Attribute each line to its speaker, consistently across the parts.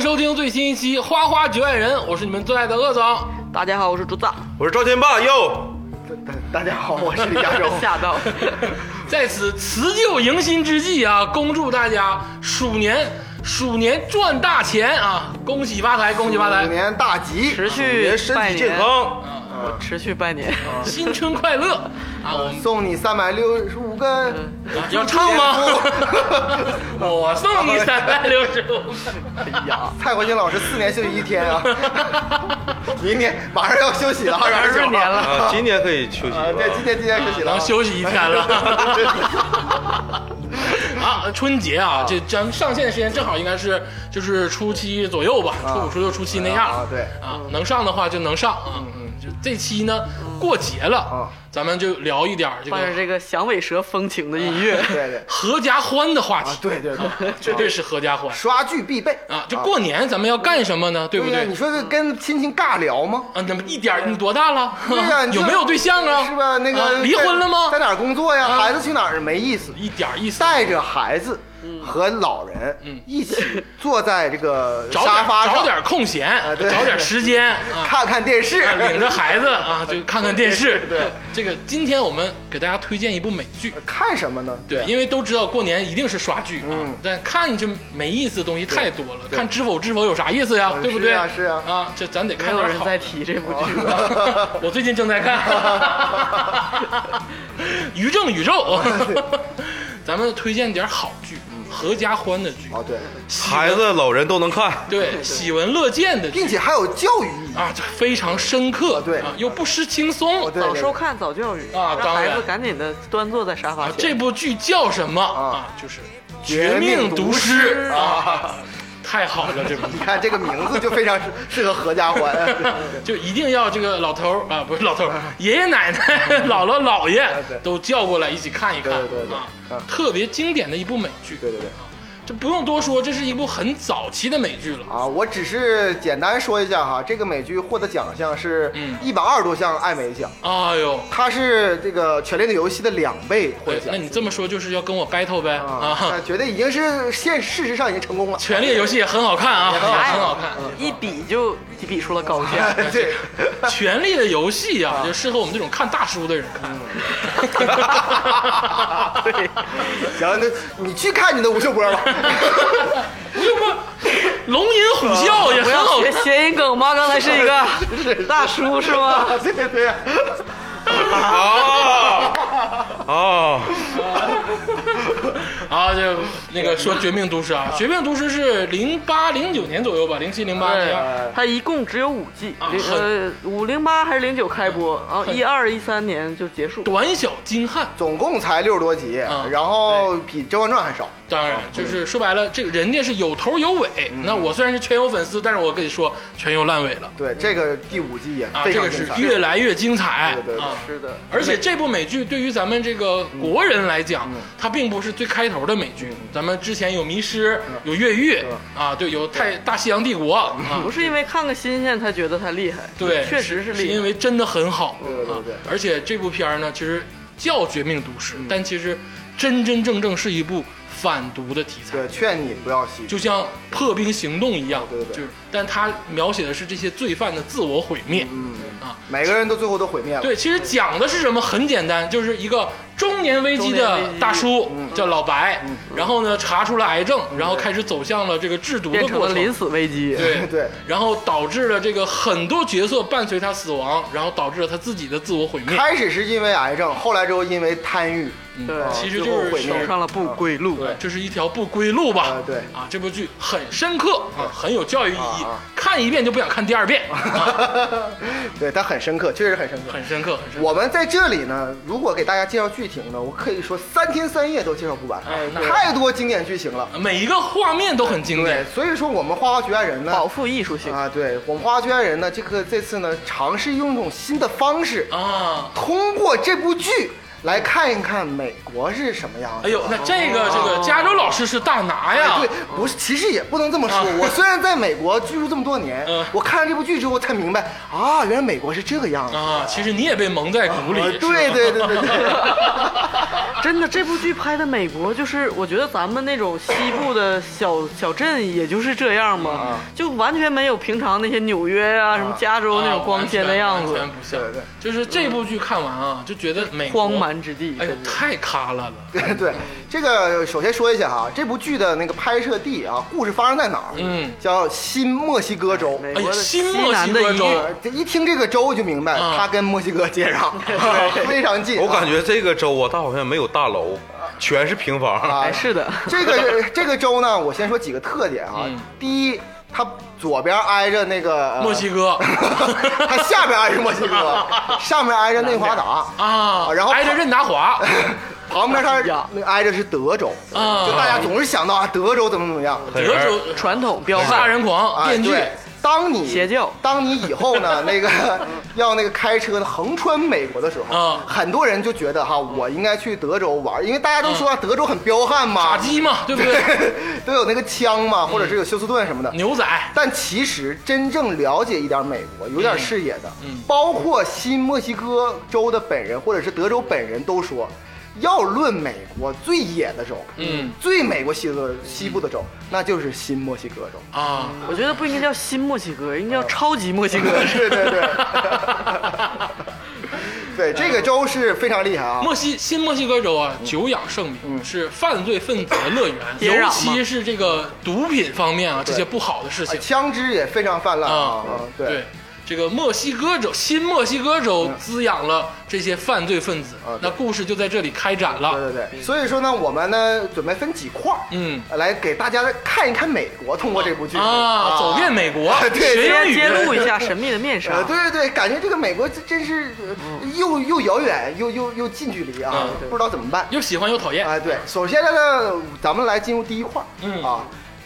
Speaker 1: 期《花花局外人》，我是你们最爱的鄂总。
Speaker 2: 大家好，我是竹子。。
Speaker 3: 我是赵天霸哟，
Speaker 4: 大大家好，我是李佳柔
Speaker 2: 吓到，
Speaker 1: 在此辞旧迎新之际啊，恭祝大家鼠年鼠年赚大钱啊！恭喜发财， 恭喜发
Speaker 4: 虎
Speaker 1: 财，
Speaker 4: 年大吉，
Speaker 2: 持
Speaker 3: 祝您
Speaker 2: 续
Speaker 3: 身
Speaker 2: 拜
Speaker 3: 体健
Speaker 2: 年，
Speaker 3: 康，
Speaker 2: 我持续拜年。
Speaker 1: 新春快乐啊！我们
Speaker 4: 送你三百六十五个
Speaker 1: 要唱吗？我送你三百六十五。嗯
Speaker 4: 蔡国庆老师四年休息一天 啊，明年马上要休息了，二月二十九
Speaker 2: 年了
Speaker 3: 啊，今年可以休息
Speaker 4: 啊，对，今
Speaker 3: 了。
Speaker 4: 天今天休息了啊，
Speaker 1: 能休息一天 了。啊，春节啊，这将上线的时间正好应该是就是初七左右吧，初五、初六、初七那样
Speaker 4: 啊对
Speaker 1: 啊，能上的话就能上啊。嗯，就这期呢，过节了
Speaker 4: 啊，
Speaker 1: 咱们就聊一点儿这
Speaker 2: 伴着
Speaker 1: 个
Speaker 2: 这个响尾蛇风情的音
Speaker 1: 哦
Speaker 2: 乐，
Speaker 4: 对对
Speaker 1: 合家欢的话
Speaker 4: 啊
Speaker 1: 题，，
Speaker 4: 对对对，
Speaker 1: 绝对是合家欢
Speaker 4: 刷剧必备
Speaker 1: 啊。就过年咱们要干什么呢？对不
Speaker 4: 啊呀，
Speaker 1: 对
Speaker 4: 你？说这跟亲戚尬聊吗？
Speaker 1: 啊，那么一点儿，你多大了
Speaker 4: 对呀，？你
Speaker 1: 啊有没有对象啊？
Speaker 4: 是吧？那
Speaker 1: 啊
Speaker 4: 个
Speaker 1: 离婚了吗啊
Speaker 4: 在？哪儿工作呀？孩子去哪儿？没意思。
Speaker 1: 一点儿意思
Speaker 4: 带着孩子和老人
Speaker 1: 嗯
Speaker 4: 一起坐在这个
Speaker 1: 找
Speaker 4: 沙
Speaker 1: 点
Speaker 4: 发
Speaker 1: 找
Speaker 4: 上，啊
Speaker 1: 点空闲，
Speaker 4: 对
Speaker 1: 找点时 间啊，
Speaker 4: 看看电视，
Speaker 1: 领着孩子啊，就看看电视。对，这个今天我们给大家推荐一部美剧。
Speaker 4: 看什么呢？
Speaker 1: 对，因为都知道过年一定是刷剧啊，
Speaker 4: 嗯
Speaker 1: 但看就没意思的东西太多了。看《知否知否》有啥意思呀？
Speaker 4: 嗯
Speaker 1: 对不对？
Speaker 4: 是啊是啊
Speaker 1: 这咱得
Speaker 2: 没
Speaker 1: 看
Speaker 2: 有
Speaker 1: 点
Speaker 2: 人
Speaker 1: 好
Speaker 2: 在提这部剧了。
Speaker 1: 的。 我最近正在看 《于正宇宙》， 咱们推荐点好剧，
Speaker 4: 嗯
Speaker 1: 合家欢的剧，
Speaker 4: 哦，对，
Speaker 3: 孩子、老人都能看，
Speaker 1: 对，喜闻乐见的剧
Speaker 4: 并且还有教育意义。
Speaker 1: 啊，这非常深刻，
Speaker 4: 哦对
Speaker 1: 啊，又不失轻松
Speaker 4: 哦，。对，
Speaker 2: 早
Speaker 4: 对
Speaker 2: 收看，早教育
Speaker 1: 啊当
Speaker 2: 让孩
Speaker 1: 然
Speaker 2: 子赶紧的端坐在沙发
Speaker 1: 啊，
Speaker 2: 前。
Speaker 1: 这部剧叫什么啊？就是《绝命毒
Speaker 4: 绝
Speaker 1: 师》啊，太好了，这部 剧
Speaker 4: 你看这个名字就非常适适合合家欢。
Speaker 1: 就一定要这个老头儿啊，不是老头儿，爷爷奶奶、 姥姥姥爷
Speaker 4: 对
Speaker 1: 都叫过来一起看一看
Speaker 4: 对对对
Speaker 1: 啊
Speaker 4: 啊，
Speaker 1: 特别经典的一部美剧。
Speaker 4: 对对对，
Speaker 1: 这不用多说，这是一部很早期的美剧了。
Speaker 4: 啊，我只是简单说一下哈，这个美剧获得奖项是
Speaker 1: 嗯
Speaker 4: 一百二十多项艾美奖，
Speaker 1: 哎呦，
Speaker 4: 它是这个《权力的游戏》的两倍获
Speaker 1: 对，
Speaker 4: 奖
Speaker 1: 那。你这么说就是要跟我 battle 呗
Speaker 4: 啊，
Speaker 1: 啊！
Speaker 4: 那绝对已经是现事实上已经成 功了。
Speaker 1: 《权力游戏》也很好看啊，也
Speaker 2: 哎
Speaker 1: 很好看。
Speaker 2: 一比就比出了高 下。
Speaker 4: 对，
Speaker 1: 《权力的游戏》啊，就适合我们这种看大叔的人 看。
Speaker 2: 对，
Speaker 4: 行，那你去看你的吴秀波吧。
Speaker 1: 龙吟虎啸也
Speaker 2: 不
Speaker 1: 很
Speaker 2: 要
Speaker 1: 好
Speaker 2: 谐
Speaker 1: 看。
Speaker 2: 谐音梗吗？刚才是一个大叔是吗？
Speaker 4: 啊，对对对，
Speaker 3: 啊 啊，
Speaker 1: 啊，就那个说《绝命毒师》啊，《绝命毒师》是零八零九年左右吧，零七零八
Speaker 4: 哎
Speaker 1: 那样。
Speaker 2: 它一共只有五季
Speaker 1: 啊，
Speaker 2: 零呃五零八还是零九开播，然后一二一三年就结束。
Speaker 1: 短小精悍，
Speaker 4: 总共才六十多集，
Speaker 1: 啊
Speaker 4: 然后比《甄嬛传》还少。
Speaker 1: 当然就是说白了，这个人家是有头有尾。那我虽然是全有粉丝，但是我跟你说，全有烂尾了
Speaker 4: 对，这个第五季也
Speaker 1: 啊，
Speaker 4: 非
Speaker 1: 这
Speaker 4: 常
Speaker 1: 个
Speaker 4: 精
Speaker 1: 是
Speaker 4: 彩。
Speaker 1: 越来越精彩
Speaker 4: 对对对
Speaker 1: 啊。
Speaker 2: 是的，
Speaker 1: 而且这部美剧对于咱们这个国人来讲，
Speaker 4: 嗯
Speaker 1: 它并不是最开头的美剧。咱们之前有《迷失》，
Speaker 4: 嗯
Speaker 1: 有《越狱》啊，对，有《太大西洋帝国》啊
Speaker 4: 嗯
Speaker 2: 不，是因为看个新鲜才觉得它厉害，
Speaker 1: 对，
Speaker 2: 确实是
Speaker 1: 是
Speaker 2: 厉
Speaker 1: 因
Speaker 2: 害。
Speaker 1: 为真的很好。
Speaker 4: 对对对嗯
Speaker 1: 啊，而且这部片儿呢，其实叫《绝命毒师》，但其实真真正正是一部反毒的题材。
Speaker 4: 对，劝你不要吸。
Speaker 1: 就像《破冰行动》一样，
Speaker 4: 对对对
Speaker 1: 就是，但它描写的是这些罪犯的自我毁
Speaker 4: 嗯
Speaker 1: 灭，啊，
Speaker 4: 每个人都最后都毁灭了。
Speaker 1: 对，其实讲的是什么？很简单，就是一个中年危机
Speaker 2: 中
Speaker 1: 的
Speaker 2: 年危机嗯
Speaker 1: 大叔，叫老白，然后呢查出了癌症，然后开始走向了这个制毒的
Speaker 2: 变成
Speaker 1: 过
Speaker 2: 了
Speaker 1: 程
Speaker 2: 临。死危机。
Speaker 1: 对
Speaker 4: 对，
Speaker 1: 然后导致了这个很多角色伴随他死亡，然后导致了他自己的自我毁灭。
Speaker 4: 开始是因为癌症，后来之后因为贪欲，呃
Speaker 2: 对，
Speaker 1: 其实
Speaker 4: 最后
Speaker 1: 就是
Speaker 4: 毁灭
Speaker 2: 走上了不归路。
Speaker 1: 对，这是一条不归路吧
Speaker 4: 啊？对
Speaker 1: 啊，这部剧很深刻啊，很有教育意义
Speaker 4: 啊啊，
Speaker 1: 看一遍就不想看第二遍，啊
Speaker 4: 对它很深刻，确实很深刻。
Speaker 1: 很深刻，很深刻。
Speaker 4: 我们在这里呢，如果给大家介绍剧情呢，我可以说三天三夜都介绍不完，
Speaker 1: 哎
Speaker 4: 太多经典剧情了。
Speaker 1: 每一个画面都很经
Speaker 4: 对
Speaker 1: 典，，
Speaker 4: 所以说我们花花局外人呢，
Speaker 2: 饱腹艺术 性，
Speaker 4: 啊，对我们花花局外人呢，这个这次呢，尝试用一种新的方式，
Speaker 1: 啊，
Speaker 4: 通过这部剧来看一看美国是什么样子。哎
Speaker 1: 哎呦，那啊这个这
Speaker 2: 哦
Speaker 1: 个加州老师是大拿
Speaker 2: 哎
Speaker 1: 呀！
Speaker 4: 对，不是，其实也不能这么说。
Speaker 1: 啊
Speaker 4: 我虽然在美国居住这么多年
Speaker 1: 嗯，
Speaker 4: 我看了这部剧之后才明白啊，原来美国是这个样子。
Speaker 1: 啊，其实你也被蒙在鼓里。
Speaker 4: 啊
Speaker 1: 是吧
Speaker 4: 对对对对对，
Speaker 2: 真的，这部剧拍的美国就是，我觉得咱们那种西部的小小镇也就是这样
Speaker 1: 啊
Speaker 2: 嘛，就完全没有平常那些纽约啊、什么加州那种光鲜的样
Speaker 1: 啊
Speaker 2: 子
Speaker 1: 完，全不像
Speaker 4: 对对。
Speaker 1: 就是这部剧看完啊，就觉得美国
Speaker 2: 荒蛮之地。
Speaker 1: 哎呦
Speaker 2: 真，的
Speaker 1: 太卡了了。
Speaker 4: 对 对，这个首先说一下哈，这部剧的那个拍摄地啊，故事发生在哪儿？
Speaker 1: 嗯
Speaker 4: 叫新墨西哥州。
Speaker 2: 美
Speaker 1: 哎
Speaker 2: 国
Speaker 1: 呀，
Speaker 2: 的
Speaker 1: 新墨西
Speaker 2: 南的
Speaker 1: 哥
Speaker 2: 一
Speaker 1: 州
Speaker 2: 州，
Speaker 4: 这一听这个州就明白，
Speaker 1: 啊
Speaker 4: 它跟墨西哥 接壤， 非常近啊。
Speaker 3: 我感觉这个州啊，它好像没有大楼，全是平房。
Speaker 4: 啊
Speaker 2: 哎，，是的，
Speaker 4: 这个这个州呢，我先说几个特点啊。
Speaker 1: 嗯
Speaker 4: 第一，它左边挨着那个、呃
Speaker 1: 墨西，哥
Speaker 4: 它下边挨着墨西 哥，上面挨着内华达，
Speaker 1: 啊，
Speaker 4: 然后
Speaker 1: 挨着任达 华，
Speaker 4: 旁边它
Speaker 2: 哎呀
Speaker 4: 那挨着是德州。
Speaker 1: 啊
Speaker 4: 就大家总是想到啊，德州怎么怎么
Speaker 2: 嗯
Speaker 4: 样。
Speaker 3: 很
Speaker 1: 德州
Speaker 2: 传统彪
Speaker 1: 杀
Speaker 2: 悍，
Speaker 1: 人狂，
Speaker 4: 啊，
Speaker 1: 电锯，
Speaker 4: 对，当你
Speaker 2: 邪教
Speaker 4: 当你以后呢，那个 要那个开车横穿美国的时候，
Speaker 1: 啊
Speaker 4: 很多人就觉得哈，我应该去德州玩，因为大家都说、啊
Speaker 1: 嗯
Speaker 4: 德州很彪悍嘛
Speaker 1: 打，击嘛，
Speaker 4: 啊
Speaker 1: 对不对？
Speaker 4: 都有那个枪嘛，
Speaker 1: 嗯
Speaker 4: 或者是有休斯顿什么的。
Speaker 1: 牛仔，
Speaker 4: 但其实真正了解一点美国、有点视野的，
Speaker 1: 嗯
Speaker 4: 包括新墨西哥州的本人或者是德州本人都说，要论美国最野的州，
Speaker 1: 嗯
Speaker 4: 最美国西部西部的州，那就是新墨西哥州。
Speaker 1: 啊，
Speaker 2: 我觉得不应该叫新墨西哥，应该叫超级墨西哥。
Speaker 4: 对对 对，对这个州是非常厉害啊。
Speaker 1: 墨西新墨西哥州啊，
Speaker 4: 嗯
Speaker 1: 久仰盛名，是犯罪分子的乐园，
Speaker 2: 别嚷
Speaker 1: 尤
Speaker 2: 嘛
Speaker 1: 其是这个毒品方面啊，这些不好的事
Speaker 4: 啊
Speaker 1: 情
Speaker 4: 枪支也非常泛滥啊
Speaker 1: 啊，
Speaker 4: 嗯，
Speaker 1: 对。这个墨西哥州，新墨西哥州滋养了这些犯罪分子
Speaker 4: 啊，对
Speaker 1: 那故事就在这里开展了。
Speaker 4: 对对对，所以说呢，我们呢准备分几块儿，
Speaker 1: 啊嗯
Speaker 4: 呃，来给大家看一看美国，通过这部剧
Speaker 1: 啊，走遍美国，
Speaker 4: 对
Speaker 1: 学
Speaker 2: 大家
Speaker 1: 英语
Speaker 2: 揭露一下神秘的面
Speaker 4: 呃，
Speaker 2: 纱。
Speaker 4: 对对对，感觉这个美国这真是呃又又遥远又又又近距离啊
Speaker 1: 嗯，
Speaker 4: 不知道怎么办
Speaker 1: 又喜欢又讨厌。
Speaker 4: 啊。对，首先呢，咱们来进入第一块儿，
Speaker 1: 嗯
Speaker 4: 啊，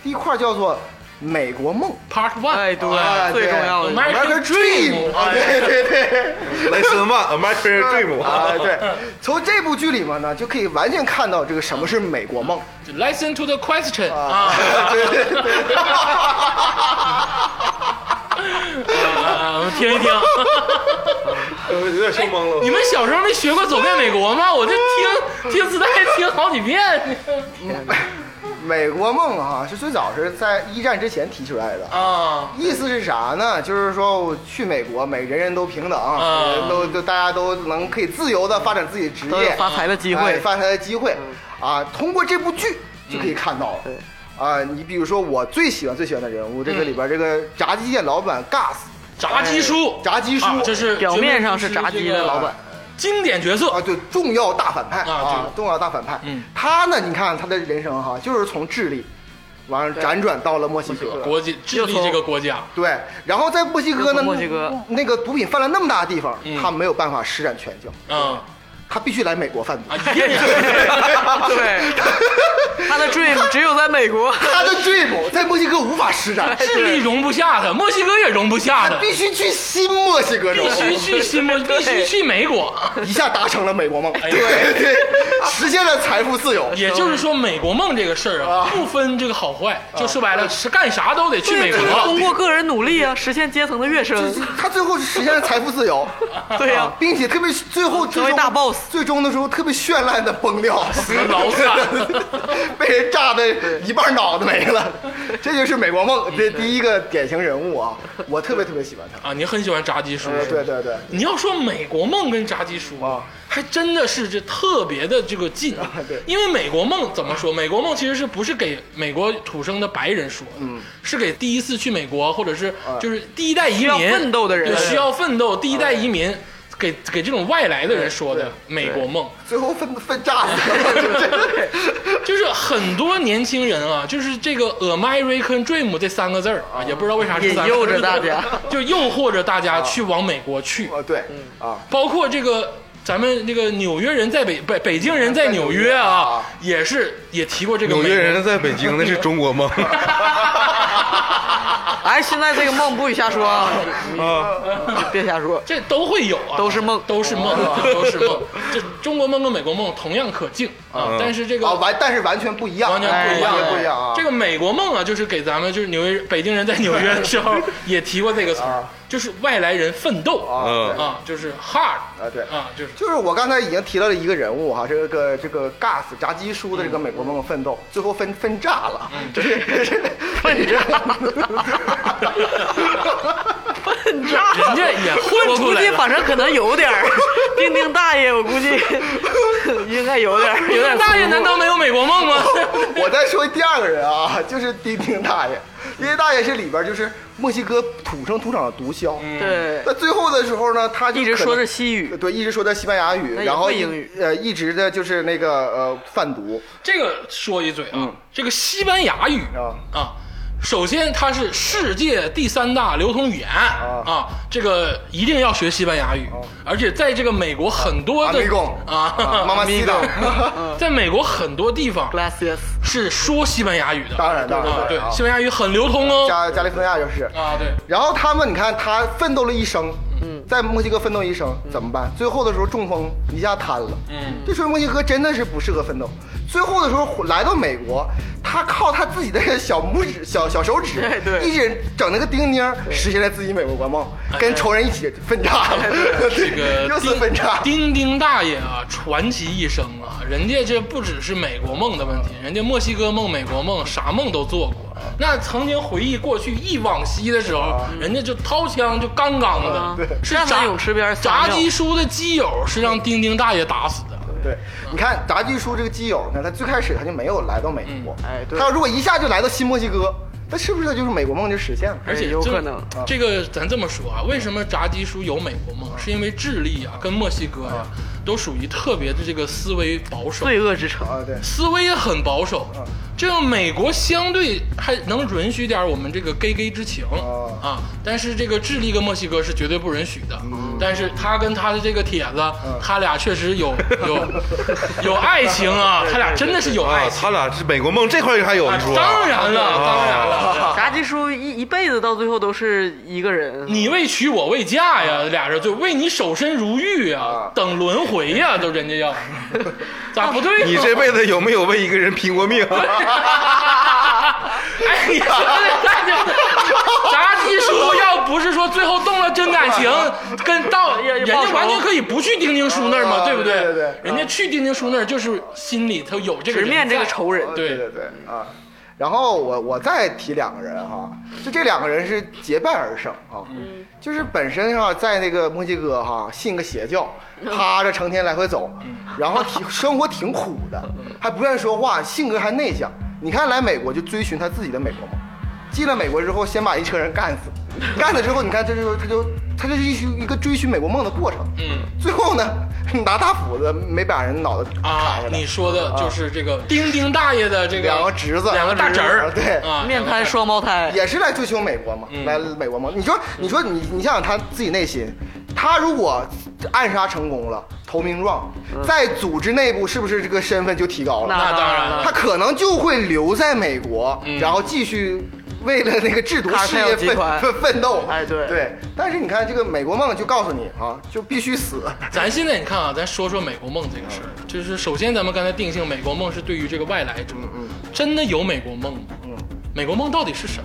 Speaker 4: 第一块儿叫做美国梦
Speaker 1: Part One，
Speaker 2: 哎，对
Speaker 4: 啊，
Speaker 2: 最重要的
Speaker 1: 对
Speaker 2: 是
Speaker 1: American Dream，
Speaker 4: 啊，
Speaker 1: 哎
Speaker 4: 对对对。
Speaker 3: 雷森万 American Dream
Speaker 4: 啊，对， 从这部剧里面呢，就可以完全看到这个什么是美国梦
Speaker 1: Listen to the question
Speaker 4: 啊
Speaker 1: 啊，
Speaker 4: 对对对对
Speaker 1: 啊，我们听一 听。
Speaker 3: 呃有点说懵了。
Speaker 1: 你们小时候没学过《走遍美国》吗？我这听听磁带听好几遍
Speaker 4: 美国梦啊，是最早是在一战之前提出来的。
Speaker 1: 啊。
Speaker 4: 意思是啥呢？就是说我去美国，每人人都平等，
Speaker 2: 嗯
Speaker 4: 呃
Speaker 1: 啊
Speaker 4: 都都大家都能可以自由的发展自己的职
Speaker 2: 都有
Speaker 4: 业，
Speaker 2: 呃发财的机
Speaker 4: 哎
Speaker 2: 会。嗯
Speaker 4: 发财的机会啊！通过这部剧就可以看到了。
Speaker 2: 对嗯
Speaker 4: 啊，你比如说我最喜欢最喜欢的人物，这个里边这个炸鸡店老板 Gas，
Speaker 1: 炸鸡叔，
Speaker 4: 哎炸鸡叔
Speaker 1: 啊这是
Speaker 2: 表面上是炸鸡的老板，
Speaker 1: 经典角色
Speaker 4: 啊，对，重要大反派
Speaker 1: 啊这个
Speaker 4: 重要大反派。
Speaker 1: 嗯
Speaker 4: 他呢，你看他的人生哈，就是从智利，完了辗转到了墨西哥。
Speaker 1: 国际智利这个国家
Speaker 4: 对，然后在墨西哥
Speaker 2: 又
Speaker 4: 呢，
Speaker 2: 从墨西哥
Speaker 4: 那个毒品泛滥那么大的地方，
Speaker 1: 嗯
Speaker 4: 他没有办法施展拳脚，
Speaker 1: 啊
Speaker 4: 他必须来美国贩毒
Speaker 1: 啊。，一样
Speaker 2: 对，他的 dream 只有在美国。
Speaker 4: 他的 dream 在墨西哥无法施展，
Speaker 1: 智利容不下他，墨西哥也容不下他，
Speaker 4: 他必须去新墨西哥州
Speaker 1: 必，须去新墨，必须去美国。
Speaker 4: 一下达成了美国梦，
Speaker 1: 哎
Speaker 4: 对
Speaker 1: 呀
Speaker 4: 对，实现了财富自由。
Speaker 1: 也就是说，美国梦这个事儿啊，不分这个好坏，就说白了是干啥都得去美
Speaker 2: 对
Speaker 1: 国
Speaker 2: 通。过个人努力啊，实现阶层的跃升。
Speaker 4: 他最后是实现了财富自由，
Speaker 2: 对
Speaker 1: 啊
Speaker 2: 呀、
Speaker 4: 并且特别最后最
Speaker 2: 成为
Speaker 4: 终
Speaker 2: 大 boss
Speaker 4: 最终的时候特别绚烂的崩掉，
Speaker 1: 老惨
Speaker 4: 被人炸的一半脑袋没了，这就是美国梦这第一个典型人物啊，我特别特别喜欢 他。
Speaker 1: 啊，你很喜欢炸鸡叔
Speaker 4: 呃，对对对，
Speaker 1: 你要说美国梦跟炸鸡叔
Speaker 4: 啊，
Speaker 1: 还真的是这特别的这个近
Speaker 4: 对。
Speaker 1: 因为美国梦怎么说？美国梦其实是不是给美国土生的白人说的，
Speaker 4: 嗯
Speaker 1: 是给第一次去美国或者是
Speaker 4: 啊
Speaker 1: 就是第一代移
Speaker 2: 需要
Speaker 1: 民
Speaker 2: 奋斗的人啊
Speaker 1: 对需要奋斗第一代移民。给给这种外来的人说的美国梦，
Speaker 4: 最后分分炸死了，就是
Speaker 1: 就是很多年轻人啊，就是这个 American Dream 这三个字儿啊，也不知道为啥是三个字儿
Speaker 2: 引诱着大家，
Speaker 1: 就诱惑着大家去往美国去。
Speaker 4: 啊对啊，
Speaker 1: 包括这个咱们这个纽约人在北北北京人在纽约
Speaker 4: 啊
Speaker 1: 啊，也是也提过这个
Speaker 3: 纽
Speaker 1: 美
Speaker 3: 约人在北京，那是中国梦。
Speaker 2: 哎，现在这个梦不许瞎说 啊，
Speaker 3: 啊，
Speaker 2: 你别瞎说。
Speaker 1: 这都会有啊，
Speaker 2: 都是梦
Speaker 1: 都是梦，啊
Speaker 4: 啊
Speaker 1: 都是梦。这中国梦跟美国梦同样可敬啊，但是这个
Speaker 4: 啊，完，但是完全不一样，
Speaker 1: 完全不一样，哎
Speaker 4: 完全不一样啊！
Speaker 1: 这个美国梦啊，就是给咱们就是纽约北京人在纽约的 时候也提过这个词儿，就是外来人奋斗
Speaker 4: 啊
Speaker 1: 啊，
Speaker 3: 嗯
Speaker 4: 对
Speaker 1: 就是 hard
Speaker 4: 啊对
Speaker 1: 啊，就是
Speaker 4: 就是我刚才已经提到了一个人物哈，这个这个 Gas 炸鸡叔的这个
Speaker 1: 嗯
Speaker 4: 美国梦奋斗，最后分分炸了， 这是分炸，
Speaker 2: 笨炸，
Speaker 1: 人家也混
Speaker 2: 我
Speaker 1: 出
Speaker 2: 估
Speaker 1: 来
Speaker 2: 计
Speaker 1: 了。
Speaker 2: 反正可能有点儿， 丁丁大爷，我估计 应该有 点儿，有点儿。
Speaker 1: 大爷难道没有美国梦 吗？
Speaker 4: 我再说第二个人啊， 就是丁丁大爷，丁丁大爷是里边就是墨西哥土生土长的毒枭，
Speaker 2: 对
Speaker 4: 那，最后的时候呢，他
Speaker 2: 嗯
Speaker 4: 就
Speaker 2: 一直
Speaker 4: 可能
Speaker 2: 说着西语，
Speaker 4: 对，一直说的西班牙语，
Speaker 2: 那也
Speaker 4: 然后
Speaker 2: 会
Speaker 4: 一
Speaker 2: 英语，
Speaker 4: 呃，一直的就是那个呃贩毒
Speaker 1: 这个说一嘴啊，这个西班牙语
Speaker 4: 嗯啊
Speaker 1: 啊，首先它是世界第三大流通语言
Speaker 4: 啊
Speaker 1: 啊，这个一定要学西班牙语，而且在这个美国很多
Speaker 4: 阿
Speaker 1: 的
Speaker 4: 米贡
Speaker 1: 啊，
Speaker 4: 妈妈西的，
Speaker 1: 在美国很多地方
Speaker 2: Glacius，
Speaker 1: 是说西班牙语的，
Speaker 4: 当然当然
Speaker 1: 啊，
Speaker 4: 当
Speaker 1: 对
Speaker 4: 然，啊
Speaker 1: 西班牙语很流通哦，
Speaker 4: 加加利福尼亚就是。
Speaker 1: 啊，对，
Speaker 4: 然后他们，你看他奋斗了一生，嗯，在墨西哥奋斗一生怎么办？最后的时候中风，一下瘫了。
Speaker 1: 嗯，
Speaker 4: 这时候墨西哥真的是不适合奋斗。最后的时候来到美国，他靠他自己的小拇指、小小手指，
Speaker 2: 对对
Speaker 4: 一直整那个钉钉，实现了自己美国国梦，跟仇人一起奋战，
Speaker 1: 这个
Speaker 4: 又次奋战。
Speaker 1: 丁丁大爷啊，传奇一生啊，人家这不只是美国梦的问题，人家墨西哥梦、美国梦，啥梦都做过。那曾经回忆过去忆往昔的时候，人家就掏枪就杠杠的，是
Speaker 2: 站在
Speaker 1: 炸
Speaker 2: 嗯泳池边撒
Speaker 1: 炸
Speaker 2: 尿
Speaker 1: 鸡叔的基友是让丁丁大爷打死的。
Speaker 4: 对，你看炸鸡叔这个基友呢，他最开始他就没有来到美国，
Speaker 2: 哎对
Speaker 4: 他要如果一下就来到新墨西哥，那是不是他就是美国梦就实现了？
Speaker 1: 而且
Speaker 2: 哎有
Speaker 1: 这
Speaker 2: 可能
Speaker 1: 啊这个咱这么说啊，为什么炸鸡叔有美国梦？是因为智利啊跟墨西哥呀、都属于特别的这个思维保守，
Speaker 2: 罪恶之城。
Speaker 4: 啊，对，
Speaker 1: 思维也很保守。这个美国相对还能允许点我们这个 gay gay 之情
Speaker 4: 哦
Speaker 1: 啊，但是这个智利跟墨西哥是绝对不允许的。但是他跟他的这个帖子，他俩确实有有有爱情啊，他俩真的是有爱
Speaker 3: 啊，
Speaker 1: 情。
Speaker 3: 他俩是美国梦这块还有
Speaker 1: 啊
Speaker 3: 你说？
Speaker 1: 当然了，
Speaker 3: 啊
Speaker 1: 当然了。
Speaker 2: 炸鸡叔一一辈子到最后都是一个人，
Speaker 1: 你为娶我为嫁呀，俩人就为你守身如玉啊
Speaker 4: 啊，
Speaker 1: 等轮回呀，都人家要，咋不对呢？啊
Speaker 3: 你这辈子有没有为一个人拼过 命？
Speaker 1: 哎，你说的太就是炸鸡叔，要不是说最后动了真感 情，跟到
Speaker 2: 也
Speaker 1: 人
Speaker 2: 也
Speaker 1: 家
Speaker 2: 报仇
Speaker 1: 完全可以不去丁丁叔那儿嘛，
Speaker 4: 啊
Speaker 1: 对不
Speaker 4: 对对对
Speaker 1: 人家去丁丁叔那儿就是心里头有这个
Speaker 2: 直
Speaker 1: 人
Speaker 2: 面这个
Speaker 1: 在
Speaker 2: 仇人。
Speaker 1: 对
Speaker 4: 对对对啊。然后我我再提两个人哈，就这两个人是结伴而生啊，
Speaker 1: 嗯
Speaker 4: 就是本身哈在那个墨西哥哈信个邪教，
Speaker 1: 嗯
Speaker 4: 趴着成天来回走，然后挺 生活挺苦的，
Speaker 1: 嗯
Speaker 4: 还不愿意说话，性格还内向。你看来美国就追寻他自己的美国梦，进了美国之后先把一车人干死，干了之后你看这就他就他就是一一个追寻美国梦的过程，
Speaker 1: 嗯，
Speaker 4: 最后呢 拿大斧子没把人脑袋
Speaker 1: 啊
Speaker 4: 砍下，来，
Speaker 1: 你说的就是这个丁丁大爷的这个
Speaker 4: 两个侄子
Speaker 1: 两个大侄儿，
Speaker 4: 对
Speaker 1: 啊，嗯
Speaker 2: 面瘫双胞胎，
Speaker 4: 也是来追求美国嘛，来美国梦。你说，你说你，你想想他自己内心，他如果暗杀成功了，投名状，
Speaker 2: 嗯
Speaker 4: 在组织内部是不是这个身份就提高了？
Speaker 1: 那当然了
Speaker 4: 他可能就会留在美国，
Speaker 1: 嗯
Speaker 4: 然后继续为了那个制毒事
Speaker 2: 卡塞
Speaker 4: 业
Speaker 2: 尔集
Speaker 4: 奋
Speaker 2: 团
Speaker 4: 奋奋斗。
Speaker 2: 哎对
Speaker 4: 对，但是你看这个美国梦就告诉你啊，就必须死。
Speaker 1: 咱现在你看啊，咱说说美国梦这个事儿，就是首先咱们刚才定性美国梦是对于这个外来者，
Speaker 4: 嗯
Speaker 1: 真的有美国梦吗？嗯，美国梦到底是什么？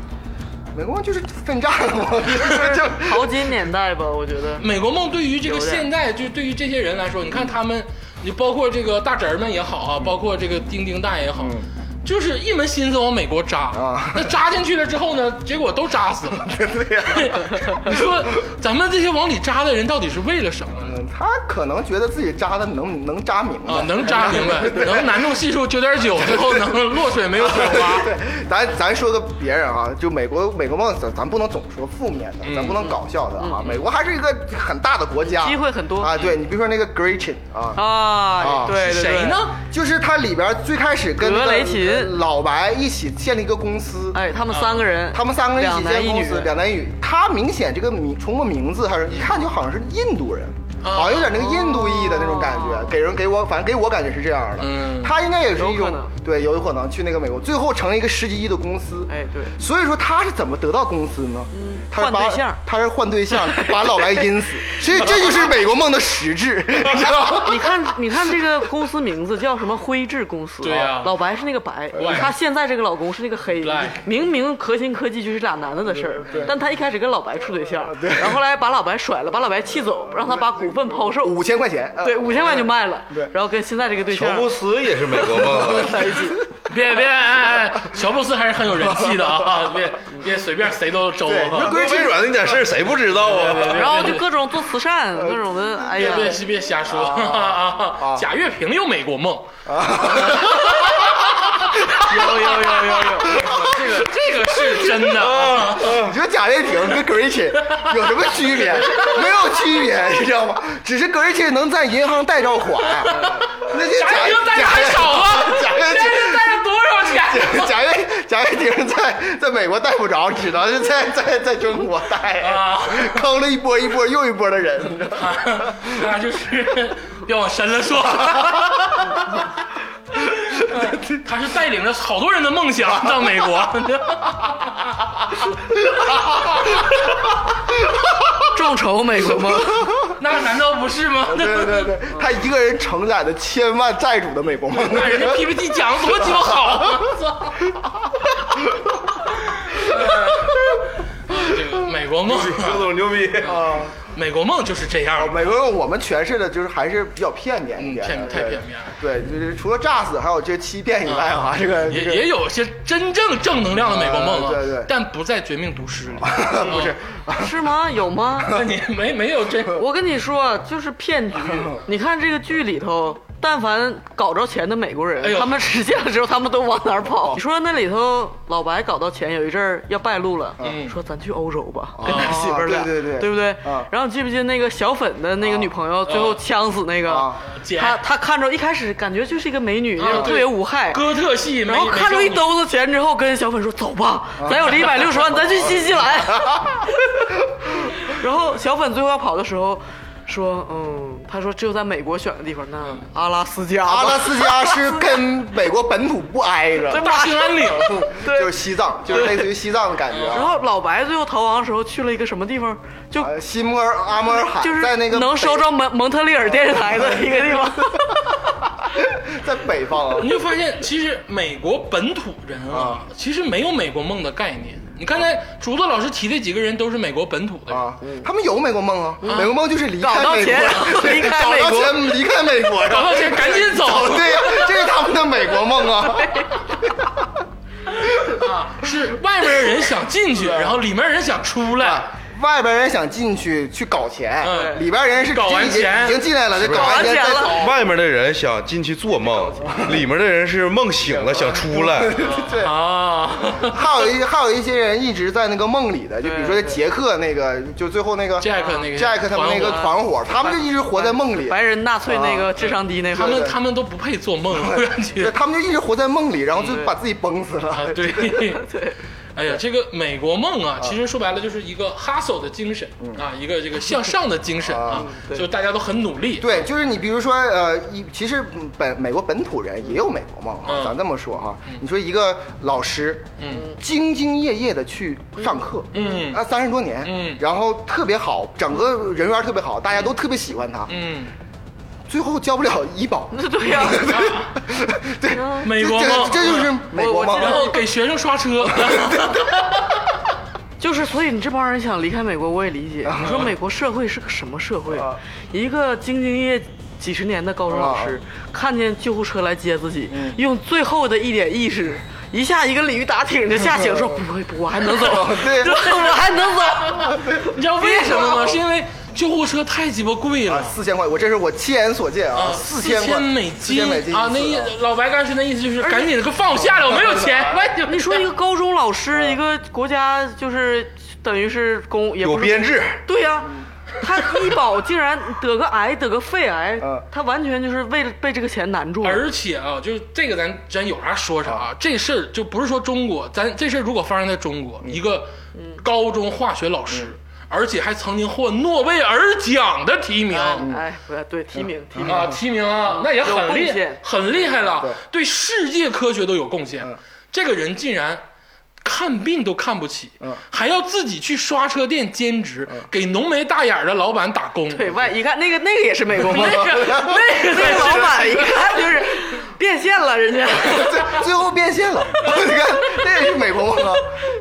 Speaker 4: 美国梦就是奋战嘛，就是就
Speaker 2: 淘金年代吧，我觉得。
Speaker 1: 美国梦对于这个
Speaker 2: 有点
Speaker 1: 现代，就对于这些人来说，你看他们，你包括这个大侄儿们也好
Speaker 4: 嗯
Speaker 1: 啊，包括这个丁丁大爷也好，就是一门心思往美国扎
Speaker 4: 啊。
Speaker 1: 那扎进去了之后呢，结果都扎死了。
Speaker 4: 对呀、
Speaker 1: 你说咱们这些往里扎的人到底是为了什么呢？
Speaker 4: 嗯他可能觉得自己扎的能能扎明白
Speaker 1: 啊，能扎明白，能难度系数九点九，最后能落水没有水花。
Speaker 4: 对，咱咱说个别人啊，就美国美国梦，咱咱不能总说负面的，咱不能搞笑的啊。美国还是一个很大的国家，
Speaker 2: 嗯机会很多嗯
Speaker 4: 啊。对你比如说那个 Gretchen 啊，
Speaker 2: 啊
Speaker 4: 啊，
Speaker 2: 对对对，
Speaker 1: 谁呢？？
Speaker 4: 就是它里边最开始跟那
Speaker 2: 格
Speaker 4: 个呃
Speaker 2: 雷琴
Speaker 4: 老白一起建立一个公司，
Speaker 2: 哎，他们三个人，
Speaker 4: 他们三个人一
Speaker 2: 两
Speaker 4: 起
Speaker 2: 男
Speaker 4: 建
Speaker 2: 一
Speaker 4: 公
Speaker 2: 女
Speaker 4: 司，，两男一女。他明显这个名从个名字还是一看就好像是印度人，
Speaker 2: 哦
Speaker 4: 好像有点那个印度裔的那种感觉，给人给我反正给我感觉是这样的。
Speaker 1: 嗯
Speaker 4: 他应该也是一
Speaker 2: 有可
Speaker 4: 种
Speaker 2: 能
Speaker 4: 对，有可能去那个美国，最后成了一个十几亿的公司。
Speaker 2: 哎对
Speaker 4: 所以说他是怎么得到公司呢？
Speaker 1: 嗯
Speaker 4: 他是
Speaker 2: 换
Speaker 4: 把
Speaker 2: 对象
Speaker 4: 他是换 对象，把老白阴死，所以这就是美国梦的实质，你知道吗？
Speaker 2: 你看，你看这个公司名字叫什么？辉智公司。啊
Speaker 1: 对呀
Speaker 2: 老白是那个白，
Speaker 1: Black
Speaker 2: 他现在这个老公是那个黑
Speaker 1: Black。
Speaker 2: 明明核心科技就是俩男的的事儿，但他一开始跟老白处对象，然后后来把老白甩了，把老白气走，让他把股份抛售，
Speaker 4: 五千块钱，呃
Speaker 2: 对，五千万就卖了。
Speaker 4: 对
Speaker 2: 然后跟现在这个对
Speaker 3: 乔
Speaker 2: 象
Speaker 3: 布斯也是美国梦啊，
Speaker 2: 在一起。
Speaker 1: 别别，哎哎，哎乔布斯还是很有人气的 啊！别别随便谁都周
Speaker 4: 对
Speaker 1: 啊！
Speaker 3: 微软 那点事儿谁不知道 啊？
Speaker 2: 然后就各种做慈善，各种的，哎
Speaker 1: 别
Speaker 2: 呀，
Speaker 1: 别别瞎说啊！ 贾跃亭有美国梦，
Speaker 2: 有有有有有，
Speaker 1: 这个这个是真的啊！
Speaker 4: 你觉得贾跃亭跟 Gretchen 有什么区别？没有区别，你知道吗？只是 Gretchen 能在银行贷着款，那些
Speaker 1: 贾跃亭带的还少啊吗？
Speaker 4: 贾跃
Speaker 1: 这是
Speaker 4: 亭。
Speaker 1: 带了多少钱？
Speaker 4: 贾跃贾跃亭在在美国贷不着，只能是在在在中国贷
Speaker 1: 啊，
Speaker 4: 坑了一波一波又一波的人，你知道吗？
Speaker 1: 那就是 要往深了 说。他是带领着好多人的梦想到美国，
Speaker 2: 众筹美国梦，
Speaker 1: 那难道不是吗？
Speaker 4: 对对对，他一个人承载了千万债主的美国梦。
Speaker 1: 那人家 PPT 讲的多鸡巴好，我操！哎呃这个美国梦，
Speaker 3: 刘总牛逼啊！
Speaker 1: 美国梦就是这样。
Speaker 4: 美国我们诠释的就是还是比较片面一点的，
Speaker 1: 嗯片太
Speaker 4: 对
Speaker 1: 片面了
Speaker 4: 对，就是除了诈死，还有这欺骗以外啊，这个
Speaker 1: 嗯也
Speaker 4: 这个
Speaker 1: 也有些真正正能量的美国梦啊，
Speaker 4: 呃对对
Speaker 1: 但不在《绝命毒师》里，
Speaker 4: 不是
Speaker 1: 啊，
Speaker 2: 是吗？有吗？
Speaker 1: 那你没没有 这
Speaker 2: 我跟你说，就是骗局。你看这个剧里头，但凡搞着钱的美国人，
Speaker 1: 哎呦
Speaker 2: 他们实现了之后，他们都往哪儿跑？你说那里头老白搞到钱，有一阵儿要败露了，
Speaker 1: 嗯
Speaker 2: 说咱去欧洲吧，跟他媳妇儿俩，
Speaker 4: 哦对对对
Speaker 2: 不对？
Speaker 4: 啊
Speaker 2: 然后你记不记得那个小粉的那个女朋友，最后呛死那个，
Speaker 4: 啊
Speaker 1: 姐
Speaker 2: 他他看着一开始感觉就是一个美女，那种特
Speaker 1: 对
Speaker 2: 别无害，
Speaker 1: 哥特系没
Speaker 2: 然后看着一
Speaker 1: 没
Speaker 2: 兜子钱之后，跟小粉说：“走吧，咱有这一百六十万，咱去新西兰。” 然后小粉最后要跑的时候，说：“嗯，他说只有在美国选个地方，那阿拉斯加吧。
Speaker 4: 阿拉斯加是跟美国本土不挨着，
Speaker 1: 大兴安岭，
Speaker 4: 就是西藏，就是类似于西藏的感 觉
Speaker 2: 然
Speaker 4: 啊。
Speaker 2: 后老白最后逃亡的时候去了一个什么地方？就
Speaker 4: 呃，西摩尔阿摩尔海
Speaker 2: 就是
Speaker 4: 在那个
Speaker 2: 能
Speaker 4: 北
Speaker 2: 收着蒙蒙特利尔电视台的一个地方。
Speaker 4: 在北方啊
Speaker 1: 你就发现其实美国本土人啊，其实没有美国梦的概念。你刚才竹子老师提的几个人都是美国本土的人，
Speaker 4: 啊，他们有美国梦啊，
Speaker 1: 嗯
Speaker 4: 美国梦就是离
Speaker 2: 搞
Speaker 4: 开
Speaker 2: 到
Speaker 4: 美
Speaker 2: 钱然后
Speaker 4: 国，对
Speaker 2: 离开
Speaker 4: 找
Speaker 2: 美
Speaker 4: 到
Speaker 2: 国
Speaker 4: 钱离开美 国，
Speaker 1: 搞到钱赶紧走。
Speaker 4: 对呀，这是他们的美国梦 啊。
Speaker 1: 是外面的人想进 去，然后里面人想出来。
Speaker 4: 外边人想进去去搞钱，
Speaker 1: 嗯
Speaker 4: 里边人是
Speaker 1: 搞完
Speaker 4: 已经
Speaker 1: 钱
Speaker 4: 已经进来了，就搞
Speaker 2: 搞完
Speaker 4: 钱
Speaker 2: 钱
Speaker 4: 再
Speaker 2: 了
Speaker 4: 走。
Speaker 3: 外面的人想进去做梦，里面的人是梦醒了想出来。
Speaker 4: 对，
Speaker 1: 啊，
Speaker 4: 还有一还有一些人一直在那个梦里的，就比如说杰克那个，就最后那个
Speaker 1: Jack 嗯那个
Speaker 4: Jack 他们那个
Speaker 1: 团嗯
Speaker 4: 团伙，他们就一直 活在梦里，啊
Speaker 2: 白人纳粹那个智商低那
Speaker 1: 他
Speaker 2: 个，
Speaker 1: 们 他们都不配做梦，我感
Speaker 4: 对
Speaker 1: 觉
Speaker 4: 他们就一直活在梦里，然后就把自己崩死
Speaker 1: 啊
Speaker 4: 了，。
Speaker 1: 对对。 哎呀，这个美国梦啊，其实说白了就是一个 hustle 的精神
Speaker 4: 嗯
Speaker 1: 啊，一个这个向上的精神啊，就大家都很努力。
Speaker 4: 对，就是你，比如说，呃，一其实嗯本美国本土人也有美国梦啊，
Speaker 1: 嗯
Speaker 4: 咱这么说哈、你说一个老师，
Speaker 1: 嗯，
Speaker 4: 兢兢业业的去上课，
Speaker 1: 嗯
Speaker 4: 啊，三十多年，
Speaker 1: 嗯
Speaker 4: 然后特别好，整个人缘特别好，大家都特别喜欢他，
Speaker 1: 嗯，
Speaker 4: 最后交不了医保，
Speaker 2: 对呀、
Speaker 4: 对，
Speaker 1: 嗯美国梦嗯
Speaker 4: 这这就是啊美国梦
Speaker 2: 我我记
Speaker 1: 然
Speaker 2: 得
Speaker 1: 后给学生刷车，
Speaker 2: 就是，所以你这帮人想离开美国，我也理 解。你说美国社会是个什么社会？
Speaker 3: 啊
Speaker 2: 一个兢兢业业几十年的高中老
Speaker 3: 啊
Speaker 2: 师，看见救护车来接自己，
Speaker 3: 嗯
Speaker 2: 用最后的一点意识，一下一个鲤鱼打挺就下井，说不会不，我还 能走，
Speaker 4: 对
Speaker 2: 我还能走。
Speaker 1: 你知道为什么吗？是因为救护车太鸡巴贵
Speaker 4: 啊，
Speaker 1: 了。
Speaker 4: 四千块，我这是我亲眼所见啊，
Speaker 1: 四
Speaker 4: 千块，
Speaker 1: 美
Speaker 4: 四千美金
Speaker 1: 啊！
Speaker 4: 一
Speaker 1: 那
Speaker 4: 次
Speaker 1: 意老白刚才那意思就是赶紧给放下 来，我没有钱。我
Speaker 2: 你说一个高中老师，一个国家就是等于是公也
Speaker 3: 有
Speaker 2: 不是
Speaker 3: 编制，
Speaker 2: 对呀、他医保竟然得个癌，得个肺癌
Speaker 4: 嗯，
Speaker 2: 他完全就是为了被这个钱难住了。
Speaker 1: 而且啊，就是这个咱咱有啥说啥、啊这事儿就不是说中国，咱这事儿如果发生在中国，一个高中化学老师。而且还曾经获诺贝尔奖的提名。
Speaker 2: 哎，不对，提
Speaker 3: 嗯
Speaker 2: 名提名。
Speaker 1: 啊，提名啊，那也很厉
Speaker 2: 有贡献
Speaker 1: 很厉害了
Speaker 4: 对，
Speaker 1: 对世界科学都有贡献
Speaker 4: 嗯。
Speaker 1: 这个人竟然看病都看不起
Speaker 4: 嗯，
Speaker 1: 还要自己去刷车店兼职，给浓眉大眼儿的老板打工。
Speaker 2: 对外一看，那个 那个也是美国梦，
Speaker 1: 那个
Speaker 2: 那个那个老板一看就是变现了，人 家。
Speaker 4: 最最后变现了。 你看，这也是美国梦啊。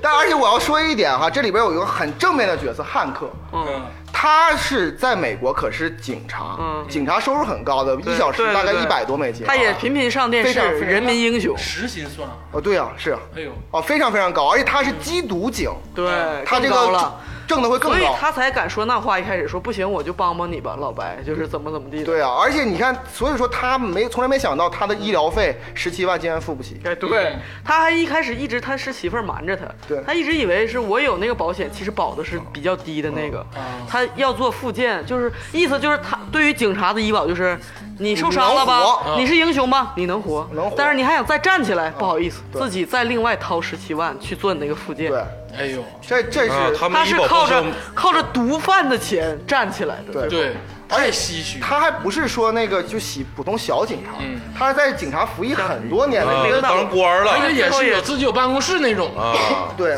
Speaker 4: 但而且我要说一点哈，这里边有一个很正面的角色汉克，
Speaker 1: 嗯，
Speaker 4: 他是在美国可是警察，
Speaker 2: 嗯
Speaker 4: 警察收入很高的，一小时
Speaker 2: 对对
Speaker 4: 大概
Speaker 2: 对
Speaker 4: 一百多美金。啊
Speaker 2: 他也频频上电
Speaker 4: 非
Speaker 2: 视
Speaker 4: 常，非常
Speaker 2: 人民英雄。
Speaker 1: 实心算啊，
Speaker 4: 哦，对啊，是啊，
Speaker 1: 哎呦，
Speaker 4: 哦，非常非常高，而且他是缉毒警，
Speaker 2: 对，
Speaker 4: 他这
Speaker 2: 更高
Speaker 4: 个
Speaker 2: 了，
Speaker 4: 挣的会更
Speaker 2: 所以
Speaker 4: 高。
Speaker 2: 他才敢说那话。一开始说不行，我就帮帮你吧，老白，就是怎么怎么地的。
Speaker 4: 对啊，而且你看，所以说他没从来没想到他的医疗费十七万竟然付不起。
Speaker 2: 哎，对，他还一开始一直他是媳妇儿瞒着他，
Speaker 4: 嗯对
Speaker 2: 他一直以为是我有那个保险，其实保的是比较低的那
Speaker 4: 嗯
Speaker 2: 个，他要做复健，就是意思就是他对于警察的医保就是你受伤了
Speaker 4: 能
Speaker 2: 吧，
Speaker 4: 活
Speaker 2: 你是英雄吧，你能活，
Speaker 4: 能活嗯
Speaker 2: 但是你还想再站起来，不好意思，
Speaker 4: 对
Speaker 2: 自己再另外掏十七万去做你那个复健，
Speaker 4: 对，
Speaker 1: 哎呦，
Speaker 4: 这这
Speaker 3: 啊
Speaker 4: 是
Speaker 3: 他
Speaker 2: 他
Speaker 3: 们医
Speaker 2: 是
Speaker 3: 保
Speaker 2: 靠
Speaker 3: 报
Speaker 2: 着
Speaker 3: 销
Speaker 2: 靠着毒贩的钱站起来的，
Speaker 4: 对
Speaker 1: 对，太唏嘘。
Speaker 4: 他还不是说那个就喜普通小警察
Speaker 1: 嗯，
Speaker 4: 他是在警察服役很多年的
Speaker 3: 啊
Speaker 4: 那个
Speaker 2: 领导
Speaker 3: 当官儿
Speaker 1: 而且
Speaker 3: 了
Speaker 1: 也是有自己有办公室那种啊。
Speaker 3: 啊，
Speaker 4: 对，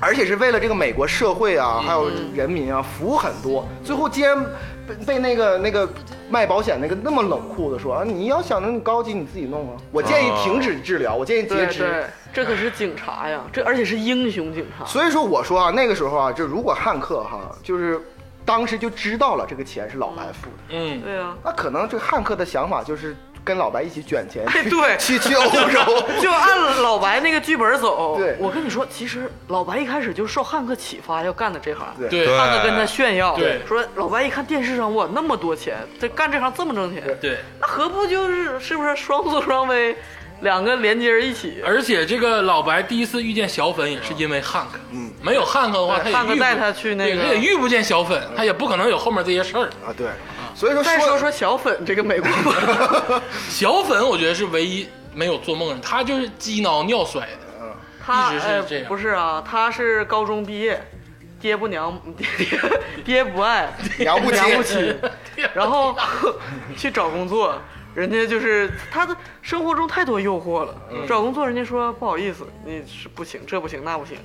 Speaker 4: 而且是为了这个美国社会啊，还有人民啊，服务很多。最后竟然被被那个那个卖保险那个那么冷酷的说啊，你要想能高级你自己弄啊。我建议
Speaker 3: 啊
Speaker 4: 停止治疗，我建议
Speaker 2: 对
Speaker 4: 截
Speaker 2: 对
Speaker 4: 肢。，
Speaker 2: 这可是警察呀，这而且是英雄警察，
Speaker 4: 所以说我说啊，那个时候啊，就如果汉克哈，就是当时就知道了这个钱是老白付的，
Speaker 1: 嗯，
Speaker 2: 对啊。
Speaker 4: 那可能这汉克的想法就是跟老白一起卷钱去
Speaker 2: 对
Speaker 4: 去去欧洲。
Speaker 2: 就按老白那个剧本走。
Speaker 4: 对
Speaker 2: 我跟你说，其实老白一开始就受汉克启发要干的这行。
Speaker 4: 对
Speaker 1: 对
Speaker 3: 对
Speaker 2: 汉克跟他炫耀，
Speaker 1: 对
Speaker 2: 说老白一看电视上哇那么多钱，这干这行这么挣钱，
Speaker 1: 对，
Speaker 2: 那何不就是是不是双宿双飞，两个连接一起？
Speaker 1: 而且这个老白第一次遇见小粉也是因为汉克，嗯，没有汉克的话，他
Speaker 2: 对
Speaker 1: 也
Speaker 2: 汉克
Speaker 1: 遇不
Speaker 2: 带他去那
Speaker 1: 对
Speaker 2: 个
Speaker 1: 他也遇不见小粉，他也不可能有后面这些事儿。
Speaker 4: 啊，对，所以说
Speaker 2: 再说说小粉这个 美国梦，
Speaker 1: 小粉我觉得是唯一没有做梦人，他就是鸡挠尿摔的，
Speaker 2: 他
Speaker 1: 一直是
Speaker 2: 呃
Speaker 1: 这样
Speaker 2: 不是啊，他是高中毕业，爹不娘 爹爹爹不爱，
Speaker 4: 娘不
Speaker 2: 娘不
Speaker 4: 亲
Speaker 2: 亲，然后去找工作，人家就是他的生活中太多诱惑了。
Speaker 4: 嗯
Speaker 2: 找工作，人家说不好意思，你是不行，这不行那不行。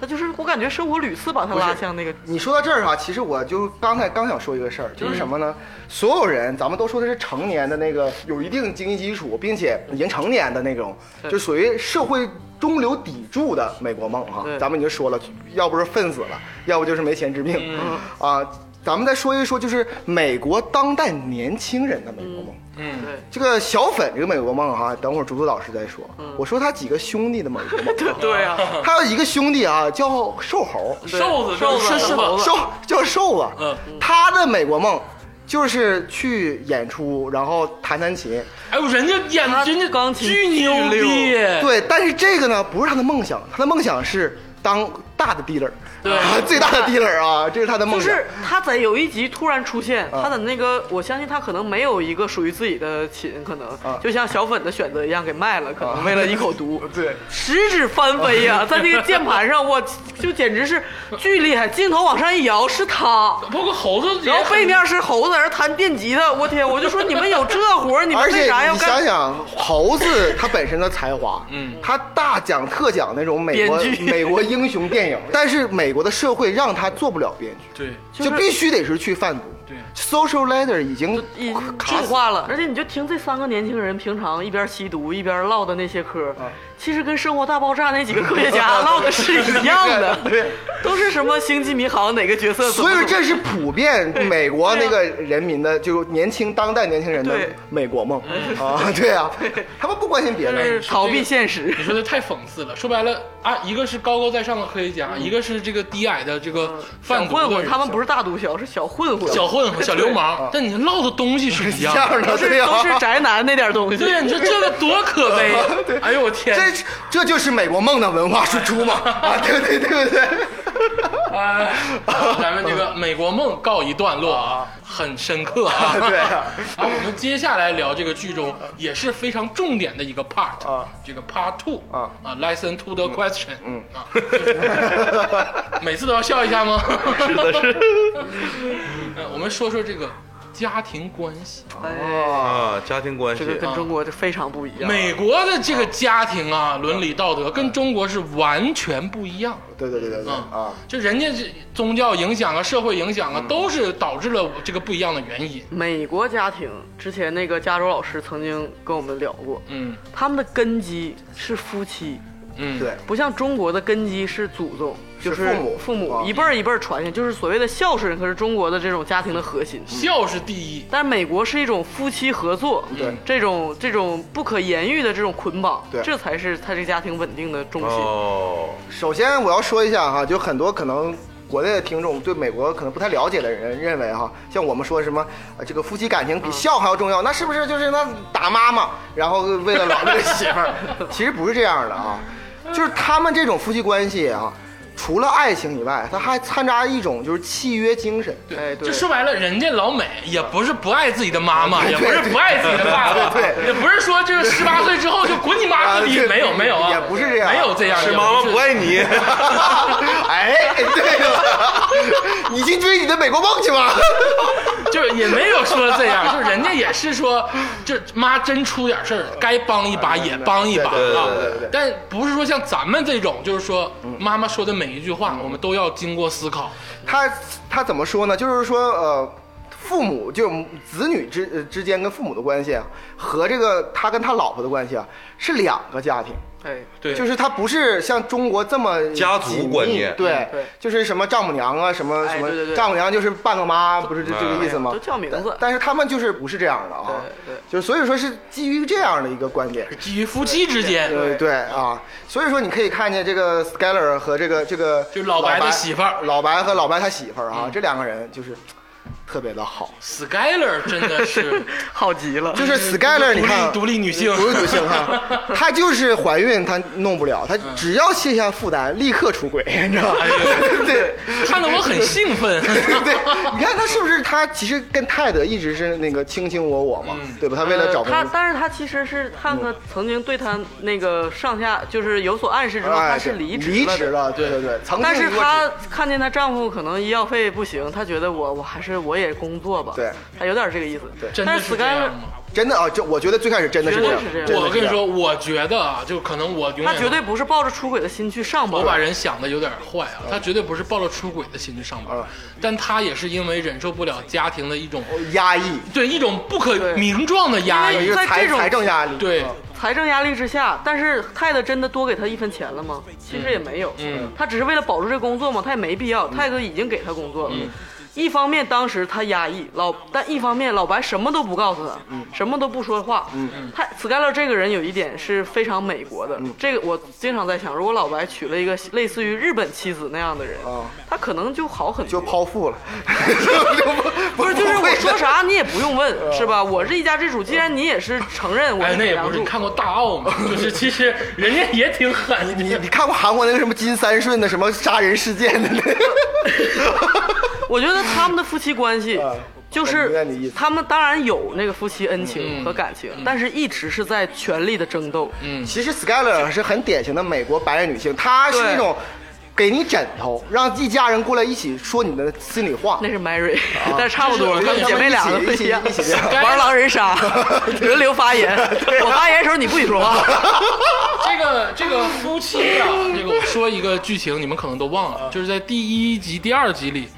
Speaker 2: 他就是我感觉生活屡次把他拉向那个，
Speaker 4: 你说到这儿哈、其实我就刚才刚想说一个事儿，就是什么呢？
Speaker 2: 嗯
Speaker 4: 所有人，咱们都说的是成年的那个有一定经济基础，并且已经成年的那种，
Speaker 2: 对
Speaker 4: 就属于社会中流砥柱的美国梦哈、
Speaker 2: 对
Speaker 4: 咱们已经说了，要不是分死了，要不就是没钱治病、
Speaker 2: 嗯
Speaker 4: 啊。咱们再说一说，就是美国当代年轻人的美国梦。
Speaker 1: 嗯，
Speaker 2: 对
Speaker 4: 这个小粉这个美国梦哈、等会儿竹子老师再说。
Speaker 2: 嗯
Speaker 4: 我说他几个兄弟的美国梦，
Speaker 2: 对对啊，
Speaker 4: 他有一个兄弟啊叫瘦猴，
Speaker 2: 对
Speaker 1: 瘦子
Speaker 2: 瘦
Speaker 1: 跟
Speaker 2: 子
Speaker 1: 瘦
Speaker 2: 猴
Speaker 1: 子
Speaker 2: 子
Speaker 4: 瘦叫瘦子，
Speaker 1: 嗯
Speaker 4: 他的美国梦就是去演出，然后弹弹琴。
Speaker 1: 哎呦，人家演
Speaker 2: 他
Speaker 1: 人家
Speaker 2: 钢琴
Speaker 1: 巨牛
Speaker 2: 巨
Speaker 1: 逼，
Speaker 4: 对，但是这个呢，不是他的梦想，他的梦想是当大的 dealer，
Speaker 1: 对
Speaker 4: 啊最大的 dealer 啊，这是他的
Speaker 2: 就
Speaker 4: 梦想。
Speaker 2: 是他在有一集突然出现，
Speaker 4: 嗯
Speaker 2: 他的那个，我相信他可能没有一个属于自己的琴，可能
Speaker 4: 啊
Speaker 2: 就像小粉的选择一样给卖了，可能为了一口毒，
Speaker 4: 嗯 对，嗯
Speaker 2: 十指翻飞呀，在那个键盘上，我 就简直是巨厉害，镜头往上一摇是他，
Speaker 1: 包括猴子也
Speaker 2: 然后背
Speaker 1: 很
Speaker 2: 面是猴子在那弹电吉他，我天，我就说你们有这活儿，你们
Speaker 4: 而
Speaker 2: 为
Speaker 4: 且
Speaker 2: 啥要
Speaker 4: 你想
Speaker 2: 干？
Speaker 4: 想，猴子他本身的 才华，
Speaker 1: 嗯
Speaker 4: 他大奖特奖那种美国
Speaker 2: 编剧
Speaker 4: 美国英雄电 影，但是美国的社会让他做不了编剧，
Speaker 1: 对
Speaker 2: 就
Speaker 4: 就是必须得是去贩毒。
Speaker 1: 对
Speaker 4: Social ladder 已经
Speaker 2: 已经
Speaker 4: 卡
Speaker 2: 进
Speaker 4: 死
Speaker 2: 化了，而且你就听这三个年轻人平常一边吸毒一边唠的那些嗑，
Speaker 4: 嗯
Speaker 2: 其实跟《生活大爆炸》那几个科学家唠的是一样的，
Speaker 4: 对，
Speaker 2: 都是什么星际迷航哪个角色怎
Speaker 4: 所
Speaker 2: 么
Speaker 4: 以
Speaker 2: 怎
Speaker 4: 说
Speaker 2: 么，
Speaker 4: 这是普遍美国
Speaker 2: 对
Speaker 4: 那
Speaker 2: 啊
Speaker 4: 个人民的，就是年轻当代年轻人的
Speaker 2: 对
Speaker 4: 美国梦啊，对啊，他们不关心别
Speaker 2: 就是
Speaker 4: 人，
Speaker 2: 逃避现实。
Speaker 1: 你说的太讽刺了。说白了啊，一个是高高在上的科学家，一个是这个低矮的这个
Speaker 2: 嗯小
Speaker 1: 贩毒
Speaker 2: 混
Speaker 1: 的
Speaker 2: 混，
Speaker 1: 人
Speaker 2: 他们不是大毒枭，是小混混，
Speaker 1: 小混混、小流氓，但你唠的东西是 一
Speaker 4: 这
Speaker 1: 样
Speaker 4: 样
Speaker 1: 的。
Speaker 4: 的，
Speaker 2: 都是
Speaker 4: 对
Speaker 2: 都是
Speaker 4: 啊，
Speaker 2: 宅男那点东西。
Speaker 1: 对呀，你说这个多可 悲呀！哎呦我天，
Speaker 4: 这这就是美国梦的文化输出嘛，啊，对 对对对对，
Speaker 1: 哎，咱们这个美国梦告一段落啊。很深刻 啊。
Speaker 4: 对啊
Speaker 1: 好，我们接下来聊这个剧中也是非常重点的一个 part
Speaker 4: 啊，
Speaker 1: 这个 part two
Speaker 4: 啊
Speaker 1: 啊，lesson to the question，嗯啊，就是 每次都要笑一下吗？是的， 是。我们说说这个家庭关系，
Speaker 2: 哎，
Speaker 4: 哦
Speaker 3: 啊，家庭关系
Speaker 2: 这个跟中国就非常不一样。
Speaker 1: 美国的这个家庭啊，伦理道
Speaker 4: 嗯
Speaker 1: 德跟中国是完全不一样。
Speaker 4: 对对对对
Speaker 1: 嗯
Speaker 4: 对啊，嗯
Speaker 1: 就人家这宗教影响啊，社会影响啊，都是导致了这个不一样的原因。
Speaker 2: 美国家庭之前那个加州老师曾经跟我们聊过，
Speaker 1: 嗯
Speaker 2: 他们的根基是夫妻，
Speaker 1: 嗯，
Speaker 4: 对，
Speaker 2: 不像中国的根基是祖宗，就是
Speaker 4: 父母
Speaker 2: 父
Speaker 4: 啊
Speaker 2: 母一辈儿一辈儿传下，就是所谓的孝顺，可是中国的这种家庭的核心。
Speaker 4: 嗯
Speaker 1: 孝是第一。
Speaker 2: 但是美国是一种夫妻合作，
Speaker 4: 对
Speaker 2: 这种这种不可言喻的这种捆绑，
Speaker 4: 对
Speaker 2: 这才是他这个家庭稳定的中心。
Speaker 3: 哦，
Speaker 4: 首先我要说一下哈，就很多可能国内的听众对美国可能不太了解的人认为哈，像我们说什么呃这个夫妻感情比孝还要重要，那是不是就是那打妈妈，然后为了老那个媳妇儿？其实不是这样的啊，就是他们这种夫妻关系啊，除了爱情以外，它还掺杂一种就是契约精神。对啊
Speaker 2: 哎，对
Speaker 1: 就，说白了，人家老美也不是不爱自己的妈妈，也不是不爱自己的爸爸，
Speaker 4: 对对
Speaker 1: 也不是说就是十八岁之后就滚你妈自
Speaker 4: 啊
Speaker 1: 己，
Speaker 4: 对
Speaker 1: 没有没有啊，
Speaker 4: 也不是这样
Speaker 1: 没有这样，
Speaker 3: 是妈妈不
Speaker 1: 也
Speaker 3: 爱你，
Speaker 4: 哎，对了， 你去追你的美国梦去吧。
Speaker 1: 是， 就是也没有说这样，就是人家也是说，就妈真出点事儿，该帮一把也帮一把
Speaker 4: 啊对
Speaker 3: 对
Speaker 1: 啊
Speaker 3: 对
Speaker 4: 对对，嗯
Speaker 1: 但不是说像咱们这种，就是说妈妈说的每一句话，我们都要经过思考，
Speaker 4: 他他怎么说呢？就是说，呃，父母就子女之呃之间跟父母的关系啊，和这个他跟他老婆的关系啊，是两个家庭。
Speaker 2: 哎，
Speaker 1: 对，
Speaker 4: 就是他不是像中国这么
Speaker 3: 家族
Speaker 4: 紧密
Speaker 3: 观念
Speaker 4: 对
Speaker 2: 嗯对，
Speaker 4: 就是什么丈母娘啊，什么
Speaker 2: 哎
Speaker 4: 什么
Speaker 2: 对对对
Speaker 4: 丈母娘就是半个妈，不是这
Speaker 3: 哎
Speaker 4: 这个意思吗
Speaker 2: 都？叫名字
Speaker 4: 但但是他们就是不是这样的啊，
Speaker 2: 对对
Speaker 4: 就是所以说是基于这样的一个观点，
Speaker 1: 基于夫妻之间，
Speaker 4: 对对啊，所以说你可以看见这个 Skyler 和这个这个
Speaker 1: 就老白的媳妇儿嗯
Speaker 4: 老白和老白他媳妇儿啊，这两个人就是特别的好，
Speaker 1: Skyler 真的 是
Speaker 2: 好极了，
Speaker 4: 就是 Skyler
Speaker 1: 独
Speaker 4: 你
Speaker 1: 立
Speaker 4: 看
Speaker 1: 嗯独立女性，
Speaker 4: 独立女 性哈，她就是怀孕她弄不了，她
Speaker 1: 嗯
Speaker 4: 只要卸下负担，立刻 出轨，你知道吗？
Speaker 1: 哎
Speaker 4: 对。
Speaker 1: 看得我很兴奋。
Speaker 4: 对，你看她是不是？她其实跟泰德一直是那个卿卿我我嘛，
Speaker 1: 嗯
Speaker 4: 对吧？她为了找嗯
Speaker 2: 呃他，
Speaker 4: 工作，
Speaker 2: 但是他其实是汉克曾经对他那个上下就是有所暗示之后，他
Speaker 4: 哎，
Speaker 2: 是
Speaker 4: 对
Speaker 2: 离职
Speaker 4: 离
Speaker 2: 了
Speaker 4: 职
Speaker 2: 的。
Speaker 4: 了，对对对，曾经
Speaker 2: 但是
Speaker 4: 离过
Speaker 2: 她
Speaker 4: 职
Speaker 2: 看见她丈夫可能医药费不行，她觉得我我还是我也工作吧，
Speaker 4: 对，
Speaker 2: 她有点这个意思。
Speaker 4: 对
Speaker 1: 真的
Speaker 2: 但
Speaker 1: 是这
Speaker 2: Skyler
Speaker 1: 样吗？
Speaker 4: 真的啊，这我觉得最开始真的是这样
Speaker 2: 绝对是这，样
Speaker 4: 真的
Speaker 1: 我
Speaker 4: 是
Speaker 1: 跟你
Speaker 4: 这
Speaker 1: 说，
Speaker 4: 样
Speaker 1: 我觉得啊，就可能我永远
Speaker 2: 她绝对不是抱着出轨的心去上班
Speaker 1: 我。把人想的有点坏啊，他绝对不是抱着出轨的心去上班
Speaker 4: 啊，
Speaker 1: 但他也是因为忍受不了家庭的一种
Speaker 4: 压抑，
Speaker 1: 对哦一种不可名状的压
Speaker 2: 因
Speaker 4: 有
Speaker 2: 为
Speaker 4: 一
Speaker 1: 力，
Speaker 4: 个
Speaker 2: 在
Speaker 4: 财
Speaker 2: 这种
Speaker 4: 财政压力，
Speaker 1: 对
Speaker 4: 嗯
Speaker 2: 财政压力之下，但是泰德真的多给他一分钱了吗？其实也没有，
Speaker 1: 嗯
Speaker 2: 他只是为了保住这个工作嘛，他也没必要。泰德已经给他工作
Speaker 1: 嗯
Speaker 2: 了，一方面当时他压抑老，但一方面老白什么都不告诉他，
Speaker 1: 嗯
Speaker 2: 什么都不说话。他斯盖勒这个人有一点是非常美国的，
Speaker 1: 嗯
Speaker 2: 这个我经常在想，如果老白娶了一个类似于日本妻子那样的人，
Speaker 1: 哦
Speaker 4: 啊
Speaker 2: 他可能就好很多
Speaker 4: 就。剖 腹了，就
Speaker 2: 不
Speaker 4: 不
Speaker 2: 是，就是
Speaker 4: 不
Speaker 2: 我
Speaker 4: 会
Speaker 2: 说
Speaker 4: 的
Speaker 2: 啥你也不用 问，是吧？我是一家之主，既然你也是承认我
Speaker 1: 哦哎，
Speaker 2: 是
Speaker 1: 那也
Speaker 2: 梁
Speaker 1: 不是。
Speaker 2: 祝
Speaker 1: 你看过大澳 吗？就是其实人家也挺狠，
Speaker 4: 你你看过韩国那个什么金三顺的什么杀人事件的那个？
Speaker 2: 我觉得他们的夫妻关系
Speaker 4: 啊
Speaker 2: 就
Speaker 4: 我明白你意
Speaker 2: 是
Speaker 4: 思
Speaker 2: 他们当然有那个夫妻恩情和感情，但是一直是在权力的争斗。
Speaker 1: 嗯，
Speaker 4: 其实 Skyler 是很典型的美国白人女性，她是那种给你枕头，让一家人过来一起说你的心里话
Speaker 2: 那，是 Mary，但 是差不多，
Speaker 1: 啊就是
Speaker 2: 她们姐妹俩都
Speaker 4: 一
Speaker 2: 一
Speaker 4: 起
Speaker 2: 样
Speaker 4: 一起一起这样
Speaker 2: 玩狼 人杀，轮流发言。
Speaker 1: 啊
Speaker 2: 我发言的时候你不许说 话。
Speaker 1: 这个这个夫妻啊，这个我说一个剧情，你们可能都忘了，就是在第一集、第二集里，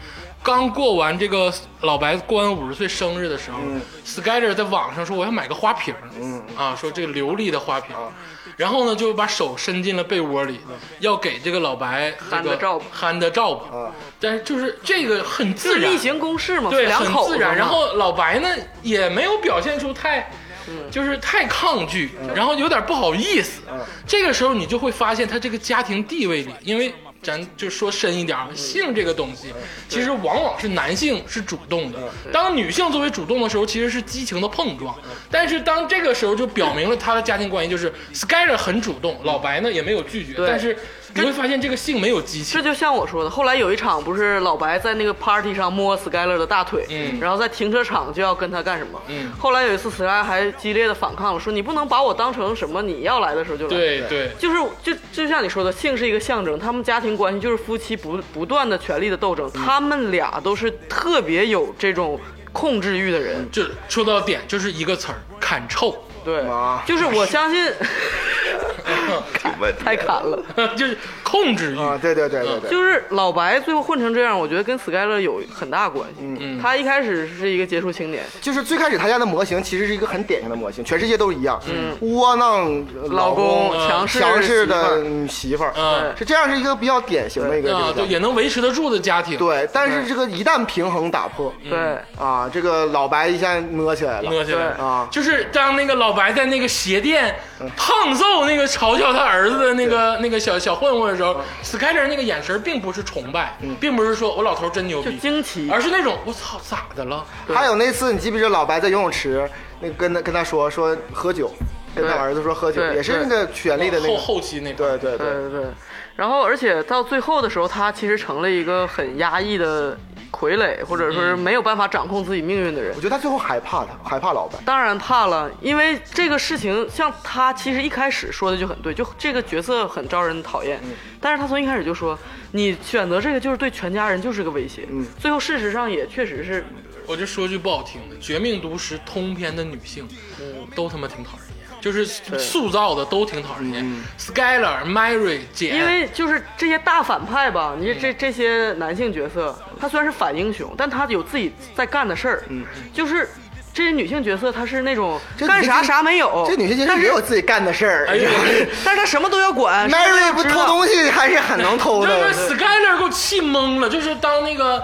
Speaker 1: 刚过完这个老白过完五十岁生日的时候、s k y l e r 在网上说我要买个花瓶，嗯啊，说这个琉璃的花瓶。然后呢，就把手伸进了被窝里，要给这个老白这
Speaker 2: 憨的
Speaker 1: 个
Speaker 2: 照顾
Speaker 1: 嗯憨的照顾，但是就是这个很
Speaker 2: 就
Speaker 1: 自
Speaker 2: 是
Speaker 1: 然，
Speaker 2: 例行公事嘛，
Speaker 1: 对，
Speaker 2: 两
Speaker 1: 很
Speaker 2: 哦口子
Speaker 1: 自
Speaker 2: 嘛
Speaker 1: 然。然后老白呢也没有表现出太，
Speaker 2: 嗯
Speaker 1: 就是太抗拒，然后有点不好意思。这个时候你就会发现他这个家庭地位里，因为咱就说深一点啊，
Speaker 2: 嗯
Speaker 1: 性这个东西其实往往是男性是主动
Speaker 2: 嗯
Speaker 1: 的，当女性作为主动的时候，其实是激情的碰撞。但是当这个时候就表明了他的家庭关系，就是 Skyler 很主动，老白呢也没有拒绝，
Speaker 2: 对
Speaker 1: 但是你会发现这个性没有激
Speaker 2: 这
Speaker 1: 情。
Speaker 2: 就像我说的，后来有一场不是老白在那个 party 上摸 Skyler 的大腿，
Speaker 1: 嗯
Speaker 2: 然后在停车场就要跟他干什么，
Speaker 1: 嗯
Speaker 2: 后来有一次 Skyler 还激烈的反抗了，说你不能把我当成什么你要来的时候就来，
Speaker 1: 对对，
Speaker 2: 就是就就像你说的，性是一个象征，他们家庭关系就是夫妻不不断的权力的斗争，
Speaker 1: 嗯
Speaker 2: 他们俩都是特别有这种控制欲的人，
Speaker 1: 就说到点，就是一个词儿，砍臭，
Speaker 2: 对
Speaker 4: 啊，
Speaker 2: 就是我相 信
Speaker 3: 我
Speaker 2: 太砍了。
Speaker 1: 就是控制欲。
Speaker 4: 啊，对对对对对，
Speaker 2: 就是老白最后混成这样，我觉得跟 Skyler 有很大关系。
Speaker 1: 嗯
Speaker 2: 他一开始是一个杰出青年，
Speaker 4: 就是最开始他家的模型其实是一个很典型的模型，全世界都一样，窝囊
Speaker 2: 嗯老
Speaker 4: 公
Speaker 2: 公
Speaker 1: 嗯
Speaker 2: 强势
Speaker 4: 强势
Speaker 2: 媳妇
Speaker 4: 的
Speaker 2: 儿
Speaker 4: 嗯媳妇儿，
Speaker 1: 嗯
Speaker 4: 是这样是一个比较典型的一个
Speaker 1: 啊，
Speaker 4: 这
Speaker 1: 对，
Speaker 4: 个
Speaker 1: 也
Speaker 4: 叫
Speaker 1: 能维持得住的家庭，
Speaker 4: 对，但是这个一旦平衡打破，
Speaker 2: 对，
Speaker 4: 啊，这个老白一下摸起来了，
Speaker 1: 摸起来
Speaker 2: 对
Speaker 4: 啊
Speaker 1: 就是当那个老白在那个鞋店胖揍那个嘲笑他儿子的那个那个小小混混的时候，
Speaker 4: 嗯
Speaker 1: 斯凯勒那个眼神并不是崇拜，并不是说我老头真牛
Speaker 2: 就
Speaker 1: 逼，
Speaker 2: 惊奇。
Speaker 1: 嗯而是那种我操咋的了？
Speaker 4: 还有那次，你记不记得老白在游泳池那个跟他跟他说说喝酒，跟他
Speaker 2: 对
Speaker 4: 儿子说喝酒，
Speaker 2: 对
Speaker 4: 也是那个权力的那
Speaker 1: 后
Speaker 4: 个，
Speaker 1: 后期那个
Speaker 4: 对对
Speaker 2: 对对
Speaker 4: 对，
Speaker 2: 对。然后，而且到最后的时候，他其实成了一个很压抑的傀儡，或者说
Speaker 1: 嗯
Speaker 2: 是没有办法掌控自己命运的人
Speaker 4: 我。觉得他最后害怕他，害怕老白，
Speaker 2: 当然怕了，因为这个事情，像他其实一开始说的就很对，就这个角色很招人讨
Speaker 4: 嗯
Speaker 2: 厌。但是他从一开始就说，你选择这个就是对全家人就是个威胁。嗯，最后事实上也确实是，
Speaker 1: 我就说句不好听的，《绝命毒师》通篇的女性，
Speaker 4: 嗯
Speaker 1: 都他妈挺讨人厌，就是塑造的都挺讨人厌。Skyler、Mary
Speaker 4: 哎
Speaker 1: 姐，
Speaker 2: 因为就是这些大反派吧，你
Speaker 4: 嗯
Speaker 2: 这这些男性角色，他虽然是反英雄，但他有自己在干的事儿。嗯，就是这些女性角色，她是那种
Speaker 4: 这
Speaker 2: 干啥
Speaker 4: 女性
Speaker 2: 啥没有，
Speaker 4: 这女性其
Speaker 2: 哦
Speaker 4: 实
Speaker 2: 但
Speaker 4: 也有
Speaker 2: 是
Speaker 4: 自己干的事儿
Speaker 1: 哎呦，
Speaker 2: 但是她什么都要管。什么都要
Speaker 4: ，Mary 不
Speaker 2: 知
Speaker 4: 偷
Speaker 2: 道
Speaker 4: 东西还是很能偷
Speaker 1: 就是
Speaker 4: 的，
Speaker 1: Skyler 给我气懵了，就是当那个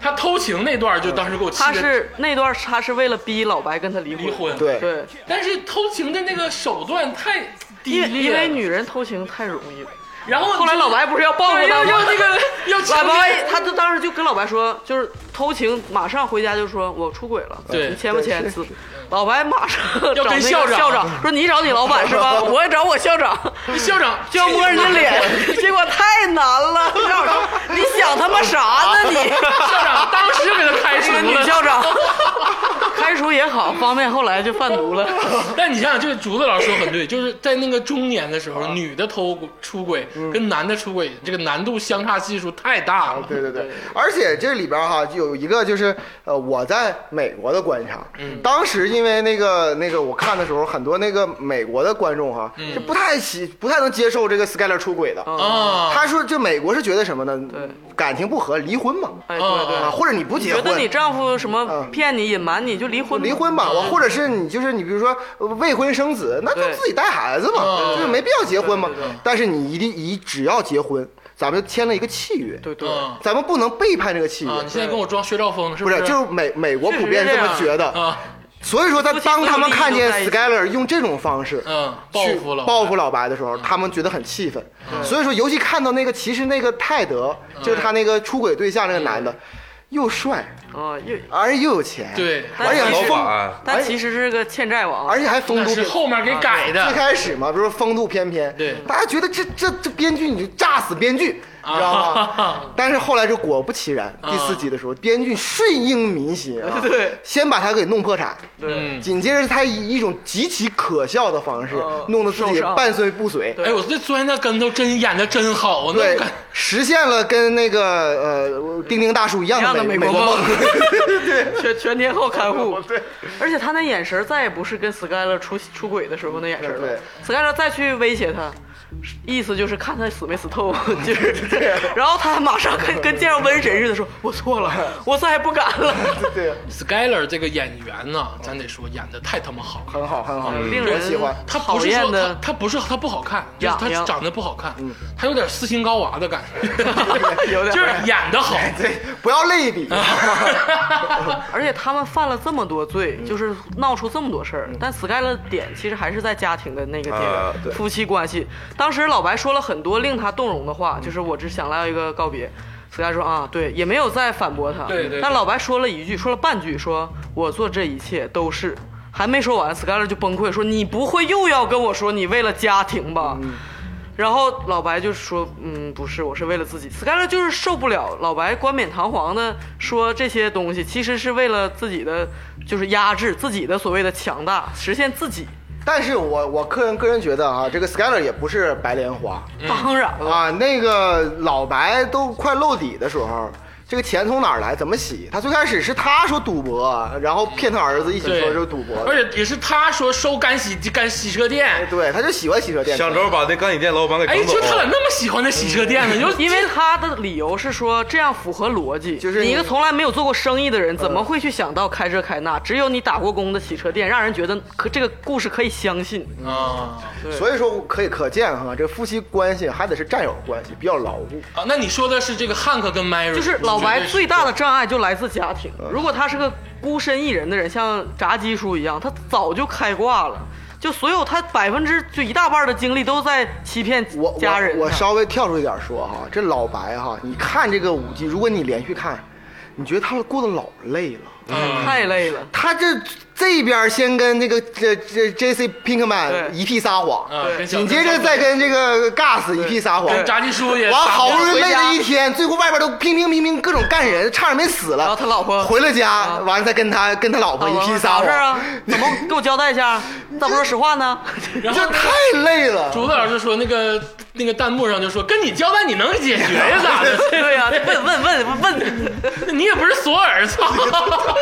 Speaker 1: 他偷情那段，就
Speaker 4: 嗯
Speaker 1: 当时给我气
Speaker 2: 他
Speaker 1: 的。
Speaker 2: 是那段，他是为了逼老白跟他离婚。
Speaker 1: 离婚，
Speaker 4: 对
Speaker 2: 对，
Speaker 1: 但是偷情的那个手段太低
Speaker 2: 因
Speaker 1: 劣
Speaker 2: 为
Speaker 1: 了，
Speaker 2: 因为女人偷情太容易了。
Speaker 1: 然后
Speaker 2: 后来老白不是要报复
Speaker 1: 对
Speaker 2: 他
Speaker 1: 要
Speaker 2: 吗？
Speaker 1: 要那个 要强
Speaker 2: 老白
Speaker 1: 奸，
Speaker 2: 他就当时就跟老白说，就是偷情，马上回家就说我出轨了，呃
Speaker 1: 对
Speaker 2: 你签不签字？老白马上找那
Speaker 1: 跟
Speaker 2: 个
Speaker 1: 校长
Speaker 2: 校长 说你找你老板是吧？ 我也找我校长，
Speaker 1: 校长
Speaker 2: 就要摸人家脸，结果太难了。校长说你想他妈啥呢 你？
Speaker 1: 校长当时给他开除
Speaker 2: 这个女
Speaker 1: 了。
Speaker 2: 校长开除也好，方便后来就贩毒 了。
Speaker 1: 但你想想，这个竹子老师说很对，就是在那个中年的时候，
Speaker 4: 啊
Speaker 1: 女的偷出轨
Speaker 4: 嗯
Speaker 1: 跟男的出轨，这个难度相差系数太大了。
Speaker 4: 对对对，而且这里边儿哈有一个就是呃我在美国的观察，
Speaker 2: 嗯
Speaker 4: 当时因为那个那个我看的时候，很多那个美国的观众哈
Speaker 2: 嗯
Speaker 4: 是不太喜不太能接受这个 Skyler 出轨的，
Speaker 1: 啊，
Speaker 4: 他说这美国是觉得什么呢？
Speaker 2: 哦对
Speaker 4: 感情不和离婚嘛，
Speaker 2: 哎，对对
Speaker 4: 啊，。或者你不结
Speaker 2: 觉
Speaker 4: 婚，
Speaker 2: 得你丈夫什么骗你、隐瞒你就嗯离婚吧，
Speaker 4: 离婚吧，
Speaker 2: 嗯
Speaker 4: 我或者是你就是你，比如说呃未婚生子，那就
Speaker 2: 对
Speaker 4: 自己带孩子嘛，
Speaker 1: 嗯
Speaker 4: 就是没必要结婚嘛
Speaker 2: 对对对。
Speaker 4: 但是你一定一只要结婚，咱们就签了一个契约，
Speaker 2: 对对，
Speaker 1: 嗯
Speaker 4: 咱们不能背叛这个契约
Speaker 1: 啊，，你现在跟我装薛兆丰是
Speaker 4: 不
Speaker 1: 是？
Speaker 4: 是？就是美美国普遍
Speaker 2: 确实是
Speaker 4: 么
Speaker 2: 这
Speaker 4: 觉得，
Speaker 1: 啊，
Speaker 4: 所以说他
Speaker 2: 夫妻
Speaker 4: 当他
Speaker 2: 不
Speaker 4: 们
Speaker 2: 能
Speaker 4: 看
Speaker 2: 利
Speaker 4: 见
Speaker 2: 益都在一
Speaker 4: Skyler 用这种方式。
Speaker 1: 嗯，报
Speaker 4: 去
Speaker 1: 复了，
Speaker 4: 报复老白的时候，他们觉得很气愤，所以说，尤其看到那个，其实那个泰德，就是他那个出轨对象那个男的，又帅，
Speaker 2: 啊，又，
Speaker 4: 而又有钱，
Speaker 1: 对
Speaker 4: 而且还
Speaker 2: 但
Speaker 3: 老
Speaker 2: 是
Speaker 4: 风，
Speaker 3: 板
Speaker 2: 但其实是个欠债王，
Speaker 4: 而且还风
Speaker 1: 那
Speaker 4: 度
Speaker 1: 是
Speaker 4: 翩
Speaker 1: 后面给改
Speaker 4: 啊最
Speaker 1: 的。
Speaker 4: 开始嘛，比如说风度翩翩，
Speaker 1: 对
Speaker 4: 大家觉得这这这编剧你就炸死编剧，
Speaker 1: 啊
Speaker 4: 知道吗？但是后来就果不其然，
Speaker 1: 啊
Speaker 4: 第四集的时候，编剧顺应民心啊，
Speaker 2: 对，
Speaker 4: 先把他给弄破产，
Speaker 1: 嗯，
Speaker 4: 紧接着他以一种极其可笑的方式
Speaker 2: 啊，
Speaker 4: 弄得自己
Speaker 2: 受伤
Speaker 4: 半碎不遂，
Speaker 1: 哎，我这钻那跟头真演的真好，我那
Speaker 4: 对
Speaker 1: 感，
Speaker 4: 实现了跟那个呃丁丁大叔一样
Speaker 2: 一样
Speaker 4: 的
Speaker 2: 的
Speaker 4: 美
Speaker 2: 美
Speaker 4: 国
Speaker 2: 国
Speaker 4: 梦
Speaker 2: 梦，全全天候看护，对，而且他那眼神再也不是跟 Skyler 出出轨的时候那眼神了
Speaker 4: 对
Speaker 2: ，Skyler 再去威胁他。意思就是看他死没死透， 就是，
Speaker 4: 啊
Speaker 2: 然后他马上跟跟见着瘟神似的说：“我错了，我再也不敢了。
Speaker 4: 对，
Speaker 1: Skyler 这个演员呢，咱得说演的太他妈好了。
Speaker 4: 很好很好，
Speaker 2: 嗯令
Speaker 4: 我
Speaker 2: 人
Speaker 4: 喜欢。
Speaker 1: 他不
Speaker 2: 讨
Speaker 1: 是
Speaker 2: 厌
Speaker 1: 说他
Speaker 2: 的
Speaker 1: 他不是他不好看，就是他
Speaker 2: 痒痒
Speaker 1: 长得不好看，他有点斯琴高娃的感觉，
Speaker 2: 有点
Speaker 1: 就是演的好。
Speaker 4: 对，不要类比，
Speaker 2: 啊而且他们犯了这么多罪，就是闹出这么多事儿。但 Sky 的点其实还是在家庭的那个点，
Speaker 3: 啊
Speaker 4: 嗯对
Speaker 2: 夫妻关系。当时老白说了很多令他动容的
Speaker 1: 嗯
Speaker 2: 话，就是我只想来一个告别。Sky 说啊，对，也没有再反驳他。
Speaker 1: 对对对
Speaker 2: 但老白说了一句，说了半句，说我做这一切都是。还没说完，Skyler
Speaker 1: 嗯
Speaker 2: 就崩溃说：“你不会又要跟我说你为了家庭吧？”然后老白就说：“嗯，不是，我是为了自己。”斯盖勒就是受不了老白冠冕堂皇的说这些东西，其实是为了自己的，就是压制自己的所谓的强大，实现自己。
Speaker 4: 但是我我个人个人觉得啊，这个 Skyler 也不是白莲花
Speaker 1: 嗯
Speaker 2: 当然了，
Speaker 4: 啊，那个老白都快露底的时候。这个钱从哪儿来？怎么洗？他最开始是他说赌博，然后骗他儿子一起说
Speaker 1: 对，
Speaker 4: 是赌博的，
Speaker 1: 而且也是他说收干洗干洗车
Speaker 4: 哎
Speaker 1: 店，
Speaker 4: 对，他就喜欢洗车店。
Speaker 3: 想着把那干洗店老板给
Speaker 1: 哎，
Speaker 3: 整走
Speaker 1: 就他咋。那么喜欢那洗车店呢？就
Speaker 2: 因为他的理由是说这样符合逻辑，
Speaker 4: 就是
Speaker 2: 你一个
Speaker 4: 你
Speaker 2: 从来没有做过生意的人，怎么会去想到开这开那？只有你打过工的洗车店，让人觉得可这个故事可以相信。
Speaker 4: 嗯
Speaker 1: 啊
Speaker 4: 所以说可以可见哈，这夫妻关系还得是战友关系比较牢固。
Speaker 1: 啊，那你说的是这个汉克跟 Mary，
Speaker 2: 就是老白最大的障碍就来自家庭。
Speaker 4: 嗯
Speaker 2: 如果他是个孤身一人的人，像炸鸡叔一样，他早就开挂了。就所有他百分之就一大半的精力都在欺骗
Speaker 4: 我我
Speaker 2: 家人啊
Speaker 4: 我
Speaker 2: 上
Speaker 4: 稍微跳出一点说哈，这老白哈，你看这个五季，如果你连续看，你觉得他过得老累了。
Speaker 2: 嗯太累了。
Speaker 4: 他这这边先跟那个这这 J C Pinkman
Speaker 2: 对嗯
Speaker 4: 一屁撒谎，
Speaker 1: 啊，跟小
Speaker 4: 紧接着再跟这个 Gus 一屁撒谎，
Speaker 1: 跟炸鸡叔也
Speaker 4: 完好不容易
Speaker 2: 回家
Speaker 4: 累了一天，最后外边都乒乒乒乒各种干人，差点没死了。
Speaker 2: 然后他老婆
Speaker 4: 回了家，
Speaker 2: 啊
Speaker 4: 完了再跟他跟他老婆一屁撒
Speaker 2: 咋
Speaker 4: 谎，
Speaker 2: 事啊？怎么给我交代一下？ 你咋不说实话呢？
Speaker 1: 然后
Speaker 4: 这太累了。
Speaker 1: 竹子老师说那个那个弹幕上就说跟你交代你能解决呀咋的？
Speaker 2: 对呀、这问问问问，
Speaker 1: 你也不是索尔，操！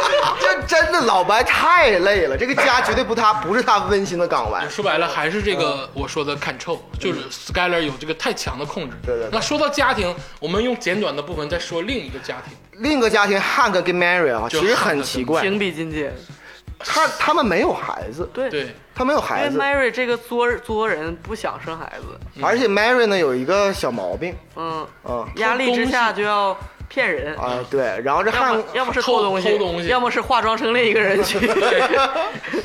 Speaker 4: 这真的老白太累了，这个家绝对不 他不是他温馨的港湾。
Speaker 1: 说白了还是这个我说的 control，就是 Skyler 有这个太强的控制。
Speaker 4: 对对对
Speaker 1: 那说到家庭，我们用简短的部分再说另一个家庭。
Speaker 4: 另一个家庭汉克跟 Mary 啊，其
Speaker 1: 就
Speaker 4: 实
Speaker 1: 汉
Speaker 4: 很
Speaker 1: 克
Speaker 4: 奇
Speaker 1: 跟
Speaker 4: 怪，
Speaker 2: 情比金坚。
Speaker 4: 他他们没有孩子，
Speaker 2: 对，
Speaker 1: 对，
Speaker 4: 他没有
Speaker 2: 因
Speaker 4: 孩
Speaker 2: 为
Speaker 4: 子，
Speaker 2: Mary 这个作作人不想生孩子，
Speaker 4: 而且 Mary 呢有一个小毛病，
Speaker 2: 嗯，
Speaker 4: 啊
Speaker 2: 压力之下就要骗人，
Speaker 4: 啊对，然后这
Speaker 2: 要
Speaker 4: 汉
Speaker 2: 么要么是
Speaker 1: 偷
Speaker 2: 偷东西，
Speaker 1: 偷东西
Speaker 2: 要么是化妆成另一个人去。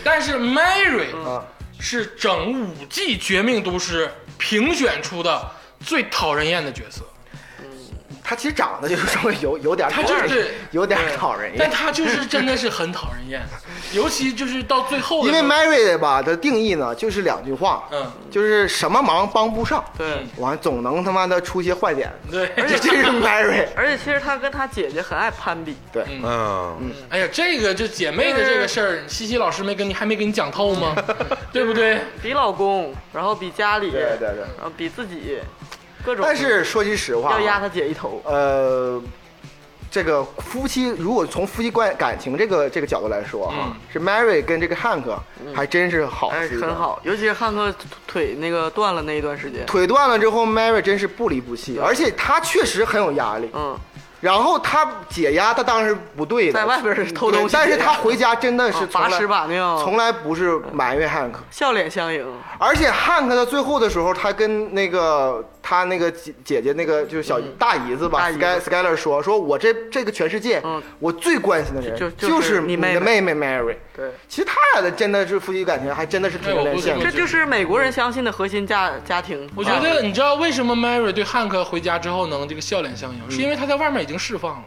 Speaker 1: 但是 Mary
Speaker 4: 啊
Speaker 1: 是整五季《绝命毒师》评选出的最讨人厌的角色，
Speaker 4: 他其实长得就是稍微有有点
Speaker 1: 他
Speaker 4: 讨
Speaker 1: 就
Speaker 4: 人
Speaker 1: 是
Speaker 4: 有点讨人
Speaker 1: 但
Speaker 4: 厌，
Speaker 1: 他就是真的是很讨人厌，尤其就是到最后的
Speaker 4: 因
Speaker 1: 时
Speaker 4: 为
Speaker 1: 候，
Speaker 4: Mary 吧的定义呢就是两句话，
Speaker 1: 嗯，
Speaker 4: 就是什么忙帮不上，
Speaker 2: 对，
Speaker 4: 完总能他妈的出些坏点，
Speaker 1: 对，
Speaker 4: 这这 是 Mary，
Speaker 2: 而且其实他跟他姐姐很爱攀比，
Speaker 4: 对，
Speaker 3: 嗯，
Speaker 1: 哎呀，这个就姐妹的这个事儿，西西老师没跟你还没给你讲透 吗？对不对？
Speaker 2: 比老公，然后比家里，
Speaker 4: 对对对
Speaker 2: 然后比自己，各种。
Speaker 4: 但是说句实话啊，
Speaker 2: 要压他姐一头，
Speaker 4: 呃，这个夫妻如果从夫妻关感情这个这个角度来说哈、
Speaker 1: 嗯
Speaker 4: 是 Mary 跟这个汉克还真是好
Speaker 2: 哎，
Speaker 4: 是一个
Speaker 2: 很。好，尤其是汉克腿那个断了那一段时间，
Speaker 4: 腿断了之后，Mary 真是不离不弃，而且她确实很有压力。
Speaker 2: 嗯，
Speaker 4: 然后她解压，她当然是不对的，嗯
Speaker 2: 在外边儿偷东西
Speaker 4: 对但是她回家真的
Speaker 2: 啊
Speaker 4: 是从
Speaker 2: 把
Speaker 4: 来
Speaker 2: 屎把尿，
Speaker 4: 从来不是埋怨汉克，
Speaker 2: 笑脸相迎，
Speaker 4: 而且汉克到最后的时候，他跟那个他那个姐姐姐那个就是小大姨子吧
Speaker 2: 大姨子
Speaker 4: ，Sky Skyler 说，说我这这个全世界
Speaker 2: 嗯，
Speaker 4: 我最关心的人
Speaker 2: 就就是你
Speaker 4: 你
Speaker 2: 妹
Speaker 4: 的
Speaker 2: 妹
Speaker 4: 妹妹 Mary。
Speaker 2: 对。
Speaker 4: 其实他俩的真的是夫妻感情，还真的是挺有
Speaker 1: 哎我
Speaker 4: 点
Speaker 1: 不
Speaker 4: 像
Speaker 1: 我
Speaker 4: 的。
Speaker 2: 这就是美国人相信的核心家家庭。啊
Speaker 1: 我觉得你知道为什么 Mary 对汉克回家之后能这个笑脸相
Speaker 2: 嗯
Speaker 1: 迎，是因为他在外面已经释放了，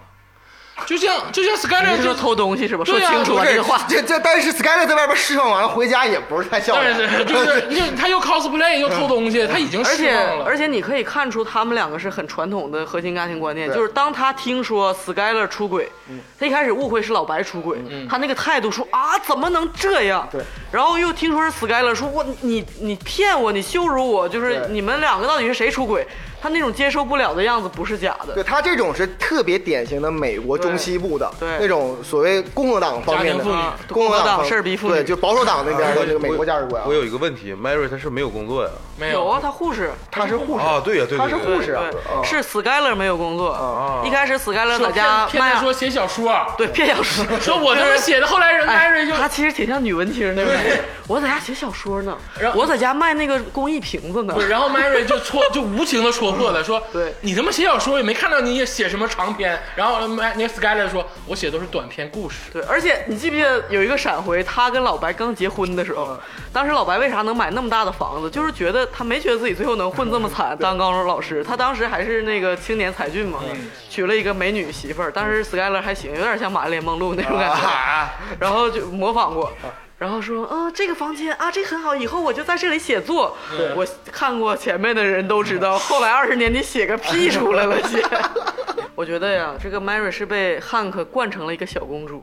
Speaker 1: 就像就像
Speaker 2: 你
Speaker 1: Skyler
Speaker 2: 是
Speaker 1: 就
Speaker 2: 说偷东西是吧？说
Speaker 1: 对啊
Speaker 2: 清楚了
Speaker 1: 不是
Speaker 2: 这个话。
Speaker 4: 这这，但是 Skyler 在外边释放完了，回家也不是太笑
Speaker 1: 当
Speaker 4: 脸
Speaker 1: 然是就是 就他又 cosplay 又偷东西，他已经
Speaker 2: 而
Speaker 1: 释
Speaker 2: 且
Speaker 1: 放了
Speaker 2: 嗯而。且你可以看出他们两个是很传统的核心家庭观念，
Speaker 4: 对
Speaker 2: 就是当他听说 Skyler 出轨，
Speaker 1: 嗯
Speaker 2: 他一开始误会是老白出轨，他那个态度说啊怎么能这样？
Speaker 4: 对，
Speaker 2: 然后又听说是 Skyler 说我你你骗我，你羞辱我，就是
Speaker 4: 对
Speaker 2: 你们两个到底是谁出轨？他那种接受不了的样子不是假的
Speaker 4: 对，他这种是特别典型的美国中西部的
Speaker 2: 对对
Speaker 4: 那种所谓共和党方面
Speaker 1: 家庭妇女
Speaker 4: 的
Speaker 2: 啊，
Speaker 4: 共和
Speaker 2: 和
Speaker 4: 党
Speaker 2: 党
Speaker 4: 方
Speaker 2: 事儿逼妇
Speaker 4: 对，
Speaker 2: 女
Speaker 4: 就保守党那边的这个美国价值观啊
Speaker 3: 我。有一个问题，Mary 她是没有工作呀？
Speaker 1: 没
Speaker 2: 有啊，他护士。
Speaker 4: 他是护士
Speaker 3: 啊，对呀，对，对
Speaker 4: 他是
Speaker 3: 对
Speaker 4: 护士啊
Speaker 2: 对
Speaker 1: 哦
Speaker 4: 啊
Speaker 2: 是 Skyler 没有工作，一开始 Skyler 在
Speaker 1: 说
Speaker 2: 家
Speaker 1: 骗
Speaker 2: 卖啊
Speaker 1: 骗他说写小说，啊
Speaker 2: 对骗 小说，
Speaker 1: 说我他妈写的，后来人
Speaker 2: 哎
Speaker 1: Mary 就
Speaker 2: 他其实挺像女文青的，我在家写小说呢
Speaker 1: 然，后
Speaker 2: 我在家卖那个工艺瓶子呢
Speaker 1: 不。是，然后 Mary 就戳，就无情的戳破了，说：“
Speaker 2: 对
Speaker 1: 你他妈写小说也没看到你也写什么长篇。”然后 m 那 Skyler 说：“我写的都是短篇故事。
Speaker 2: 对，而且你记不记得有一个闪回，他跟老白刚结婚的时候，
Speaker 1: 嗯
Speaker 2: 当时老白为啥能买那么大的房子，就是觉得他没觉得自己最后能混这么
Speaker 1: 嗯
Speaker 2: 惨，当高中老师，他当时还是那个青年才俊嘛，
Speaker 1: 嗯
Speaker 2: 娶了一个美女
Speaker 1: 啊
Speaker 2: 媳妇儿，当时 Skyler 还行，有点像玛丽莲梦露那种感觉，然后就模仿过。然后说，啊，这个房间啊，这个很好，以后我就在这里写作。我看过前面的人都知 道，后来二十年你写个屁出来了，姐。我觉得呀，这个 Mary 是被汉克惯成了一个小公主，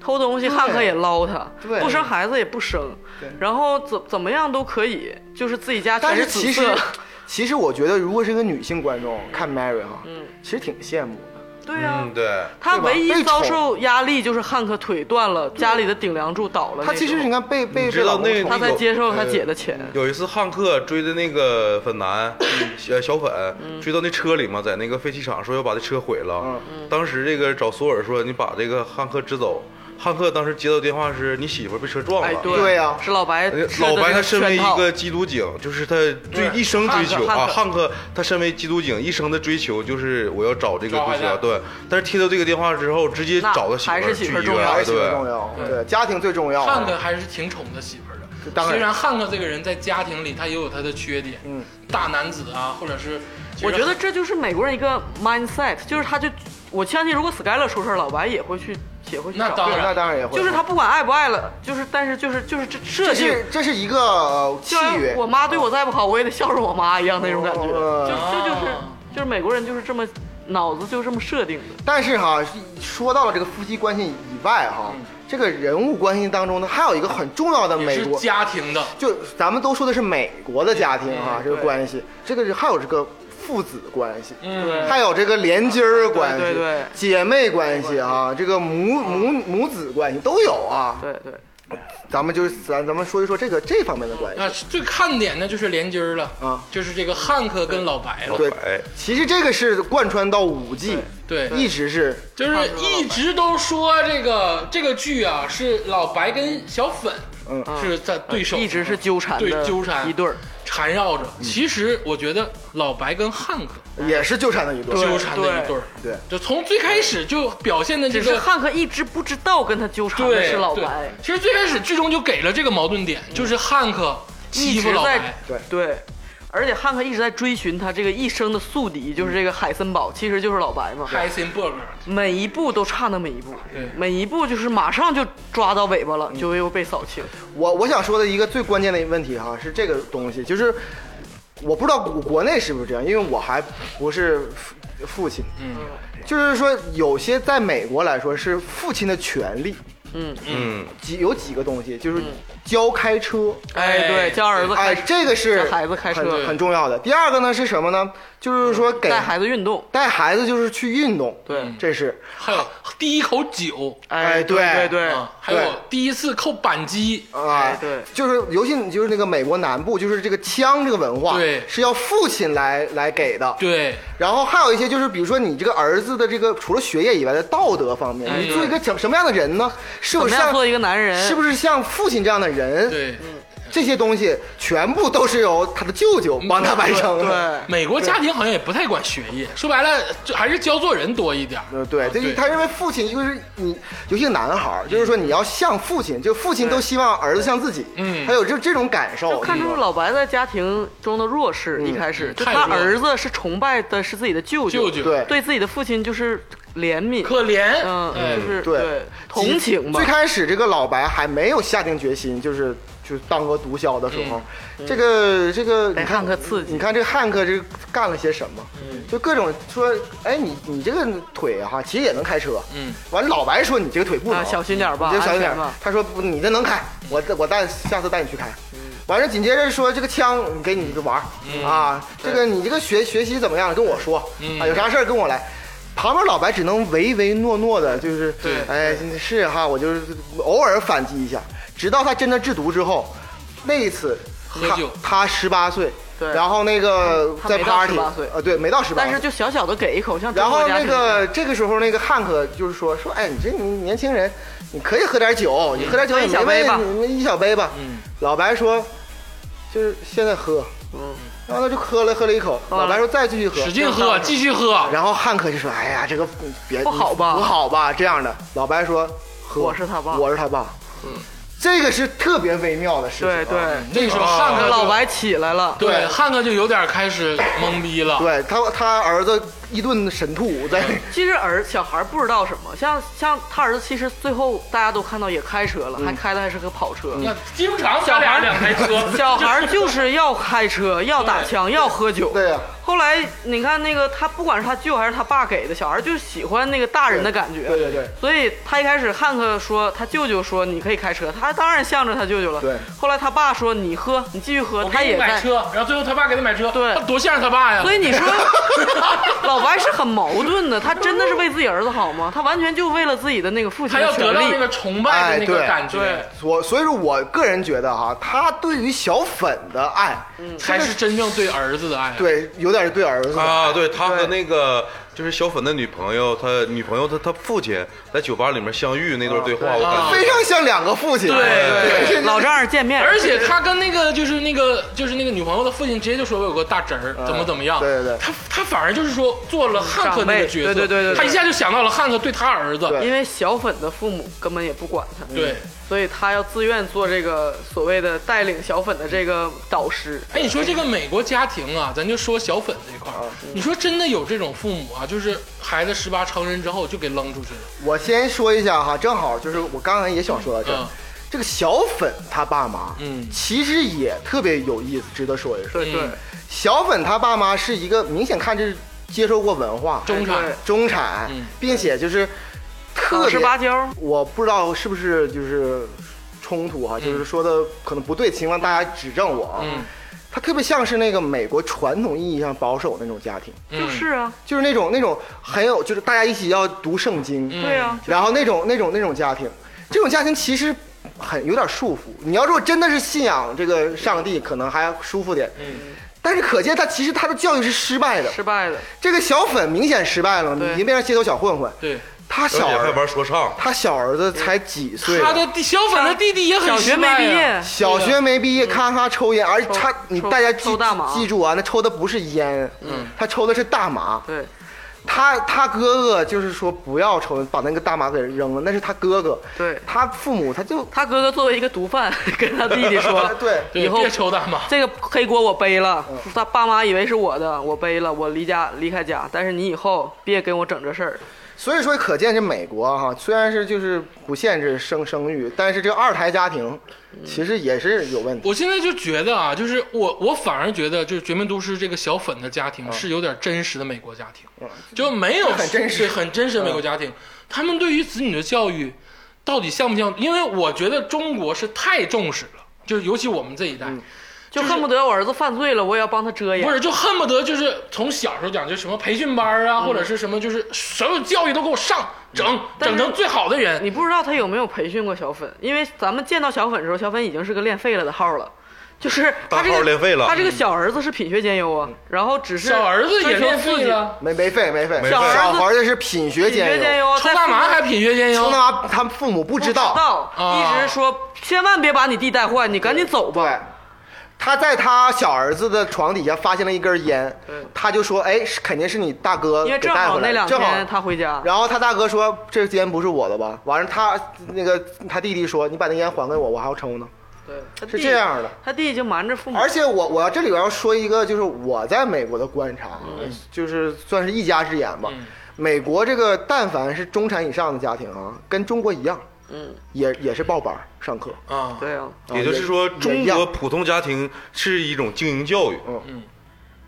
Speaker 2: 偷东西汉克也捞她，
Speaker 4: 对
Speaker 2: 不生孩子也不生
Speaker 4: 对，
Speaker 2: 然后怎怎么样都可以，就是自己家全
Speaker 4: 但是
Speaker 2: 紫
Speaker 4: 其实
Speaker 2: 色。
Speaker 4: 其实我觉得，如果是个女性观众看 Mary 哈，
Speaker 2: 嗯，
Speaker 4: 其实挺羡慕的。
Speaker 2: 对呀、
Speaker 3: 嗯，对，
Speaker 2: 他
Speaker 4: 对吧
Speaker 2: 唯一
Speaker 4: 被
Speaker 2: 遭
Speaker 4: 宠
Speaker 2: 受压力就是汉克腿断了，家里的顶梁柱倒了那种。
Speaker 4: 她其实你看被被
Speaker 3: 你
Speaker 4: 被
Speaker 3: 知道
Speaker 4: 老公
Speaker 3: 那
Speaker 4: 宠
Speaker 2: 他才
Speaker 3: 有
Speaker 2: 接受他
Speaker 3: 呃
Speaker 2: 姐的钱，
Speaker 3: 有一次汉克追的那个 粉男，小小
Speaker 2: 嗯
Speaker 3: 粉追到那车里嘛，在那个废弃厂说要把这车毁了。嗯当时这个找索尔说你把这个汉克支走，汉克当时接到电话是你媳妇儿被车撞
Speaker 2: 哎
Speaker 3: 了，。
Speaker 4: 对啊呀
Speaker 2: 是老白
Speaker 3: 呃
Speaker 2: 吃的
Speaker 3: 老白
Speaker 2: 这
Speaker 3: 他
Speaker 2: 个
Speaker 3: 身为
Speaker 2: 圈
Speaker 3: 一
Speaker 2: 套
Speaker 3: 个缉毒警，就是他追
Speaker 1: 对
Speaker 3: 一生追求
Speaker 2: 汉克
Speaker 3: 啊，
Speaker 2: 汉克
Speaker 3: 汉克他身为缉毒警一生的追求就是我要找这个
Speaker 1: 找
Speaker 3: 毒
Speaker 1: 回来
Speaker 3: 枭，对。但是接到这个电话之后，直接
Speaker 2: 那
Speaker 3: 找到媳妇
Speaker 2: 还
Speaker 3: 儿
Speaker 2: 是
Speaker 3: 去
Speaker 2: 媳
Speaker 3: 医
Speaker 2: 妇儿重
Speaker 3: 院
Speaker 2: 要
Speaker 4: 还
Speaker 3: 了，
Speaker 4: 是挺重
Speaker 3: 啊对。
Speaker 4: 要，
Speaker 1: 对
Speaker 4: 对家庭最重要。啊
Speaker 1: 汉克还是挺宠着媳妇儿的。
Speaker 4: 当然
Speaker 1: 虽然汉克这个人在家庭里他也有他的缺点，嗯，大男子啊，或者是
Speaker 2: 我觉得这就是美国人一个 mindset，就是他就我相信，如果 Skyler 出事儿，老白也会去也会去
Speaker 1: 那
Speaker 2: 找
Speaker 1: 当
Speaker 4: 对
Speaker 1: 然
Speaker 4: 那当然也会，
Speaker 2: 就是他不管爱不爱了，就是但是就是就是这设
Speaker 4: 这
Speaker 2: 计，
Speaker 4: 是这是一个呃契
Speaker 2: 就像
Speaker 4: 约。
Speaker 2: 我妈对我再不好，我也得孝顺我妈一样那种感觉，
Speaker 4: 哦
Speaker 2: 就这就是
Speaker 1: 啊
Speaker 2: 就是美国人就是这么脑子就这么设定的，
Speaker 4: 但是哈，说到了这个夫妻关系以外哈，
Speaker 2: 嗯
Speaker 4: 这个人物关系当中呢，还有一个很重要的
Speaker 1: 也
Speaker 4: 美
Speaker 1: 是
Speaker 4: 国，
Speaker 1: 家庭的，
Speaker 4: 就咱们都说的是美国的家庭哈，
Speaker 2: 嗯
Speaker 4: 这个
Speaker 2: 对
Speaker 4: 关系，这个是还有这个父子关系，
Speaker 1: 嗯，
Speaker 4: 还有这个连襟儿关系，
Speaker 2: 对对对嗯
Speaker 4: 姐妹关系哈、这个母母母子关系都有啊。
Speaker 2: 对对。
Speaker 4: 咱们就是咱咱们说一说这个这方面的关系。
Speaker 1: 那最看点呢就是连襟儿了
Speaker 4: 啊
Speaker 1: 就是这个汉克跟老白了，
Speaker 4: 对
Speaker 3: 哎，
Speaker 4: 其实这个是贯穿到五季，
Speaker 1: 对，
Speaker 4: 一直是
Speaker 1: 就是一直都说这个这个剧啊是老白跟小粉，
Speaker 4: 嗯
Speaker 1: 是在对手，
Speaker 2: 一直是纠缠的，
Speaker 1: 对纠缠
Speaker 2: 一对儿，
Speaker 1: 缠绕
Speaker 4: 嗯
Speaker 1: 着。其实我觉得老白跟汉克
Speaker 4: 也是纠缠的一段。
Speaker 1: 纠缠的一对儿，
Speaker 4: 对，
Speaker 1: 就从最开始就表现的这
Speaker 2: 只是
Speaker 1: 个
Speaker 2: 汉克一直不知道跟他纠缠的
Speaker 1: 对
Speaker 2: 是老
Speaker 1: 对
Speaker 2: 白，嗯
Speaker 1: 其实最开始剧中就给了这个矛盾点，就是汉克欺
Speaker 2: 一
Speaker 1: 负
Speaker 2: 直
Speaker 1: 老
Speaker 2: 在
Speaker 1: 白，
Speaker 4: 对
Speaker 2: 对，而且汉克一直在追寻他这个一生的宿敌，就是这个海森堡，其实就是老白嘛。
Speaker 1: 海森伯格，
Speaker 2: 每一步都差那么一步
Speaker 1: 对，嗯
Speaker 2: 每一步就是马上就抓到尾巴了，就又被扫清。
Speaker 4: 我我想说的一个最关键的问题哈，是这个东西，就是我不知道国国内是不是这样，因为我还不是父父亲，
Speaker 1: 嗯，
Speaker 4: 就是说有些在美国来说是父亲的权利，
Speaker 2: 嗯，
Speaker 3: 嗯，
Speaker 4: 几有几个东西就是教开车，
Speaker 1: 哎
Speaker 2: 哎，对，教儿子开
Speaker 4: 哎，
Speaker 2: 始
Speaker 4: 这个是
Speaker 2: 教孩子开车嗯
Speaker 4: 很很重要的。第二个呢是什么呢？就是说给
Speaker 2: 带孩子运动，
Speaker 4: 带孩子就是去运动，
Speaker 2: 对，嗯
Speaker 4: 这是
Speaker 1: 还有第一口酒，
Speaker 4: 哎
Speaker 2: 对
Speaker 4: 对
Speaker 2: 对对，
Speaker 1: 啊，还有第一次扣扳机，
Speaker 4: 啊
Speaker 2: 哎，对
Speaker 4: 就是尤其你就是那个美国南部，就是这个枪这个文化，
Speaker 1: 对
Speaker 4: 是要父亲来来给的。
Speaker 1: 对，
Speaker 4: 然后还有一些就是，比如说你这个儿子的这个除了学业以外的道德方面，
Speaker 1: 哎
Speaker 4: 你做一个什什么样的人呢？是
Speaker 2: 怎
Speaker 4: 不
Speaker 2: 么
Speaker 4: 是
Speaker 2: 样
Speaker 4: 像
Speaker 2: 做一个男人？
Speaker 4: 是不是像父亲这样的人？，
Speaker 1: 对，
Speaker 2: 嗯
Speaker 4: 这些东西全部都是由他的舅舅帮他完成
Speaker 2: 对
Speaker 4: 的。
Speaker 1: 美国家庭好像也不太管学业，说白了就还是教做人多一点儿。
Speaker 4: 呃，对，就是
Speaker 1: 对
Speaker 4: 他认为父亲就是你，尤其男孩儿，就是说你要像父亲，就父亲都希望儿子像自己，
Speaker 1: 嗯
Speaker 4: 他有这这种感受。
Speaker 2: 就看出老白在家庭中的弱势，一开始
Speaker 1: 嗯
Speaker 2: 就
Speaker 1: 太
Speaker 2: 他
Speaker 1: 弱了
Speaker 2: 儿子是崇拜的是自己的舅
Speaker 1: 舅舅
Speaker 4: 对
Speaker 2: 对自己的父亲就是怜悯，
Speaker 1: 可怜，
Speaker 2: 嗯，
Speaker 1: 哎
Speaker 2: 就是
Speaker 4: 对
Speaker 2: 同情吧
Speaker 4: 最。开始这个老白还没有下定决心，就是就是当个毒枭的时候，这个这个你
Speaker 2: 得嗯
Speaker 4: 看
Speaker 2: 汉克刺激嗯
Speaker 4: 你看这个汉克这干了些什么？就各种说，哎，你你这个腿哈、其实也能开车。
Speaker 1: 嗯，
Speaker 4: 完老白说你这个腿不能，
Speaker 2: 啊小心点儿吧
Speaker 4: 你就小心点儿
Speaker 2: 安全吧
Speaker 4: 他说不，你这能开，我我带下次带你去开。完了，紧接着说这个枪给你玩儿、
Speaker 2: 嗯
Speaker 4: 啊，这个你这个学学习怎么样？跟我说、
Speaker 1: 嗯
Speaker 4: 啊，有啥事儿跟我来。旁边老白只能唯唯诺诺的，就是
Speaker 1: 对
Speaker 4: 哎是哈，我就是偶尔反击一下，直到他真的制毒之后，那一次
Speaker 1: 喝
Speaker 4: 他
Speaker 1: 酒
Speaker 4: 他十八岁，
Speaker 2: 对
Speaker 4: 然后那个
Speaker 2: 他
Speaker 4: 在
Speaker 2: 没到
Speaker 4: party，
Speaker 2: 18岁
Speaker 4: 呃对，没到十八，
Speaker 2: 但是就小小的给一口，像
Speaker 4: 然
Speaker 2: 中
Speaker 4: 后
Speaker 2: 国家
Speaker 4: 那
Speaker 2: 庭
Speaker 4: 个这个时候，那个汉克就是说说，哎，你这你年轻人，你可以喝点酒，你喝点酒
Speaker 2: 喝嗯
Speaker 4: 也
Speaker 2: 一
Speaker 4: 没
Speaker 2: 小
Speaker 4: 问
Speaker 2: 杯吧
Speaker 4: 你们一小杯吧。
Speaker 1: 嗯，
Speaker 4: 老白说，就是现在喝，
Speaker 2: 嗯，
Speaker 4: 然后他就喝了喝了一口。
Speaker 2: 完
Speaker 4: 老
Speaker 2: 了
Speaker 4: 白说再继续喝，
Speaker 1: 使劲喝，继续喝，
Speaker 4: 然后汉克就说，哎呀，这个别
Speaker 2: 不好吧
Speaker 4: 不好吧，这样的。老白说，喝
Speaker 2: 我是他爸嗯
Speaker 4: 我是他爸。这个是特别微妙的事情、
Speaker 2: 对
Speaker 4: 啊。
Speaker 2: 对，
Speaker 1: 那时候汉克就
Speaker 2: 哦老白起来了，
Speaker 1: 对
Speaker 4: 对
Speaker 1: 汉克就有点开始懵逼了，
Speaker 4: 对他他儿子一顿神吐，在
Speaker 2: 其实儿小孩不知道什么，像像他儿子，其实最后大家都看到也开车了，还开的还是个跑车。
Speaker 1: 那经常他俩两台车，
Speaker 2: 小孩儿就是要开车，要打枪，要喝酒。
Speaker 4: 对呀
Speaker 2: 后来你看那个他，不管是他舅还是他爸给的，小孩儿就是喜欢那个大人的感觉。
Speaker 4: 对对对
Speaker 2: 所以他一开始汉克说他舅舅说你可以开车，他当然向着他舅舅了。
Speaker 4: 对。
Speaker 2: 后来他爸说你喝，你继续喝，
Speaker 1: 我
Speaker 2: 他
Speaker 1: 给你
Speaker 2: 也
Speaker 1: 买
Speaker 2: 在。
Speaker 1: 车，然后最后他爸给他买车，
Speaker 2: 对
Speaker 1: 他多像他爸呀！
Speaker 2: 所以你说老白是很矛盾的，他真的是为自己儿子好吗？他完全就为了自己的那个父亲
Speaker 1: 他
Speaker 2: 的
Speaker 1: 要得
Speaker 2: 权
Speaker 1: 到那
Speaker 2: 利。
Speaker 1: 个崇拜的那个感觉，
Speaker 2: 哎
Speaker 4: 我所以说我个人觉得哈、他对于小粉的爱，嗯
Speaker 1: 才是真正对儿子的爱。，
Speaker 4: 对，有点对儿子的
Speaker 3: 啊，对，他和
Speaker 4: 对
Speaker 3: 那个就是小粉的女朋友，他女朋友他他父亲在酒吧里面相遇那段
Speaker 4: 啊
Speaker 3: 对话，我感觉
Speaker 4: 非常像两个父亲。
Speaker 1: 对对
Speaker 4: 这
Speaker 2: 老丈人见面，
Speaker 1: 而且他跟那个就是那个就是那个女朋友的父亲直接就说我有个大侄儿，怎么怎么样。
Speaker 4: 嗯对对对
Speaker 1: 他他反而就是说做了汉克那个角色，
Speaker 2: 长辈对对对对对
Speaker 1: 他一下就想到了汉克对他儿子。
Speaker 4: 对
Speaker 2: 因为小粉的父母根本也不管他，
Speaker 1: 对，
Speaker 2: 所以他要自愿做这个所谓的带领小粉的这个导师。
Speaker 1: 哎，你说这个美国家庭啊，咱就说小粉这块儿，
Speaker 4: 嗯
Speaker 1: 你说真的有这种父母啊，就是孩子十八成人之后就给扔出去了，
Speaker 4: 我先说一下哈，正好就是我刚才也想说到这儿，
Speaker 1: 嗯
Speaker 4: 这个小粉他爸妈，
Speaker 1: 嗯
Speaker 4: 其实也特别有意思，值得说一说。
Speaker 2: 对对
Speaker 1: 嗯，
Speaker 4: 小粉他爸妈是一个明显看就是接受过文化、
Speaker 1: 中产
Speaker 2: 对
Speaker 4: 中产
Speaker 1: 嗯，
Speaker 4: 并且就是特
Speaker 2: 老实
Speaker 4: 别，
Speaker 2: 巴交，
Speaker 4: 我不知道是不是就是冲突哈、就是说的可能不对，情况大家指正我啊。
Speaker 1: 嗯
Speaker 4: 他特别像是那个美国传统意义上保守那种家庭，
Speaker 1: 嗯
Speaker 2: 就是啊，
Speaker 4: 就是那种那种很有，就是大家一起要读圣经，
Speaker 1: 嗯
Speaker 2: 对啊，
Speaker 4: 然后那种那种那种家庭，这种家庭其实很有点束缚。你要说真的是信仰这个上帝，可能还舒服点。
Speaker 1: 嗯，
Speaker 4: 但是可见他其实他的教育是失败的。
Speaker 2: 失败的，
Speaker 4: 这个小粉明显失败了，
Speaker 2: 对
Speaker 4: 已经变成街头小混混。
Speaker 1: 对，
Speaker 4: 他
Speaker 3: 而
Speaker 4: 小
Speaker 3: 且还
Speaker 4: 儿
Speaker 3: 玩说唱，
Speaker 4: 他小儿子才几岁啊？
Speaker 1: 他的弟小粉的弟弟也很
Speaker 2: 小学
Speaker 1: 失
Speaker 2: 没
Speaker 1: 败啊
Speaker 2: 毕业，
Speaker 4: 小学没毕业，咔咔抽烟，而且他
Speaker 2: 啊抽
Speaker 4: 你
Speaker 2: 抽
Speaker 4: 大家记
Speaker 2: 抽大麻嗯
Speaker 4: 记住啊，那抽的不是烟，他抽的是大麻。
Speaker 2: 对，
Speaker 4: 他他哥哥就是说不要抽，把那个大麻给扔了，那是他哥哥。
Speaker 2: 对
Speaker 4: 他父母他就，
Speaker 2: 他哥哥作为一个毒贩， 跟他弟弟说
Speaker 4: 哎对
Speaker 1: 对
Speaker 2: 以后
Speaker 1: 别抽大麻，
Speaker 2: 这个黑锅我背了，
Speaker 1: 嗯
Speaker 2: 他爸妈以为是我的，我背了，我离家离开家，但是你以后别跟我整这事儿。
Speaker 4: 所以说，可见这美国哈、虽然是就是不限制生生育，但是这个二胎家庭
Speaker 2: 嗯
Speaker 4: 其实也是有问题。
Speaker 1: 我现在就觉得啊，就是我我反而觉得，就是《绝命毒师》这个小粉的家
Speaker 2: 嗯
Speaker 1: 庭是有点真实的美国家庭，就没 有
Speaker 4: 很真实
Speaker 1: 很真实的
Speaker 2: 嗯
Speaker 1: 美国家庭。他们对于子女的教育到底像不像？因为我觉得中国是太重视了，就是尤其我们这一
Speaker 2: 嗯
Speaker 1: 代，
Speaker 2: 就
Speaker 1: 就是
Speaker 2: 恨不得我儿子犯罪了，我也要帮他遮掩。
Speaker 1: 不是就恨不得就是从小时候讲，就什么培训班
Speaker 2: 嗯
Speaker 1: 啊，或者是什么，就是所有教育都给我上整
Speaker 2: 但
Speaker 1: 整
Speaker 2: 是
Speaker 1: 成最好的人。
Speaker 2: 你不知道他有没有培训过小粉，因为咱们见到小粉的时候，小粉已经是个练废了的号了，就是他这
Speaker 3: 大号
Speaker 2: 个
Speaker 3: 练废了
Speaker 2: 他这个小儿子是品学兼优啊，然后只是
Speaker 1: 嗯小儿子也
Speaker 2: 追求
Speaker 1: 练
Speaker 2: 刺
Speaker 1: 废
Speaker 2: 激
Speaker 1: 了，
Speaker 4: 没没费没费，
Speaker 3: 没费
Speaker 4: 小
Speaker 2: 小儿子
Speaker 4: 孩儿是品学
Speaker 2: 品学兼
Speaker 4: 优，
Speaker 2: 优啊，
Speaker 1: 抽大麻还品学兼优
Speaker 4: 从，他他父母不
Speaker 2: 不
Speaker 4: 知道，
Speaker 2: 道
Speaker 1: 啊
Speaker 2: 一直说千万别把你弟带坏，你赶紧走吧。
Speaker 4: 对。他在他小儿子的床底下发现了一根烟，他就说：“哎，是肯定是你大哥
Speaker 2: 因为
Speaker 4: 给
Speaker 2: 正
Speaker 4: 带
Speaker 2: 好
Speaker 4: 回
Speaker 2: 那
Speaker 4: 来
Speaker 2: 两
Speaker 4: 的。”正好
Speaker 2: 天他回家，
Speaker 4: 然后他大哥说：“这烟不是我的吧？”完了，他那个他弟弟说：“你把那烟还给我，我还要抽呢。”
Speaker 2: 对，他
Speaker 4: 是
Speaker 2: 弟
Speaker 4: 这样的，
Speaker 2: 他弟就瞒着父母，
Speaker 4: 而且我我要这里边要说一个，就是我在美国的观察，
Speaker 2: 嗯
Speaker 4: 就是算是一家之言吧。美国这个但凡是中产以上的家庭啊，跟中国一样，
Speaker 2: 嗯，
Speaker 4: 也也是报班儿上课。
Speaker 1: 啊，
Speaker 2: 对啊，
Speaker 4: 啊
Speaker 3: 也就是说，
Speaker 4: 也
Speaker 3: 中
Speaker 4: 一样嗯
Speaker 3: 国普通家庭是一种经营教育，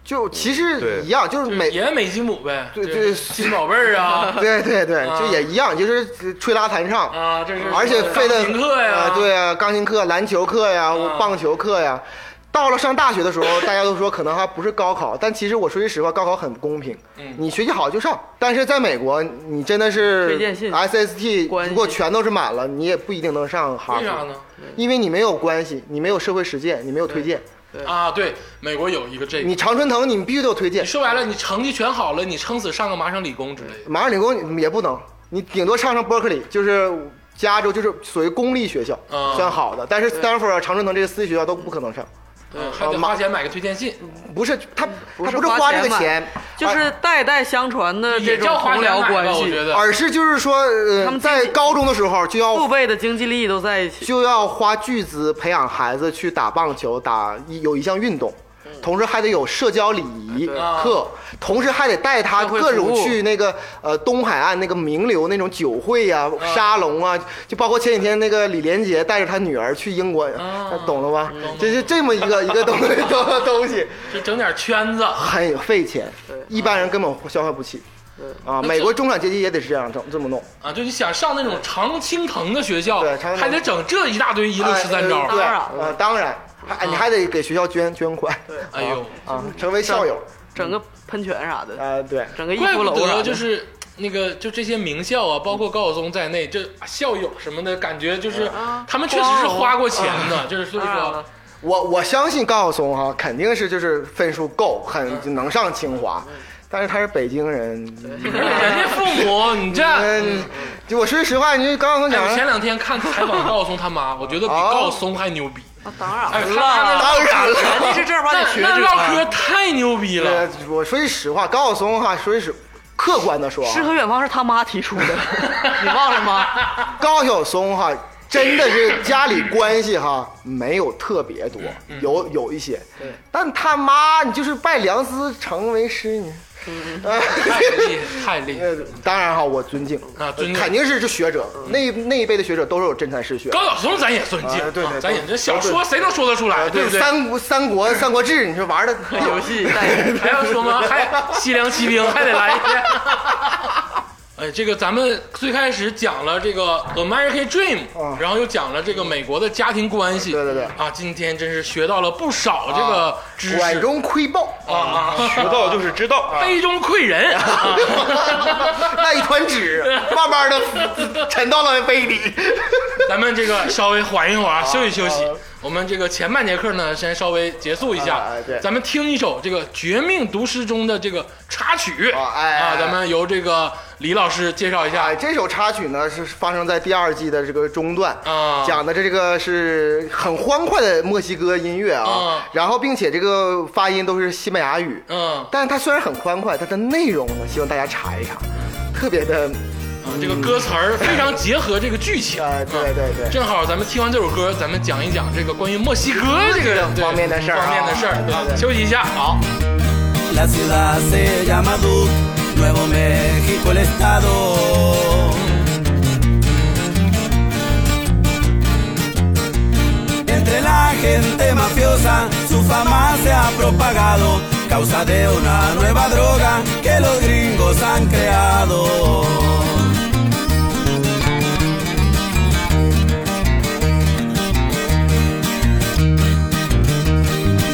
Speaker 4: 就其
Speaker 3: 嗯对
Speaker 4: 实一样，就是美
Speaker 1: 也美吉姆呗，
Speaker 4: 对
Speaker 1: 就是
Speaker 4: 对
Speaker 1: 金宝贝儿啊，
Speaker 4: 对对对，
Speaker 1: 啊
Speaker 4: 就也一样，就是吹拉弹唱
Speaker 1: 啊这是
Speaker 4: 而且费的
Speaker 1: 钢琴课呀
Speaker 4: 啊对啊，钢琴课、篮球课呀、
Speaker 1: 啊
Speaker 4: 棒球课呀。到了上大学的时候，大家都说可能还不是高考，但其实我说句实话，高考很不公平。
Speaker 1: 嗯
Speaker 4: 你学习好就上，但是在美国，你真的是
Speaker 2: 推荐信
Speaker 4: SST，
Speaker 2: 关系
Speaker 4: 如果全都是满了，你也不一定能上哈
Speaker 1: 为啥
Speaker 4: 佛
Speaker 1: 呢，？
Speaker 4: 因为你没有关系，你没有社会实践，你没有推荐，
Speaker 1: 啊，对，美国有一个这个，
Speaker 4: 你常春藤你必须得有推
Speaker 1: 你
Speaker 4: 荐，
Speaker 1: 说白了，你成绩全好了，你撑死上个麻省理工之类的。
Speaker 4: 麻省理工也不能，你顶多上上伯克利，就是加州，就是属于公立学校
Speaker 1: 啊
Speaker 4: 算好的，但是斯坦福啊、常春藤这些私立学校都不可能上。
Speaker 1: 嗯还得花钱买个推荐信，
Speaker 4: 不是他，
Speaker 2: 不
Speaker 4: 他
Speaker 2: 是
Speaker 4: 不是花这个
Speaker 2: 花钱
Speaker 4: 钱，
Speaker 2: 就是代代相传
Speaker 4: 嗯
Speaker 2: 的这
Speaker 1: 也
Speaker 2: 种
Speaker 1: 叫花
Speaker 2: 同
Speaker 1: 钱买
Speaker 2: 僚
Speaker 1: 吧
Speaker 2: 关
Speaker 1: 我
Speaker 2: 系
Speaker 1: 觉，得
Speaker 4: 而是就是说，
Speaker 2: 他
Speaker 4: 呃，
Speaker 2: 们
Speaker 4: 在
Speaker 2: 自己
Speaker 4: 高中的时候就
Speaker 2: 父
Speaker 4: 要
Speaker 2: 辈的经济利益都在一起。
Speaker 4: 就要花巨资培养孩子去打棒球，打一有一项运动。
Speaker 2: 嗯
Speaker 4: 同时还得有社交礼仪课，同时还得带他
Speaker 2: 啊社会
Speaker 4: 各种
Speaker 2: 服务
Speaker 4: 去那个呃东海岸那个名流那种酒会呀、沙龙啊，就包括前几天那个李连杰带着他女儿去英国，
Speaker 2: 啊
Speaker 4: 呃懂了
Speaker 2: 嗯
Speaker 4: 吧？这是这么一个一 个东东东西，
Speaker 1: 就整点圈子。
Speaker 4: 很费钱
Speaker 2: 对，
Speaker 4: 一般人根本消费不起。啊，
Speaker 1: 那
Speaker 4: 美
Speaker 1: 这
Speaker 4: 国中产阶级也得是这样这么这么弄。
Speaker 1: 啊，就你想上那种常青藤的学校
Speaker 4: 对常青，藤
Speaker 1: 还得整这一大堆一路十三招
Speaker 4: 哎呃
Speaker 1: 儿。
Speaker 4: 对，
Speaker 2: 当然啊
Speaker 4: 呃，当然，还你还得给学校捐捐款，
Speaker 1: 哎呦，
Speaker 4: 啊，成为校友，
Speaker 2: 整个喷泉啥的，
Speaker 4: 啊，对，
Speaker 2: 整个逸
Speaker 1: 怪
Speaker 2: 夫
Speaker 1: 不
Speaker 2: 楼啥
Speaker 1: 得
Speaker 2: 的，
Speaker 1: 就是那个就这些名校啊，包括高晓松在内，这校友什么的感觉就是
Speaker 2: 啊
Speaker 1: 他们确实是花过钱的，就是所以
Speaker 2: 当然
Speaker 1: 说
Speaker 2: 了，
Speaker 4: 我我相信高晓松哈、肯定是就是分数够，很能上清华，但是他是北京人，
Speaker 1: 人家父母你这。
Speaker 4: 嗯，就我说句实话，你就高晓松
Speaker 1: 哎，
Speaker 4: 讲
Speaker 1: 我前
Speaker 4: 的，
Speaker 1: 两天看采访高晓松他妈，我觉得比
Speaker 4: 哦
Speaker 1: 高晓松还牛逼。
Speaker 2: 啊当然
Speaker 1: 哎，他他
Speaker 2: 了，
Speaker 4: 当然
Speaker 2: 人家是
Speaker 4: 了，
Speaker 2: 正儿八
Speaker 1: 那
Speaker 2: 经
Speaker 1: 那
Speaker 2: 学
Speaker 1: 那
Speaker 2: 者，
Speaker 1: 唠嗑太牛逼了
Speaker 4: 呃。我说句实话，高晓松哈、说句实，客观的说啊，
Speaker 2: 诗和远方是他妈提出的， 你忘了吗？
Speaker 4: 高晓松哈、真的是家里关系哈、没有特别多，有有一些，但他妈你就是拜良师成为师你。 呃
Speaker 1: 太厉害，太厉害！
Speaker 4: 呃，当然哈，我尊敬呃
Speaker 1: 啊尊敬嗯
Speaker 4: 肯定是是学者，那那一辈的学者都是有真才实学。
Speaker 1: 高晓松咱也尊敬，
Speaker 4: 啊对对
Speaker 1: 啊
Speaker 4: 对啊
Speaker 1: 咱也这小说谁能说得出来，对不对？
Speaker 4: 三国三国三国志，你 说玩的哎
Speaker 2: 游戏带人
Speaker 1: 还要说吗？还西凉骑兵还得来一遍。哎，这个咱们最开始讲了这个 American Dream，、
Speaker 4: 嗯
Speaker 1: 然后又讲了这个美国的家庭关系。
Speaker 4: 对对对啊
Speaker 1: 啊，今天真是学到了不少这个知
Speaker 4: 管
Speaker 1: 识
Speaker 4: 中窥豹，
Speaker 1: 啊啊，
Speaker 3: 学到就是知道。
Speaker 1: 杯中窥人。啊
Speaker 4: 那一团 纸慢慢的沉到了杯里。
Speaker 1: 咱们这个稍微缓一缓，休息休息。我们这个前半节课呢，先稍微结束一下
Speaker 4: 啊哎对。
Speaker 1: 咱们听一首这个《绝命毒师》中的这个插曲
Speaker 4: 啊哎
Speaker 1: 啊
Speaker 4: 哎，
Speaker 1: 咱们由这个李老师介绍一下
Speaker 4: 哎，。这首插曲呢是发生在第二季的这个中段
Speaker 1: 啊
Speaker 4: 讲的这个是很欢快的墨西哥音乐啊
Speaker 1: 啊，
Speaker 4: 然后并且这个发音都是西班牙语，
Speaker 1: 嗯，
Speaker 4: 但是它虽然很欢快，它的内容呢，希望大家查一查，特别的，
Speaker 1: 啊这个歌词儿非常结合这个剧情。
Speaker 4: 哎对对对
Speaker 1: 啊正好咱们听完这首歌，咱们讲一讲这个关于墨西哥这个对
Speaker 4: 方面的事儿啊
Speaker 1: 方面的事儿
Speaker 4: 对对
Speaker 1: 啊。
Speaker 4: 对
Speaker 1: 休息一下，好。
Speaker 5: La ciudad se llama Duke, Nuevo México el estado. Entre la gente mafiosa su fama se ha propagado, causa de una nueva droga que los gringos han creado.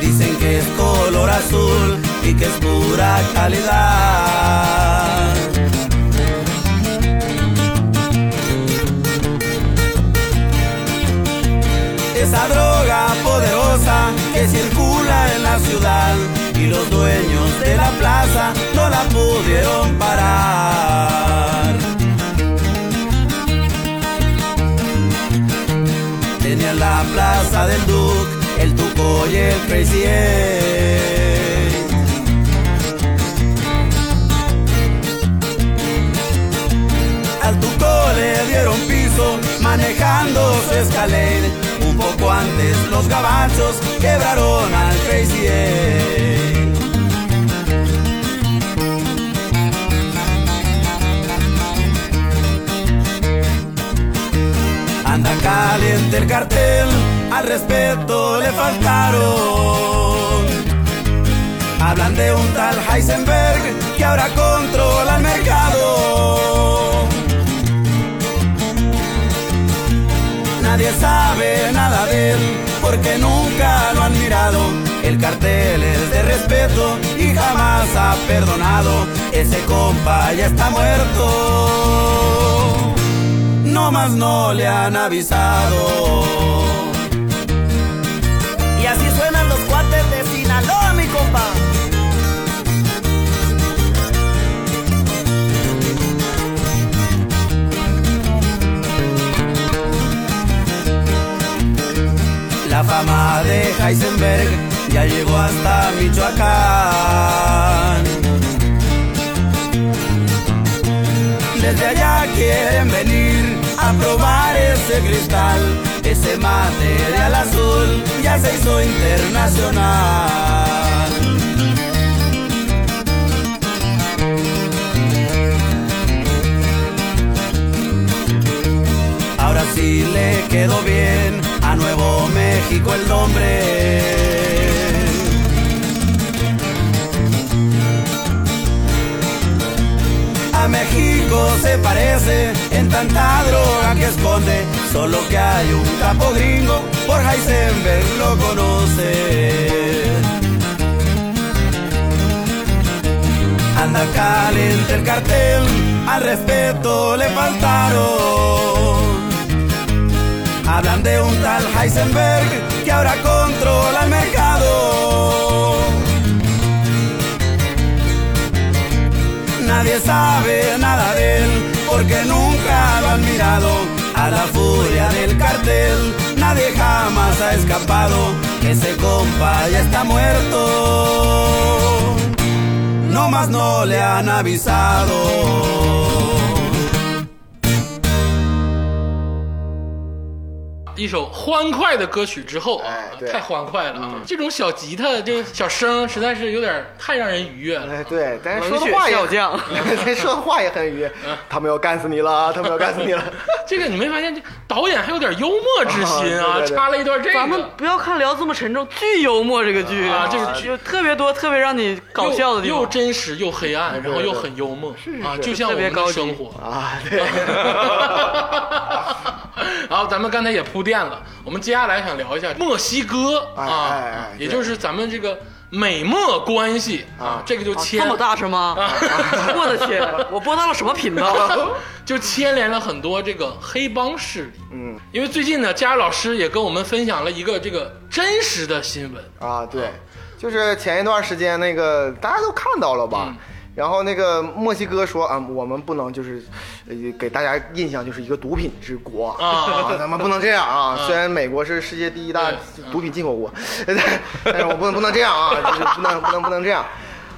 Speaker 5: Dicen que es color azul y que es pura calidad. Esa droga poderosa que circula en la ciudad y los dueños de la plaza no la pudieron parar. Tenían la plaza del Duke, el Tuco y el Crazy Eight. Al Tuco le dieron piso manejando su escalera. Un poco antes los gabachos quebraron al Crazy Eight. Anda caliente el cartel, al respeto le faltaron. Hablan de un tal Heisenberg que ahora controla el mercado. Nadie sabe nada de él porque nunca lo han mirado. El cartel es de respeto y jamás ha perdonado. Ese compa ya está muerto no más no le han avisado. Y así suenan los cuates de Sinaloa, mi compa. La fama de de Heisenberg ya llegó hasta Michoacán. Desde allá quieren venir a probar ese cristal, ese material azul ya se hizo internacional. Ahora sí le quedó bien a Nuevo México el nombre. A México se parece en tanta droga que esconde, solo que hay un capo gringo, por Heisenberg lo conoce. Anda caliente el cartel, al respeto le faltaron. Hablan de un tal Heisenberg que ahora controla el mercado. Nadie sabe nada de él porque nunca lo han mirado. A la furia del cartel nadie jamás ha escapado. Ese compa ya está muerto. No más no le han avisado.
Speaker 1: 一首欢快的歌曲之后啊
Speaker 4: 哎，对
Speaker 1: 太欢快了啊！这种小吉他这个小声实在是有点太让人愉悦了。
Speaker 4: 哎，对，但是
Speaker 2: 冷
Speaker 4: 说
Speaker 2: 血
Speaker 4: 的话也
Speaker 2: 笑匠
Speaker 4: 说的话也很愉悦。他们要干死你了，他们要干死你了。
Speaker 1: 这个你没发现，这导演还有点幽默之心啊，
Speaker 4: 啊对对对
Speaker 1: 插了一段这个。
Speaker 2: 咱们不要看聊这么沉重，巨幽默这个剧
Speaker 1: 啊就是巨
Speaker 2: 就特别多特别让你搞
Speaker 1: 又
Speaker 2: 笑的地
Speaker 1: 又
Speaker 2: 方。啊
Speaker 1: 真实又黑暗，然后又很幽默啊，就像我们的生活
Speaker 4: 啊， 对，
Speaker 1: 然后咱们刚才也铺垫了，我们接下来想聊一下墨西哥
Speaker 4: 哎
Speaker 1: 啊
Speaker 4: 哎哎，
Speaker 1: 也就是咱们这个美墨关系啊，这个就
Speaker 2: 啊
Speaker 1: 牵
Speaker 2: 这么大声吗？我的天，我播到了什么频 道？
Speaker 1: 就牵连了很多这个黑帮势力。
Speaker 4: 嗯，
Speaker 1: 因为最近呢，佳儿老师也跟我们分享了一个这个真实的新闻，
Speaker 4: 啊，对，就是前一段时间那个大家都看到了
Speaker 1: 嗯
Speaker 4: 吧？然后那个墨西哥说啊，我们不能就是，呃，给大家印象就是一个毒品之国
Speaker 1: 啊
Speaker 4: 咱们不能这样啊。 虽然美国是世界第一
Speaker 1: 对
Speaker 4: 大
Speaker 1: 啊
Speaker 4: 毒品进口国，但但是我不能不能这样啊，就是不能不能不能这样。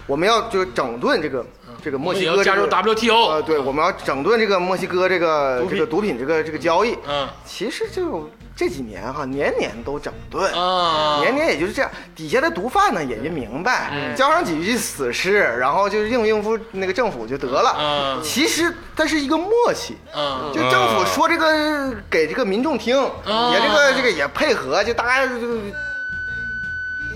Speaker 4: 我们要就是整顿这个这个墨
Speaker 1: 嗯
Speaker 4: 西
Speaker 1: 我
Speaker 4: 哥
Speaker 1: 们也要
Speaker 4: 这个
Speaker 1: 加入 WTO
Speaker 4: 呃，对，我们要整顿这个墨西哥这个这个毒品这个这个交易。
Speaker 1: 嗯
Speaker 4: 其实就这几年哈，年年都整顿
Speaker 1: 啊嗯
Speaker 4: 年年也就是这样。底下的毒贩呢也就明白，交上几句死诗，然后就应付应付那个政府就得了
Speaker 1: 嗯。
Speaker 4: 其实它是一个默契，
Speaker 1: 嗯，
Speaker 4: 就政府说这个给这个民众听，
Speaker 1: 嗯
Speaker 4: 也这个这个也配合，就大家就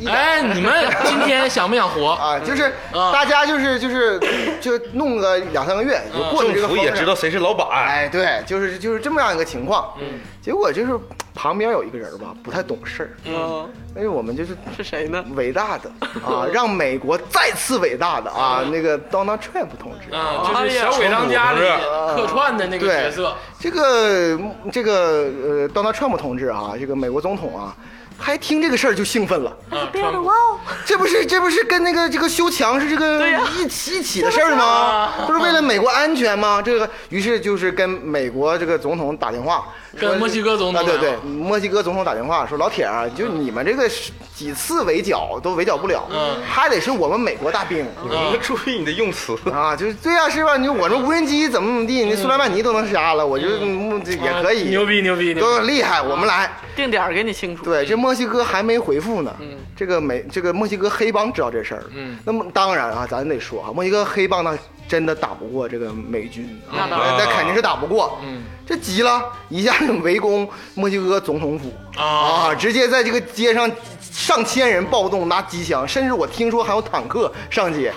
Speaker 1: 哎，你们今天想不想活？
Speaker 4: 啊，就是
Speaker 1: 嗯
Speaker 4: 大家就是就是就弄个两三个月也就过
Speaker 1: 嗯
Speaker 3: 政
Speaker 4: 去这个
Speaker 3: 府
Speaker 4: 风
Speaker 3: 也
Speaker 4: 了
Speaker 3: 知道谁是老板，
Speaker 4: 哎，对，就是就是这么样一个情况。嗯，结果就是旁边有一个人吧，不太懂事儿，
Speaker 2: 嗯，
Speaker 4: 但是我们就是
Speaker 2: 是谁呢？
Speaker 4: 伟大的啊，让美国再次伟大的啊，那个 Donald Trump 同志。
Speaker 1: 啊，就是小鬼当家里客串的那个角
Speaker 4: 对
Speaker 1: 色，，
Speaker 4: 这个这个呃，Donald Trump 同志啊，这个美国总统啊，还听这个事儿就兴奋了，
Speaker 1: 啊，川普
Speaker 4: 这不是这不是跟那个这个修墙是这个
Speaker 2: 对呀
Speaker 4: 一起一起的事儿 吗？不是为了美国安全吗？这个于是就是跟美国这个总统打电话，
Speaker 1: 跟
Speaker 4: 说
Speaker 1: 墨西哥总统
Speaker 4: 啊，对
Speaker 1: 打电
Speaker 4: 对
Speaker 1: 话，
Speaker 4: 墨西哥总统打电话说老铁啊，就你们这个是几次围剿都围剿不了，
Speaker 1: 嗯
Speaker 4: 还得是我们美国大兵。
Speaker 1: 啊
Speaker 3: 注意你的用词。
Speaker 4: 嗯啊，就是对呀、是吧？你我们无人机怎么怎么地，你苏莱曼尼都能杀了，我觉得嗯这也可以，
Speaker 1: 啊牛逼牛逼牛逼
Speaker 4: 都很厉害，我们来。
Speaker 2: 定点儿给你清楚。
Speaker 4: 对，这墨西哥还没回复呢。这个美这个墨西哥黑帮知道这事儿。
Speaker 1: 嗯
Speaker 4: 那么当然啊，咱得说啊，墨西哥黑帮呢真的打不过这个美军，啊
Speaker 2: 那当
Speaker 3: 然
Speaker 4: 那肯定是打不过。
Speaker 1: 嗯，
Speaker 4: 这急了，一下就围攻墨西哥总统府
Speaker 1: 啊
Speaker 4: 直接在这个街上上千人暴动，拿机枪，甚至我听说还有坦克上街，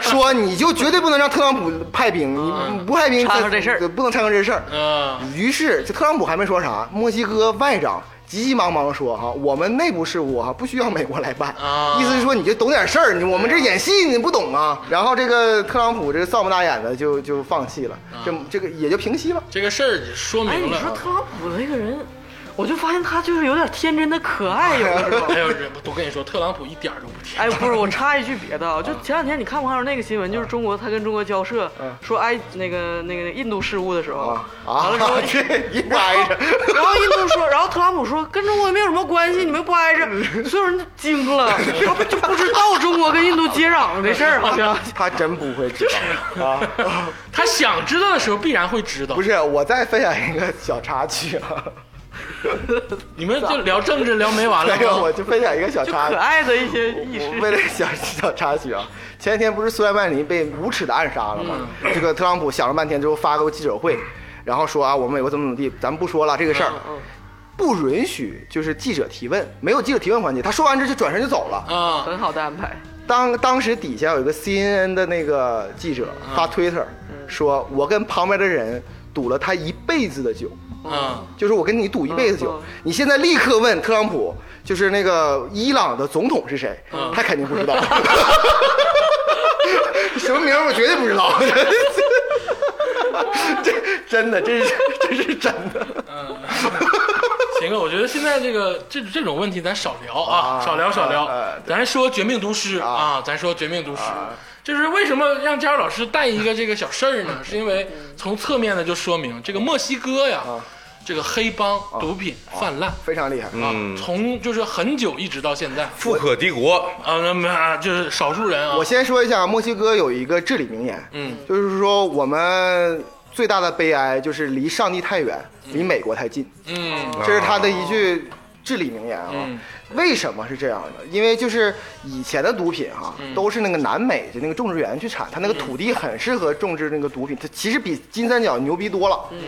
Speaker 4: 说你就绝对不能让特朗普派兵，你不派兵
Speaker 2: 掺和这事儿
Speaker 4: 对不能掺和这事儿。
Speaker 1: 嗯
Speaker 4: 于是这特朗普还没说啥，墨西哥外长急急忙忙说哈、我们内部事务哈、不需要美国来办，
Speaker 1: 啊
Speaker 4: 意思是说你就懂点事儿，你我们这演戏你不懂啊。然后这个特朗普这个扫把大眼的就就放弃了，这这个也就平息了。
Speaker 1: 这个事儿也说
Speaker 2: 哎，
Speaker 1: 明
Speaker 2: 你说
Speaker 1: 了，啊
Speaker 2: 特朗普那个人，我就发现他就是有点天真的可爱，有的 时候。
Speaker 1: 还有人，我跟你说，特朗普一点儿都不甜。
Speaker 2: 哎，不是，我插一句别的啊，就前两天你看不看到那个新闻，就是中国他跟中国交涉，说哎那个那个印度事务的时候，完了之后
Speaker 4: 啊， 这一挨着，
Speaker 2: 然后印度说，然后特朗普说跟中国没有什么关系，你们不挨着，所有人都惊了，然后就不知道中国跟印度接壤这事儿好像。
Speaker 4: 他真不会知道啊。
Speaker 1: 他想知道的时候必然会知道
Speaker 4: 不。是，我再分享一个小插曲啊，
Speaker 1: 你们就聊政治聊没完了
Speaker 4: 那个
Speaker 1: 吗
Speaker 4: 我？就分享一个小
Speaker 2: 就
Speaker 4: 插
Speaker 2: 可
Speaker 4: 曲。
Speaker 2: 爱的一些意
Speaker 4: 我
Speaker 2: 识，
Speaker 4: 为了小小插曲啊， 前几天不是苏莱曼尼被无耻的暗杀了吗？这个特朗普想了半天之后发个记者会，然后说啊，我们美国怎么怎么地，咱们不说了这个事儿，不允许就是记者提问，没有记者提问环节。他说完之后就转身就走了。
Speaker 1: 啊，
Speaker 2: 很好的安排。
Speaker 4: 当当时底下有一个 CNN 的那个记者发 Twitter 说，我跟旁边的人赌了他一辈子的酒。
Speaker 1: 嗯，
Speaker 4: 就是我跟你赌一辈子
Speaker 2: 嗯
Speaker 4: 酒，
Speaker 2: 嗯
Speaker 4: 你现在立刻问特朗普，就是那个伊朗的总统是谁，
Speaker 2: 嗯
Speaker 4: 他肯定 不知道，什么名儿我绝对不知道， 这真的，这是这是真的，
Speaker 1: 行啊，我觉得现在这个这这种问题咱少聊啊，
Speaker 4: 啊
Speaker 1: 少聊少聊
Speaker 4: 啊啊，对啊
Speaker 1: 咱说《绝命毒师》啊，咱说《绝命毒师》。就是为什么让佳茹老师带一个这个小事儿 呢？是因为从侧面呢就说明这个墨西哥呀，
Speaker 4: 啊
Speaker 1: 这个黑帮毒品泛滥
Speaker 4: 非常厉害。
Speaker 2: 嗯
Speaker 1: 啊，从就是很久一直到现在
Speaker 3: 富可敌国，
Speaker 1: 啊，那么啊就是少数人啊
Speaker 4: 啊我，先说一下，墨西哥有一个至理名言，
Speaker 1: 嗯，
Speaker 4: 就是说我们最大的悲哀就是离上帝太远，离美国太近。
Speaker 1: 嗯
Speaker 4: 这是他的一句至理名言啊。
Speaker 1: 嗯
Speaker 4: 为什么是这样的？因为就是以前的毒品哈、都是那个南美的那个种植园去产，它那个土地很适合种植那个毒品，它其实比金三角牛逼多了。嗯。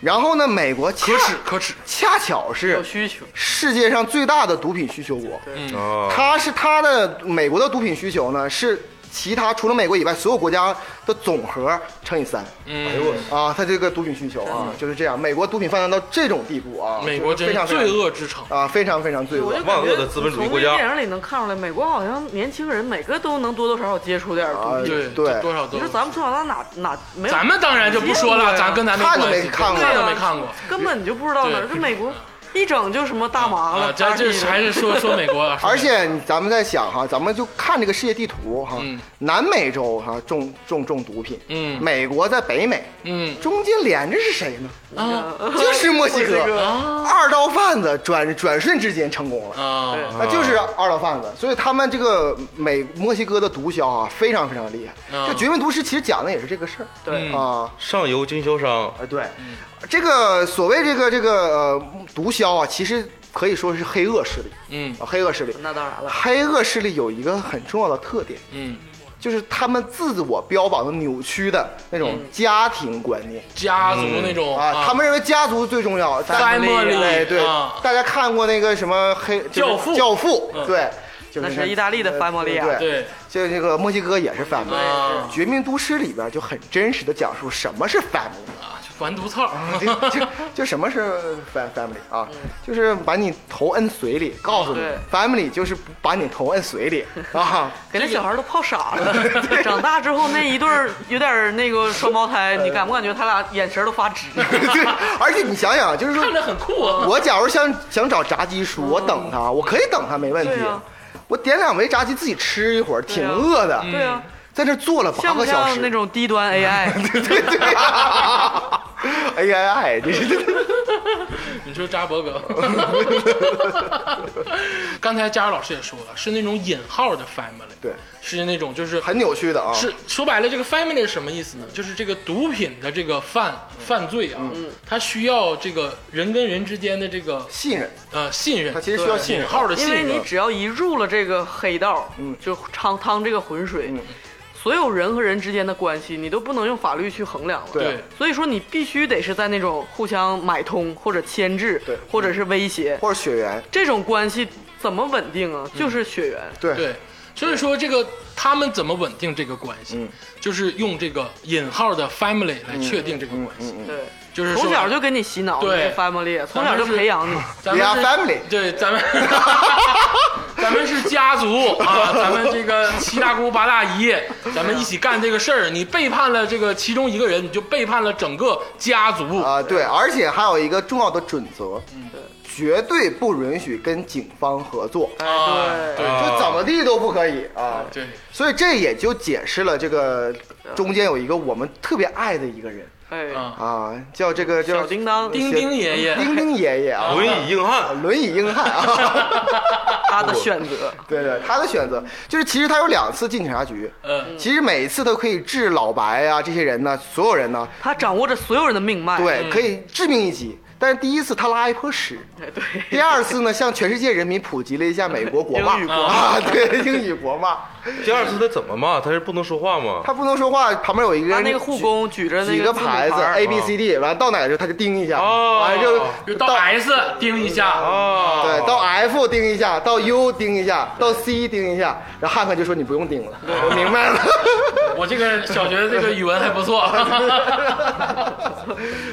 Speaker 4: 然后呢，美国恰
Speaker 1: 可耻可耻，
Speaker 4: 恰巧是
Speaker 2: 有需求，
Speaker 4: 世界上最大的毒品需求国，
Speaker 3: 啊，
Speaker 4: 它是它的美国的毒品需求呢是。其他除了美国以外，所有国家的总和乘以三
Speaker 1: 嗯
Speaker 3: 哎呦我
Speaker 4: 啊，它这个毒品需求啊就是这样。美国毒品泛滥到这种地步啊，
Speaker 1: 美国
Speaker 4: 就
Speaker 1: 真
Speaker 4: 是
Speaker 1: 是
Speaker 4: 非常非常
Speaker 1: 罪恶之城。
Speaker 4: 啊，非常非常罪
Speaker 2: 我
Speaker 4: 恶
Speaker 2: 就。
Speaker 3: 万
Speaker 2: 感觉
Speaker 3: 恶的资本主义
Speaker 2: 从
Speaker 3: 国
Speaker 2: 这
Speaker 3: 家
Speaker 2: 电影里能看出来，美国好像年轻人每个都能多多少少接触点儿
Speaker 4: 啊
Speaker 2: 毒品。
Speaker 1: 对
Speaker 4: 对
Speaker 1: 这多少都
Speaker 2: 你说咱们从小到哪哪没有？
Speaker 1: 咱们当然就不说了，
Speaker 2: 见过呀
Speaker 1: 咱跟咱没
Speaker 4: 看都
Speaker 1: 关系
Speaker 4: 没看过
Speaker 1: 看
Speaker 2: 对
Speaker 1: 都
Speaker 2: 啊
Speaker 1: 没看过。
Speaker 2: 根本就不知道哪儿。
Speaker 1: 对
Speaker 2: 这美国一整就什么大麻
Speaker 1: 啊
Speaker 2: 了，，
Speaker 1: 咱这
Speaker 2: 啥
Speaker 1: 还是说说美国啊，说
Speaker 4: 而
Speaker 1: 美
Speaker 4: 且你咱们在想哈，咱们就看这个世界地图哈，
Speaker 1: 嗯
Speaker 4: 南美洲哈种种种毒品，
Speaker 1: 嗯
Speaker 4: 美国在北美，
Speaker 1: 嗯
Speaker 4: 中间连着是谁呢？
Speaker 1: 啊
Speaker 4: 就是
Speaker 2: 墨
Speaker 4: 墨西
Speaker 2: 西
Speaker 4: 哥
Speaker 2: 哥，
Speaker 4: 二道贩子转转瞬之间成功了。
Speaker 1: 啊，
Speaker 2: 对
Speaker 4: 那就是二道贩子，所以他们这个美墨西哥的毒枭啊，非常非常厉害。
Speaker 1: 啊
Speaker 4: 这《绝命毒师》其实讲的也是这个事儿
Speaker 2: 对
Speaker 1: 嗯
Speaker 4: 啊。
Speaker 3: 上游经销商，
Speaker 4: 啊，对，这个所谓这个这个呃毒枭啊，其实可以说是黑恶势力，
Speaker 1: 嗯
Speaker 4: 啊黑恶势力。
Speaker 2: 那当然了，
Speaker 4: 黑恶势力有一个很重要的特点，
Speaker 1: 嗯，
Speaker 4: 就是他们自我标榜的扭曲的那种
Speaker 1: 嗯
Speaker 4: 家庭观念、
Speaker 1: 家族那种
Speaker 4: 啊，他们认为家族最重要。大家
Speaker 1: 哦 family
Speaker 4: 对对，
Speaker 1: 啊
Speaker 4: 大家看过那个什么黑就是
Speaker 1: 教父
Speaker 4: 教父、
Speaker 1: 嗯
Speaker 4: 对，就是
Speaker 2: 那
Speaker 4: 个
Speaker 2: 是意大利的 family 啊
Speaker 4: 对，
Speaker 1: 对
Speaker 4: 就这个墨西哥也是 family，、
Speaker 1: 啊
Speaker 4: 绝命都市》里边就很真实的讲述什么是 family。
Speaker 1: 啊，就完犊子操，
Speaker 4: 就就就什么是 fam family 啊？
Speaker 1: 嗯
Speaker 4: 就是把你头摁水里，告诉你
Speaker 2: 对
Speaker 4: family 就是把你头摁水里啊。
Speaker 2: 给那小孩都泡傻了。长大之后那一对儿有点儿那个双胞胎，你感不感觉他俩眼神都发直？
Speaker 4: 对， 而且你想想，就是说
Speaker 1: 看着很酷啊，
Speaker 4: 我假如想想找炸鸡叔，我等他，我可以等他没问题
Speaker 2: 嗯对啊。
Speaker 4: 我点两枚炸鸡自己吃一会儿，挺
Speaker 2: 啊
Speaker 4: 饿的，
Speaker 1: 嗯
Speaker 2: 对啊，
Speaker 4: 在那坐了八
Speaker 2: 像不
Speaker 4: 个小
Speaker 2: 像
Speaker 4: 时。
Speaker 2: 那种低 端 AI？
Speaker 4: 对 对呀， 哎呀 哎，这是
Speaker 1: 你说扎伯格， 刚才佳老师也说了，是那种引号的 family，
Speaker 4: 对，
Speaker 1: 是那种就是
Speaker 4: 很扭曲的啊。
Speaker 1: 是说白了，这个 family 是什么意思呢？就是这个毒品的这个犯
Speaker 4: 嗯
Speaker 1: 犯罪啊，它需要这个人跟人之间的这个
Speaker 4: 信任，
Speaker 1: 呃信任，
Speaker 4: 它其实需要
Speaker 1: 对
Speaker 4: 信任
Speaker 1: 引号的信
Speaker 2: 因为
Speaker 1: 任，
Speaker 2: 你只要一入了这个黑道，
Speaker 1: 嗯
Speaker 2: 就趟趟这个浑水，所有人和人之间的关系，你都不能用法律去衡量了。
Speaker 1: 对
Speaker 2: 所以说你必须得是在那种互相买通或者牵制，
Speaker 4: 对
Speaker 2: 或者是威胁，
Speaker 4: 或者血缘，
Speaker 2: 这种关系怎么稳定
Speaker 4: 嗯
Speaker 2: 啊？就是血缘。
Speaker 4: 对
Speaker 1: 对，所以说这个他们怎么稳定这个关系，
Speaker 4: 嗯
Speaker 1: 就是用这个引号的 family 来确定这个关系，
Speaker 4: 嗯
Speaker 2: 对，
Speaker 1: 就是说
Speaker 2: 从小就给你洗脑，
Speaker 1: 对
Speaker 2: 你是 family，从
Speaker 1: 咱们
Speaker 2: 小
Speaker 4: 啊
Speaker 2: 就是培养你。
Speaker 1: 咱们
Speaker 4: We are
Speaker 1: 是
Speaker 4: family
Speaker 1: 对咱们咱咱们是家族 啊，咱们这个七大姑八大姨，咱们一起干这个事儿。你背叛了这个其中一个人，你就背叛了整个家族。
Speaker 4: 啊，对，而且还有一个重要的准则，
Speaker 2: 嗯
Speaker 4: 绝对不允许跟警方合作，
Speaker 1: 啊
Speaker 2: 对
Speaker 1: 对
Speaker 4: 就怎么地都不可以啊。
Speaker 1: 对，
Speaker 4: 所以这也就解释了这个中间有一个我们特别爱的一个人
Speaker 2: 哎，
Speaker 1: 啊，
Speaker 4: 啊，叫这个叫
Speaker 2: 小叮当，
Speaker 1: 丁丁爷爷，
Speaker 4: 丁丁爷 爷
Speaker 2: 哦
Speaker 4: 啊，
Speaker 3: 轮椅硬汉，
Speaker 4: 轮椅硬汉啊，
Speaker 2: 他的选择，
Speaker 4: 对对，他的选择就是其实他有两次进警察局。
Speaker 1: 嗯，
Speaker 4: 其实每一次都可以治老白啊这些人呢，所有人呢，
Speaker 2: 他掌握着所有人的命脉。
Speaker 4: 对，可以致命一击。但是第一次他拉一泼屎，
Speaker 2: 哎，对，
Speaker 4: 第二次呢，向全世界人民普及了一下美国国骂
Speaker 2: 英语国骂
Speaker 4: 啊，对，英语国骂。
Speaker 3: 第二次他怎么骂？他是不能说话吗？
Speaker 4: 他不能说话，旁边有一个
Speaker 2: 他
Speaker 4: 人，
Speaker 2: 那个护工举着那
Speaker 4: 举个
Speaker 2: 字母
Speaker 4: 牌子哎
Speaker 2: 儿
Speaker 4: A B C D，完了到哪儿就他就叮一下，
Speaker 3: 哦
Speaker 4: 完了
Speaker 1: 就
Speaker 4: 就
Speaker 1: 到 S 盯一
Speaker 4: 哦
Speaker 1: 下，
Speaker 3: 啊，
Speaker 4: 对，到 F 叮一下，到 U 叮一下，到 C 叮一下，然后汉克就说你不用叮了， 我明白了。
Speaker 1: 我这个小学的这个语文还不 错。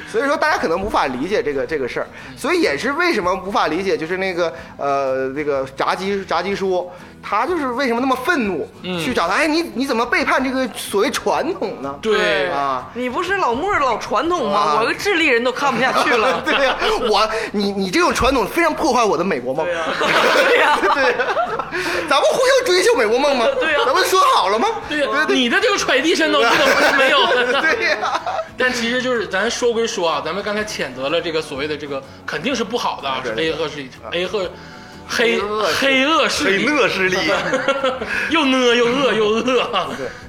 Speaker 4: 所以说大家可能无法理解这个这个事儿，所以也是为什么无法理解，就是那个呃那个炸鸡炸鸡叔，他就是为什么那么愤怒，去找他，哎你你怎么背叛这个所谓传统呢？
Speaker 1: 对，
Speaker 4: 啊，
Speaker 2: 你不是老墨儿老传统吗？
Speaker 4: 啊
Speaker 2: 我个智利人都看不下去了。
Speaker 4: 对呀、我你你这种传统非常破坏我的美国梦。对 呀、
Speaker 2: 对呀
Speaker 4: 咱们互相追求美国梦吗？
Speaker 2: 对呀
Speaker 4: 咱们说好了吗？
Speaker 1: 对呀，你的这个揣地渗透这个不是没 有的。
Speaker 4: 对呀、
Speaker 1: 但其实就是咱说归说啊，咱们刚才谴责了这个所谓的这个肯定是不好的啊，是 A 和势力，A 和黑黑恶势
Speaker 3: 黑
Speaker 1: 力，
Speaker 3: 乐势力，
Speaker 1: 又呢又饿又饿。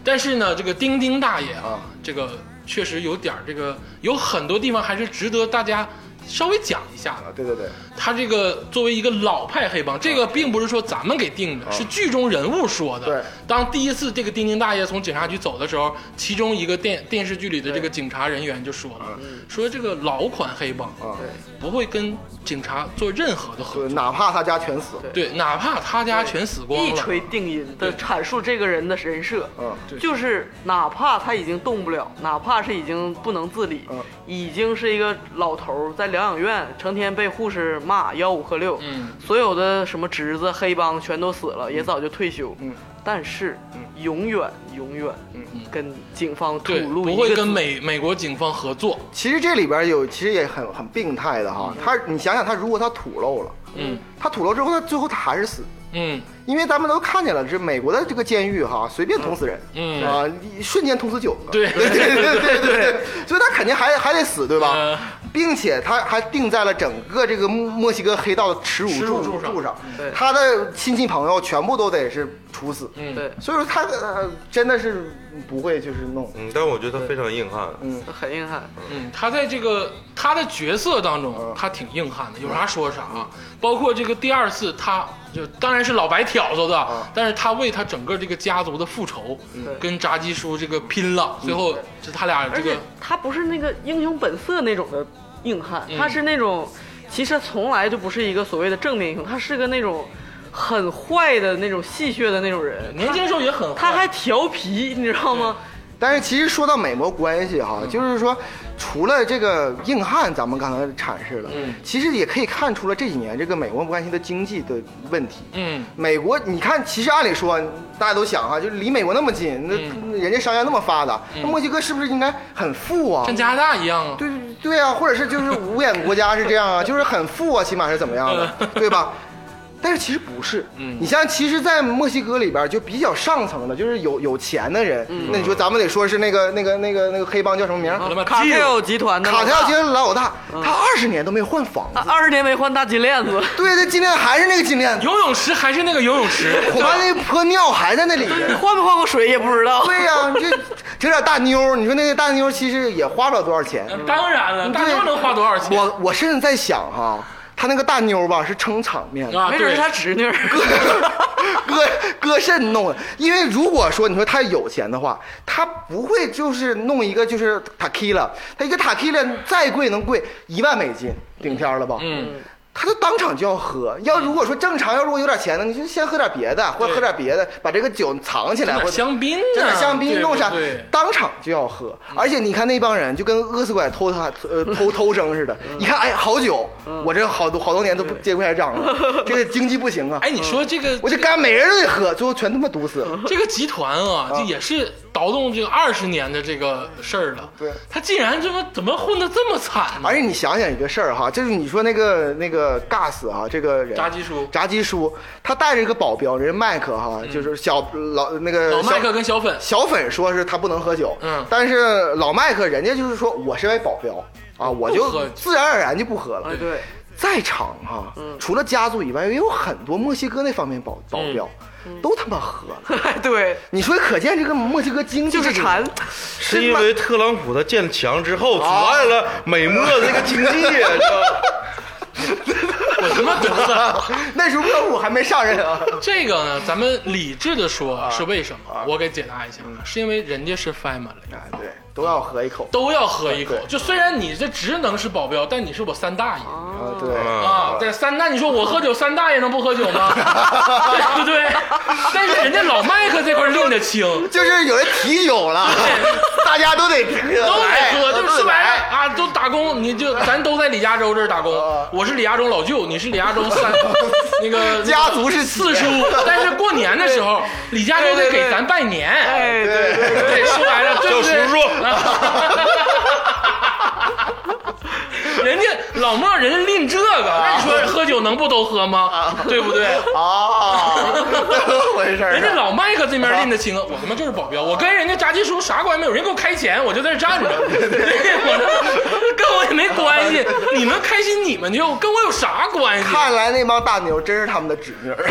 Speaker 1: 但是呢，这个丁丁大爷啊，这个确实有点儿这个，有很多地方还是值得大家稍微讲一下的。
Speaker 4: 啊对对对，
Speaker 1: 他这个作为一个老派黑帮，这个并不是说咱们给定
Speaker 2: 嗯
Speaker 1: 的，是剧中人物说的。
Speaker 4: 对，
Speaker 1: 当第一次这个丁丁大爷从警察局走的时候，其中一个电电视剧里的这个警察人员就说了，
Speaker 2: 嗯
Speaker 1: 说这个老款黑帮
Speaker 4: 啊，
Speaker 1: 不会跟警察做任何的合
Speaker 4: 对
Speaker 1: 作，
Speaker 4: 哪怕他家全死，
Speaker 1: 对，哪怕他家全死光
Speaker 2: 一
Speaker 1: 了，
Speaker 2: 锤定音的阐述这个人的人设，
Speaker 4: 嗯
Speaker 1: 对
Speaker 2: 就是哪怕他已经动不了，哪怕是已经不能自理，
Speaker 4: 嗯
Speaker 2: 已经是一个老头儿，在疗养院成天被护士骂吆五喝六，
Speaker 1: 嗯
Speaker 2: 所有的什么侄子、黑帮全都死了，也早就退休，
Speaker 4: 嗯
Speaker 2: 但是、永远永远、跟警方吐
Speaker 1: 嗯对，
Speaker 2: 露
Speaker 1: 不
Speaker 2: 一个
Speaker 1: 会
Speaker 2: 字
Speaker 1: 跟美美国警方合作。
Speaker 4: 其实这里边有，其实也很很病态的哈。他你想想，他如果他吐露了，
Speaker 1: 嗯
Speaker 4: 他吐露之后，他最后他还是死。
Speaker 1: 嗯
Speaker 4: 因为咱们都看见了，这美国的这个监狱哈，随便捅死人，
Speaker 1: 嗯
Speaker 4: 啊，一瞬间捅死九个，
Speaker 1: 对
Speaker 4: 对对对对对，所以他肯定还还得死，对吧？
Speaker 1: 嗯
Speaker 4: 并且他还定在了整个这个墨墨西哥黑道的耻辱
Speaker 1: 耻辱柱
Speaker 4: 柱
Speaker 1: 上
Speaker 4: 上
Speaker 2: 对，
Speaker 4: 他的亲戚朋友全部都得是处死，
Speaker 1: 嗯，
Speaker 2: 对，
Speaker 4: 所以说他呃真的是不会就是弄，
Speaker 3: 嗯，但我觉得他非常硬汉，
Speaker 2: 很硬汉，
Speaker 1: 嗯，他在这个他的角色当
Speaker 4: 嗯
Speaker 1: 中，他挺硬汉的，有啥说啥啊。包括这个第二次，他就当然是老白挑唆
Speaker 4: 嗯
Speaker 1: 的，但是他为他整个这个家族的复仇，跟炸鸡叔这个拼了，
Speaker 4: 嗯
Speaker 1: 最后就他俩
Speaker 2: 而
Speaker 1: 这
Speaker 2: 且
Speaker 1: 个
Speaker 2: 他不是那个英雄本色那种的硬汉，
Speaker 1: 嗯
Speaker 2: 他是那种其实从来就不是一个所谓的正面英雄，他是个那种很坏的那种戏谑的那种人。
Speaker 1: 年轻时候也很
Speaker 2: 他
Speaker 1: 坏
Speaker 2: 还调皮，你知道吗？
Speaker 4: 但是其实说到美国关系哈，
Speaker 1: 嗯
Speaker 4: 就是说，除了这个硬汉，咱们刚才阐释了，
Speaker 1: 嗯
Speaker 4: 其实也可以看出了这几年这个美国关系的经济的问题。
Speaker 1: 嗯
Speaker 4: 美国，你看，其实按理说大家都想啊哈，就是离美国那么近，那、
Speaker 1: 嗯
Speaker 4: 人家商业那么发达，那墨西哥是不是应该很富啊？
Speaker 1: 跟加拿大一样啊。
Speaker 4: 对对啊，或者是就是五眼国家是这样啊，就是很富啊，起码是怎么样的，对吧？但是其实不是，
Speaker 1: 嗯
Speaker 4: 你像其实，在墨西哥里边就比较上层的，就是有有钱的人，
Speaker 1: 嗯
Speaker 4: 那你说咱们得说是那个那个那个那个黑帮叫什么名儿？
Speaker 1: 他妈
Speaker 2: 卡
Speaker 1: 基
Speaker 2: 特
Speaker 1: 友
Speaker 2: 尔集团的
Speaker 4: 卡特
Speaker 2: 老
Speaker 4: 要
Speaker 2: 大
Speaker 4: 接老大，
Speaker 1: 嗯
Speaker 4: 他二十年都没换房子，
Speaker 2: 啊，二十年没换大金链子，
Speaker 4: 对，他今天还是那个金链子，
Speaker 1: 游泳池还是那个游泳池，
Speaker 4: 恐怕那泼尿还在那里 边。
Speaker 2: 换没换过水也不知道。
Speaker 4: 对呀、这整点大妞儿，你说那个大妞儿其实也花不了多少钱。
Speaker 1: 当然嗯了，大家能花多少钱？
Speaker 4: 我我甚至在想哈、他那个大妞儿吧是撑场面的，
Speaker 1: 啊，
Speaker 2: 没准
Speaker 1: 对
Speaker 2: 是他侄女儿。
Speaker 4: 割割肾弄的。因为如果说你说他有钱的话，他不会就是弄一个就是塔 q 了，他一个塔 q 了再贵能贵一万美金顶天儿了吧？
Speaker 1: 嗯。
Speaker 4: 他就当场就要喝。要如果说正常，要如果有点钱呢，你就先喝点别的，或
Speaker 1: 对
Speaker 4: 者喝点别的，把这个酒藏起来，
Speaker 1: 整
Speaker 4: 或
Speaker 1: 点
Speaker 4: 者
Speaker 1: 香槟
Speaker 4: 整
Speaker 1: 呢
Speaker 4: 点香槟
Speaker 1: 对
Speaker 4: 弄
Speaker 1: 不
Speaker 4: 啥
Speaker 1: 对，嗯
Speaker 4: 当场就要喝。而且你看那帮人就跟饿死鬼偷他呃偷偷生似的，
Speaker 1: 嗯
Speaker 4: 一看哎好酒，我这好多好多年都不接不下账了，这个经济不行啊。
Speaker 1: 哎，你说这个
Speaker 4: 我就干每人都得喝，最后全他妈毒死了。
Speaker 1: 这个集团啊，这也是倒动这个二十年的这个事儿了。
Speaker 4: 对
Speaker 1: 他竟然这么怎么混的这么惨呢
Speaker 4: 而？且你想想一个事儿哈，就是你说那个那个 Gas 啊，这个人
Speaker 1: 炸鸡叔
Speaker 4: 炸鸡叔，他带着一个保镖，人家麦克哈，就是小老那个
Speaker 1: 嗯老哦麦
Speaker 4: 呃小
Speaker 1: 克跟小粉，
Speaker 4: 小粉说是他不能喝酒，
Speaker 1: 嗯
Speaker 4: 但是老麦克人家就是说我身为保镖啊，我
Speaker 1: 不
Speaker 4: 就
Speaker 1: 喝
Speaker 4: 自然而然就不喝了
Speaker 2: 哎，。 对，
Speaker 4: 在场哈、
Speaker 1: 嗯
Speaker 4: 除了家族以外，也有很多墨西哥那方面保保镖，
Speaker 1: 嗯
Speaker 4: 都他妈喝了。
Speaker 2: 哎对，
Speaker 4: 你说可见这个墨西哥经济
Speaker 2: 就是
Speaker 4: 这个
Speaker 2: 馋，
Speaker 3: 是因为特朗普他建墙之后阻碍了美墨这个经济，啊知道吧？
Speaker 1: 我他妈觉 得
Speaker 4: 那时候特朗普还没上任 啊。
Speaker 1: 这个呢，咱们理智的说啊是为什么？我给解答一下，啊
Speaker 4: 嗯
Speaker 1: 是因为人家是 family。
Speaker 4: 啊，对，都要喝一口
Speaker 1: 都要喝一口
Speaker 4: 对，
Speaker 1: 就虽然你这职能是保镖，但你是我三大爷
Speaker 4: 啊，对。
Speaker 1: 啊！对三大，你说我喝酒，三大爷能不喝酒 吗？对不对？但是人家老麦克这块拎得清，
Speaker 4: 就是有人提酒了，大家都得哎
Speaker 1: 都得喝，
Speaker 4: 都
Speaker 1: 就
Speaker 4: 得
Speaker 1: 是说白了
Speaker 4: 来
Speaker 1: 啊，都打工，你就咱都在李家洲这儿打工
Speaker 4: 啊。
Speaker 1: 我是李家洲老舅，你是李家洲三那个
Speaker 4: 家族是
Speaker 1: 四
Speaker 4: 姐
Speaker 1: 叔，但是过年的时候，李家洲得给咱拜年。
Speaker 2: 哎对对，
Speaker 1: 对，说白了，对不对？
Speaker 3: 叫叔
Speaker 1: 叔。 人家老莫，人家拎这个，那你说喝酒能不都喝吗？对不对？
Speaker 4: 啊，怎么 回事儿
Speaker 1: 哦
Speaker 4: 啊？
Speaker 1: 人家老麦克这边拎得清，我他妈就是保镖，我跟人家炸鸡叔啥关系没有，人家给我开钱，我就在这站 着，我这跟我也没关系，你们开心你们就跟我有啥关系？
Speaker 4: 看来那帮大牛真是他们的侄女儿，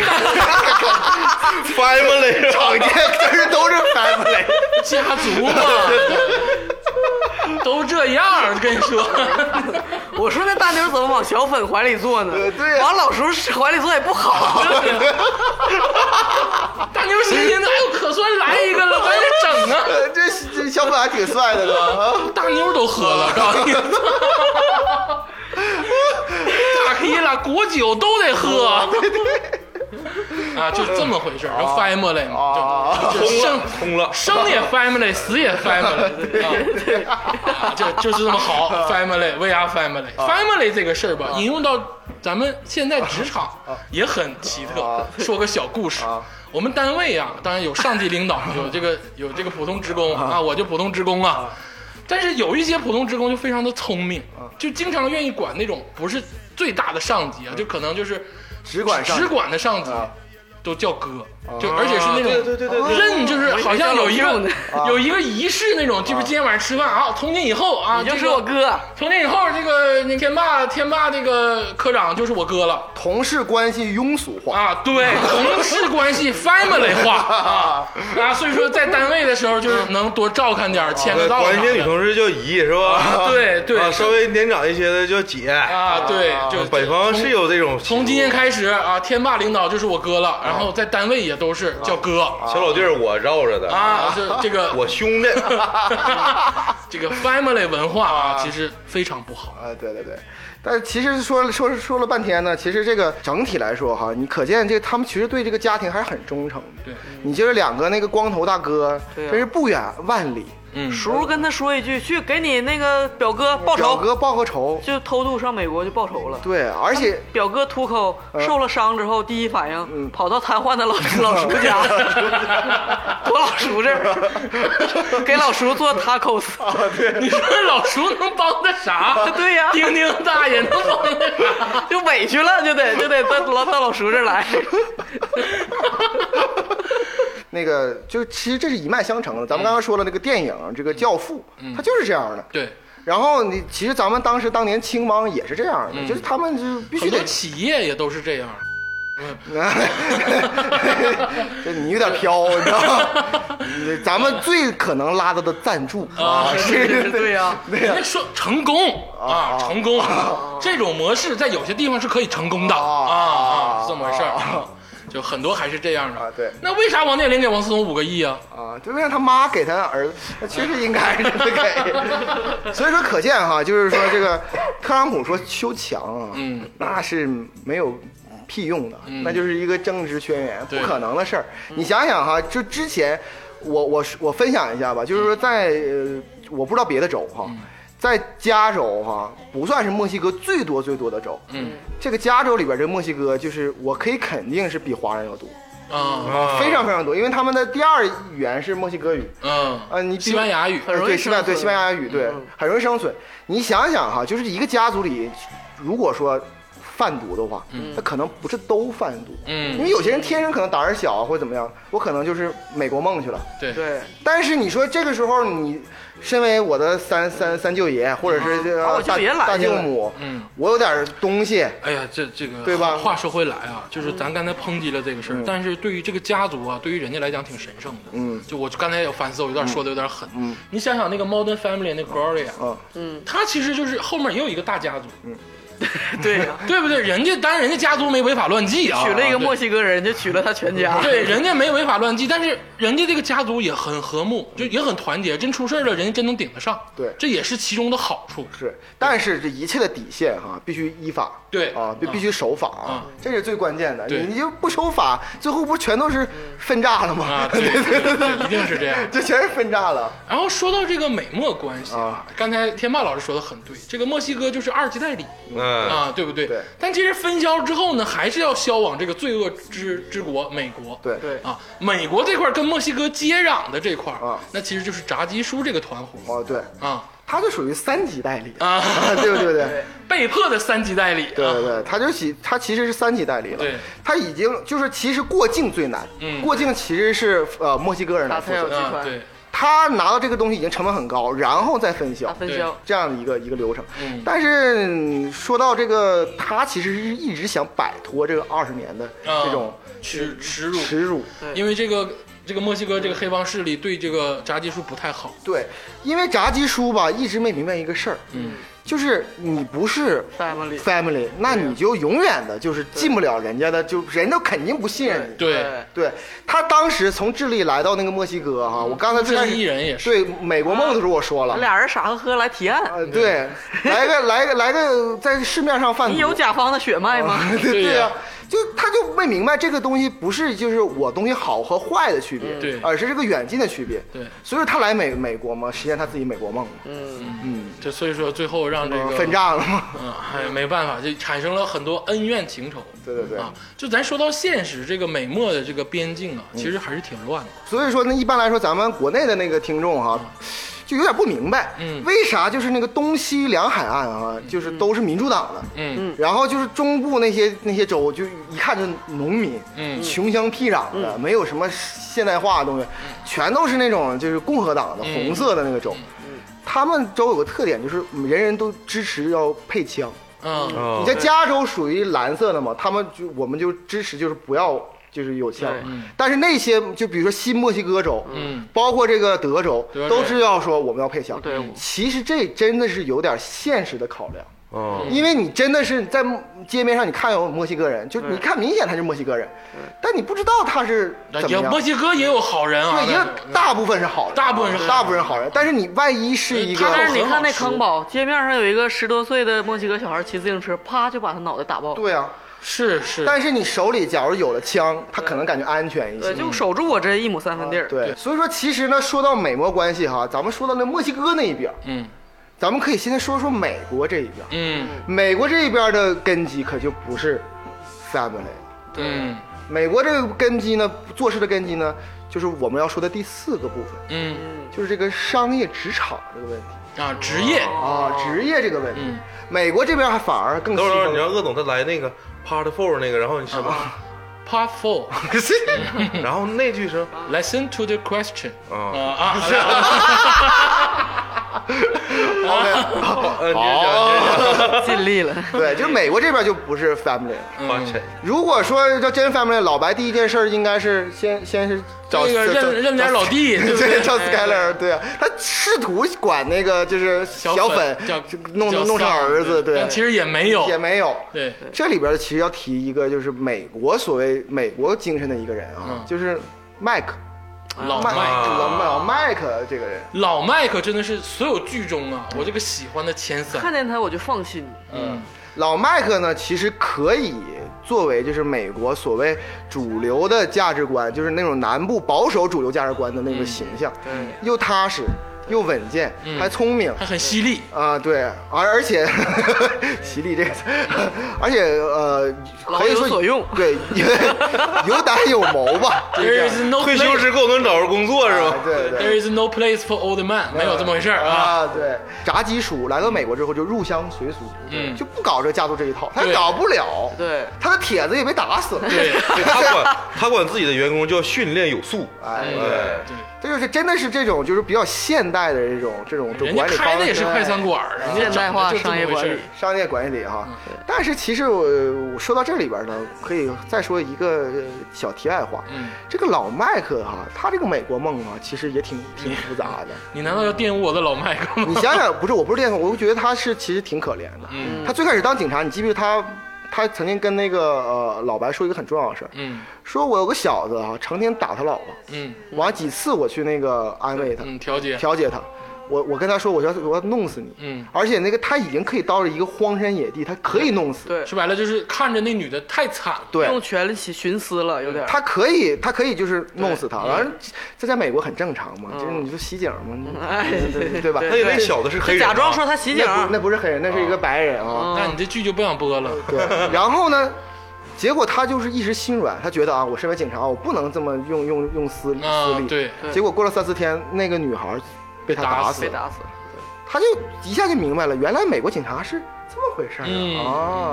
Speaker 3: ，family
Speaker 4: 整天真是都是 family。
Speaker 1: 家族嘛，都这样，跟你 说，
Speaker 2: 我说那大妞怎么往小粉怀里坐呢？
Speaker 4: 呃对呀
Speaker 2: 往老叔是怀里坐也不好。
Speaker 1: 大牛心寻思，哎呦，可算来一个了，咱得整啊。
Speaker 4: 呃这这小粉还挺帅的呢，啊
Speaker 1: 大妞都喝了，告诉你，大黑了，果酒都得喝。啊，就这么回事儿，就 family 嘛，
Speaker 4: 啊，
Speaker 1: 就就生
Speaker 3: 通了，
Speaker 1: 生也 family，死也 family，啊，啊啊就就是这么好，family，we are family，family 这个事儿吧，引用到咱们现在职场也很奇特。说个小故事
Speaker 4: 啊，
Speaker 1: 我们单位啊，当然有上级领导，有这个有这个普通职工啊，我就普通职工啊，但是有一些普通职工就非常的聪明，就经常愿意管那种不是最大的上级啊，就可能就是
Speaker 4: 只管上
Speaker 1: 只管的上级啊
Speaker 4: 啊
Speaker 1: 都叫哥，就而且是那种哦
Speaker 3: 对对对对对
Speaker 1: 认就是好像有一
Speaker 2: 我以
Speaker 1: 个
Speaker 2: 为叫
Speaker 4: 舅呢
Speaker 1: 有一个仪式那种，就是今天晚上吃饭啊，从今以后啊，
Speaker 2: 你就
Speaker 1: 这
Speaker 2: 是
Speaker 1: 个
Speaker 2: 我。哥，
Speaker 1: 从今以后，这个那天霸天霸这个科长就是我哥了
Speaker 4: 同事关系庸俗化，
Speaker 1: 啊，对，同事关系 family 化啊啊，所以说在单位的时候就是能多照看点儿，签个到啥
Speaker 3: 呃管一些女
Speaker 1: 的，
Speaker 3: 同事叫姨是吧？
Speaker 1: 对对
Speaker 3: 啊，稍微年长一些的叫姐。
Speaker 1: 啊，对，就
Speaker 3: 北方是有这种
Speaker 1: 从今
Speaker 3: 习
Speaker 1: 天
Speaker 3: 俗
Speaker 1: 开始啊，天霸领导就是我哥了，然后在单位也都是叫哥
Speaker 3: 啊小老弟儿我绕着的，
Speaker 1: 啊，这这个
Speaker 3: 我 兄弟，
Speaker 1: 这个 family 文化啊，其实非常不好。
Speaker 4: 啊，对对对，但是其实说说说了半天呢，其实这个整体来说哈，你可见这他们其实对这个家庭还是很忠诚的。
Speaker 1: 对，
Speaker 4: 你就是两个那个光头大哥，
Speaker 2: 对啊
Speaker 4: 真是不远万里，
Speaker 1: 嗯，
Speaker 2: 叔跟他说一句，去给你那个表哥报
Speaker 4: 表
Speaker 2: 仇，
Speaker 4: 哥报个仇。
Speaker 2: 就偷渡上美国就报仇了。
Speaker 4: 对，而且
Speaker 2: 表哥秃抠受了伤之后，第一反应跑到瘫痪的老 老叔家，躲老叔这儿，给老叔做 tacos。
Speaker 1: 你说老叔能帮他啥？
Speaker 2: 对呀
Speaker 1: 丁丁大爷能帮他啥？
Speaker 2: 就委屈了，就得就得到老到老叔这儿来。
Speaker 4: 那个，就其实这是一脉相承的。咱们刚刚说了那个电影，这个《教父》，它就是这样的。
Speaker 1: 对，
Speaker 4: 然后你其实咱们当时当年青帮也是这样的，就是他们就必须
Speaker 1: 很多
Speaker 4: 得，
Speaker 1: 企业也都是这样。
Speaker 4: 这你有点飘，你知道吗？咱们最可能拉到的赞助啊，是，
Speaker 2: 对呀、
Speaker 1: 人家说成功啊，成功，这种模式在有些地方是可以成功的
Speaker 4: 啊
Speaker 1: 啊啊，是这么回事儿
Speaker 4: 啊。
Speaker 1: 就很多还是这样的
Speaker 4: 啊对
Speaker 1: 那为啥王健林给王思聪五个亿啊？
Speaker 4: 啊，就为了他妈给他儿子，那确实应该是 给。所以说，可见哈，就是说这个特朗普说修墙啊，
Speaker 1: 嗯，
Speaker 4: 那是没有屁用的，那就是一个政治宣言，不
Speaker 1: 对嗯
Speaker 4: 可能的事儿。你想想哈，就之前我我我分享一下吧，就是说
Speaker 1: 嗯
Speaker 4: 在、呃我不知道别的州哈。在加州哈、不算是墨西哥最多最多的州。
Speaker 1: 嗯，
Speaker 4: 这个加州里边这墨西哥，就是我可以肯定是比华人要多，
Speaker 1: 啊，
Speaker 3: 啊
Speaker 4: 非常非常多，因为他们的第二语言是墨西哥语。
Speaker 1: 嗯
Speaker 4: 啊，你比
Speaker 1: 西班牙语
Speaker 4: 呃
Speaker 2: 容易
Speaker 4: 对西班牙
Speaker 2: 生存
Speaker 4: 对
Speaker 2: 嗯
Speaker 4: 西班牙语对、很容易生存。你想想哈，就是一个家族里，如果说贩毒的话，
Speaker 2: 嗯
Speaker 4: 那可能不是都贩毒，
Speaker 1: 嗯
Speaker 4: 因为有些人天生可能胆儿小啊或者怎么样，我可能就是美国梦去了。
Speaker 1: 对
Speaker 2: 对，
Speaker 4: 但是你说这个时候你。身为我的三三三舅爷，或者是这个
Speaker 2: 把我
Speaker 4: 大
Speaker 2: 哦舅爷揽
Speaker 4: 大
Speaker 2: 进
Speaker 4: 舅
Speaker 2: 来
Speaker 4: 母，
Speaker 1: 嗯，
Speaker 4: 我有点儿东西，
Speaker 1: 哎呀，这这个
Speaker 4: 对吧
Speaker 1: 话说回来啊，就是咱刚才抨击了这个事儿，但是对于这个家族啊，对于人家来讲挺神圣的。
Speaker 4: 嗯
Speaker 1: 就我刚才有反思，我有点说的有点狠。
Speaker 4: 嗯，
Speaker 1: 你想想那个 Modern Family 那 Gloria，
Speaker 4: 嗯，
Speaker 2: 嗯，
Speaker 1: 他其实就是后面也有一个大家族，
Speaker 2: 对呀，
Speaker 1: 对不对？人家当然人家家族没违法乱纪啊，
Speaker 2: 娶了一个
Speaker 1: 对
Speaker 2: 墨西哥人，就娶了他全家。
Speaker 1: 哦对，人家没违法乱纪，但是人家这个家族也很和睦，就也很团结。真出事儿了，人家真能顶得上。
Speaker 4: 对
Speaker 1: 这也是其中的好处。
Speaker 4: 是，但是这一切的底线哈，必须依法。
Speaker 1: 对
Speaker 4: 啊，必
Speaker 1: 啊
Speaker 4: 必须守法啊
Speaker 1: 啊，
Speaker 4: 这是最关键的。
Speaker 1: 对嗯
Speaker 4: 你你就不守法，最后不全都是分炸了吗
Speaker 1: 啊？对对对对一定是这样
Speaker 4: 这全是分炸了。
Speaker 1: 然后说到这个美墨关系
Speaker 4: 啊
Speaker 1: 啊，刚才天霸老师说的很对，这个墨西哥就是二级代理
Speaker 3: 嗯，
Speaker 1: 啊，对不对？
Speaker 4: 对
Speaker 1: 但其实分销之后呢，还是要销往这个罪恶之之国美国。
Speaker 4: 对
Speaker 2: 对
Speaker 1: 啊，美国这块儿跟墨西哥接壤的这块儿
Speaker 4: 啊
Speaker 1: 那其实就是炸鸡叔这个团伙
Speaker 4: 哦对，
Speaker 1: 啊
Speaker 4: 他就属于三级代理，
Speaker 1: 啊，
Speaker 4: 对不对？对对
Speaker 2: 对
Speaker 1: 被迫的三级代理。
Speaker 4: 对
Speaker 1: 啊
Speaker 4: 对，对他就其他其实是三级代理了
Speaker 1: 对，
Speaker 4: 他已经就是其实过境最难，
Speaker 1: 嗯
Speaker 4: 过境其实是呃墨西哥人来
Speaker 2: 打
Speaker 4: 负
Speaker 2: 菜有
Speaker 4: 责
Speaker 2: 集，
Speaker 1: 啊
Speaker 2: 团，
Speaker 1: 对，
Speaker 4: 他拿到这个东西已经成本很高，然后再分销
Speaker 2: 打，分销。
Speaker 4: 这样的一个一个流程。
Speaker 1: 嗯
Speaker 4: 但是嗯说到这个，他其实是一直想摆脱这个二十年的
Speaker 1: 啊
Speaker 4: 这种
Speaker 1: 耻耻辱
Speaker 4: 耻辱。
Speaker 2: 对
Speaker 1: 因为这个这个墨西哥这个黑帮势力对这个炸鸡叔不太好，
Speaker 4: 对，因为炸鸡叔吧，一直没明白一个事儿，
Speaker 1: 嗯，
Speaker 4: 就是你不是
Speaker 2: Family
Speaker 4: family，那你就永远的就是进不了人家的，就人都肯定不信任你。
Speaker 1: 对
Speaker 4: 对他当时从智利来到那个墨西哥
Speaker 1: 嗯
Speaker 4: 哈，我刚才最开
Speaker 1: 这
Speaker 4: 始
Speaker 1: 艺人也是，啊
Speaker 4: 对美国梦的时候我说了，
Speaker 2: 俩人傻呵呵来提案，
Speaker 4: 呃
Speaker 1: 嗯
Speaker 4: 对，来个来个来个在市面上贩毒，
Speaker 2: 你有甲方的血脉吗？
Speaker 4: 对
Speaker 1: 对
Speaker 4: 呀、
Speaker 1: 呀
Speaker 4: 就他就没明白这个东西不是就是我东西好和坏的区别，
Speaker 1: 对
Speaker 4: 而是这个远近的区别。
Speaker 1: 对
Speaker 4: 所以他来美美国嘛，实现他自己美国梦嘛，
Speaker 2: 嗯，
Speaker 1: 这所以说最后让这个
Speaker 4: 分，账了 嘛。
Speaker 1: 嗯，哎，没办法，就产生了很多恩怨情仇。
Speaker 4: 对对对
Speaker 1: 啊，就咱说到现实，这个美墨的这个边境啊，其实
Speaker 4: 嗯
Speaker 1: 还是挺乱的。
Speaker 4: 所以说呢，一般来说咱们国内的那个听众哈、就有点不明白，
Speaker 1: 嗯
Speaker 4: 为啥就是那个东西两海岸啊，就是都是民主党的，
Speaker 1: 嗯
Speaker 4: 然后就是中部那些那些州，就一看就是农民，
Speaker 1: 嗯
Speaker 4: 穷乡僻壤的，没有什么现代化的东西，全都是那种就是共和党的、
Speaker 1: 嗯
Speaker 4: 红色的那个州。他们州有个特点，就是人人都支持要配枪。
Speaker 1: 嗯
Speaker 3: 哦
Speaker 4: 你在加州属于蓝色的嘛，他们就我们就支持就是不要就是有枪
Speaker 2: 对
Speaker 1: 嗯。
Speaker 4: 但是那些就比如说新墨西哥州，
Speaker 1: 嗯，
Speaker 4: 包括这个德州，
Speaker 1: 德州
Speaker 4: 都是要说我们要配枪。
Speaker 2: 对我
Speaker 4: 其实这真的是有点现实的考量。
Speaker 3: 哦，
Speaker 4: 因为你真的是在街面上，你看有墨西哥人，就你看明显他是墨西哥人，但你不知道他是
Speaker 1: 那
Speaker 4: 怎么
Speaker 1: 也
Speaker 4: 样
Speaker 1: 墨。西哥也有好人啊，
Speaker 4: 对，因为大部分是好人，
Speaker 1: 大部分是好人
Speaker 4: 大部分是好人，但是你万一是一个
Speaker 1: 他
Speaker 2: 但是
Speaker 1: 很
Speaker 2: 你
Speaker 1: 好
Speaker 2: 看那
Speaker 1: 吃
Speaker 2: 康宝街面上有一个十多岁的墨西哥小孩骑自行车，啪就把他脑袋打爆。
Speaker 4: 对啊，
Speaker 1: 是是，
Speaker 4: 但是你手里假如有了枪，他可能感觉安全一
Speaker 2: 对，
Speaker 4: 些。
Speaker 2: 就守住我这一亩三分地儿。
Speaker 4: 对，所以说其实呢，说到美墨关系哈，咱们说到那墨西哥那一边，
Speaker 1: 嗯
Speaker 4: 咱们可以现在说说美国这一边。
Speaker 1: 嗯
Speaker 4: 美国这一边的根基可就不是 family 了。
Speaker 1: 嗯
Speaker 4: 美国这个根基呢，做事的根基呢，就是我们要说的第四个部分，
Speaker 1: 嗯
Speaker 4: 就是这个商业职场这个问题
Speaker 1: 啊，职业
Speaker 4: 啊，职业这个问题。
Speaker 1: 嗯
Speaker 4: 美国这边还反而更
Speaker 3: 等会儿你让鄂总他来那个 part four 那个，然后你什
Speaker 1: 啊
Speaker 3: 么，
Speaker 1: Part Four。
Speaker 3: 然后那句是
Speaker 4: 哦
Speaker 1: 啊 Listen to the question
Speaker 3: 啊
Speaker 1: 啊啊！
Speaker 4: OK，
Speaker 3: 好，
Speaker 1: 啊
Speaker 3: 嗯，
Speaker 1: 哦
Speaker 4: 哦
Speaker 3: 好，
Speaker 2: 尽力了。
Speaker 4: 啊 对，就是美国这边就不是 family 了。
Speaker 1: 嗯
Speaker 3: 花钱
Speaker 4: 如果说要真 family，老白第一件事儿应该是先先是找
Speaker 1: 那个
Speaker 4: 找
Speaker 1: 认认点老弟，对哎不
Speaker 4: 对，
Speaker 1: 对？
Speaker 4: 叫 Skyler，对啊，他试图管那个就是小粉
Speaker 1: 叫
Speaker 4: 弄
Speaker 1: 叫
Speaker 4: 弄成
Speaker 1: 丧
Speaker 4: 儿子，对
Speaker 1: 但，其实也没有，
Speaker 4: 也没有。
Speaker 1: 对，
Speaker 4: 这里边其实要提一个，就是美国所谓美国精神的一个人啊
Speaker 1: 嗯，
Speaker 4: 就是麦克，
Speaker 1: 老
Speaker 4: 麦
Speaker 1: 麦
Speaker 3: 啊
Speaker 4: 老老麦克这个人，
Speaker 1: 老麦克真的是所有剧中啊，我这个喜欢的前
Speaker 2: 看
Speaker 1: 三，
Speaker 2: 见他我就放心。
Speaker 1: 嗯，
Speaker 4: 老麦克呢，其实可以作为就是美国所谓主流的价值观，就是那种南部保守主流价值观的那
Speaker 2: 嗯
Speaker 4: 个形象，又踏实又稳健，还聪 明。
Speaker 1: 还很犀利，
Speaker 4: 啊、对，而而且， 犀利这个词，而且呃，
Speaker 2: 老
Speaker 4: 可以
Speaker 2: 有
Speaker 4: 说
Speaker 2: 所用
Speaker 4: 对，有胆有谋 吧，就是这
Speaker 1: There
Speaker 4: 样
Speaker 1: is no
Speaker 3: 退休
Speaker 1: place,
Speaker 3: 之后能找着工作是
Speaker 4: 啊
Speaker 3: 吧？
Speaker 4: 对对，
Speaker 1: there is no place for old man，没有这么回事儿啊。
Speaker 4: 啊！对，炸鸡叔来到美国之后就入乡随俗，
Speaker 1: 嗯
Speaker 4: 就不搞这家族这一套，他
Speaker 1: 对
Speaker 4: 搞不了，
Speaker 2: 对
Speaker 4: 他的帖子也被打死了，
Speaker 1: 对，
Speaker 3: 对他管他管自己的员工叫训练有素，
Speaker 4: 哎，
Speaker 1: 嗯
Speaker 3: 哎，
Speaker 4: 这就是真的是这种就是比较现代的这种这种这种
Speaker 1: 人家
Speaker 4: 管理方式，
Speaker 1: 开的也是快餐馆儿，人家
Speaker 2: 现代化
Speaker 1: 整的就这么
Speaker 2: 商业
Speaker 1: 回事
Speaker 2: 管
Speaker 1: 儿嗯
Speaker 2: 理，
Speaker 4: 商业管理哈。但是其实我我说到这里边呢，可以再说一个呃小题外话，
Speaker 1: 嗯，
Speaker 4: 这个老麦克哈，他这个美国梦啊，其实也挺挺复杂的。
Speaker 1: 你难道要玷污我的老麦克
Speaker 4: 你
Speaker 1: 吗？
Speaker 4: 想想，不是我不是电我我觉得他是其实挺可怜的。
Speaker 1: 嗯
Speaker 4: 他最开始当警察，你记不记得他？他曾经跟那个呃老白说一个很重要的事儿，
Speaker 1: 嗯
Speaker 4: 说我有个小子啊，成天打他老婆，
Speaker 1: 嗯
Speaker 4: 完几次我去那个安慰他、
Speaker 1: 嗯，调节，
Speaker 4: 调解他，我我跟他说我要我要弄死你，
Speaker 1: 嗯，
Speaker 4: 而且那个他已经可以到了一个荒山野地，他可以弄死，
Speaker 2: 对，
Speaker 1: 说白了就是看着那女的太惨了，
Speaker 4: 对，
Speaker 2: 用权力去徇私了，有点儿。
Speaker 4: 他可以，他可以就是弄死他，
Speaker 1: 对
Speaker 4: 完了，这在美国很正常嘛，就是你说袭警嘛，
Speaker 2: 哎
Speaker 4: 对对对对吧？
Speaker 2: 对
Speaker 3: 那
Speaker 4: 那
Speaker 3: 那小子是黑
Speaker 2: 就
Speaker 3: 人啊，
Speaker 2: 假装说他袭警，
Speaker 4: 那不那不是黑人，那是一个白人啊。
Speaker 1: 但你这剧就不想播了，
Speaker 4: 对，然后呢，结果他就是一时心软，他觉得啊，我身为警察，我不能这么用用用私私
Speaker 1: 啊
Speaker 4: 利。，
Speaker 1: 对，
Speaker 2: 对
Speaker 4: 结果过了三四天，那个女孩被他打死
Speaker 2: 被
Speaker 4: 了，
Speaker 2: 打死了。
Speaker 4: 他就一下就明白了，原来美国警察是这么回事
Speaker 1: 嗯
Speaker 4: 儿啊，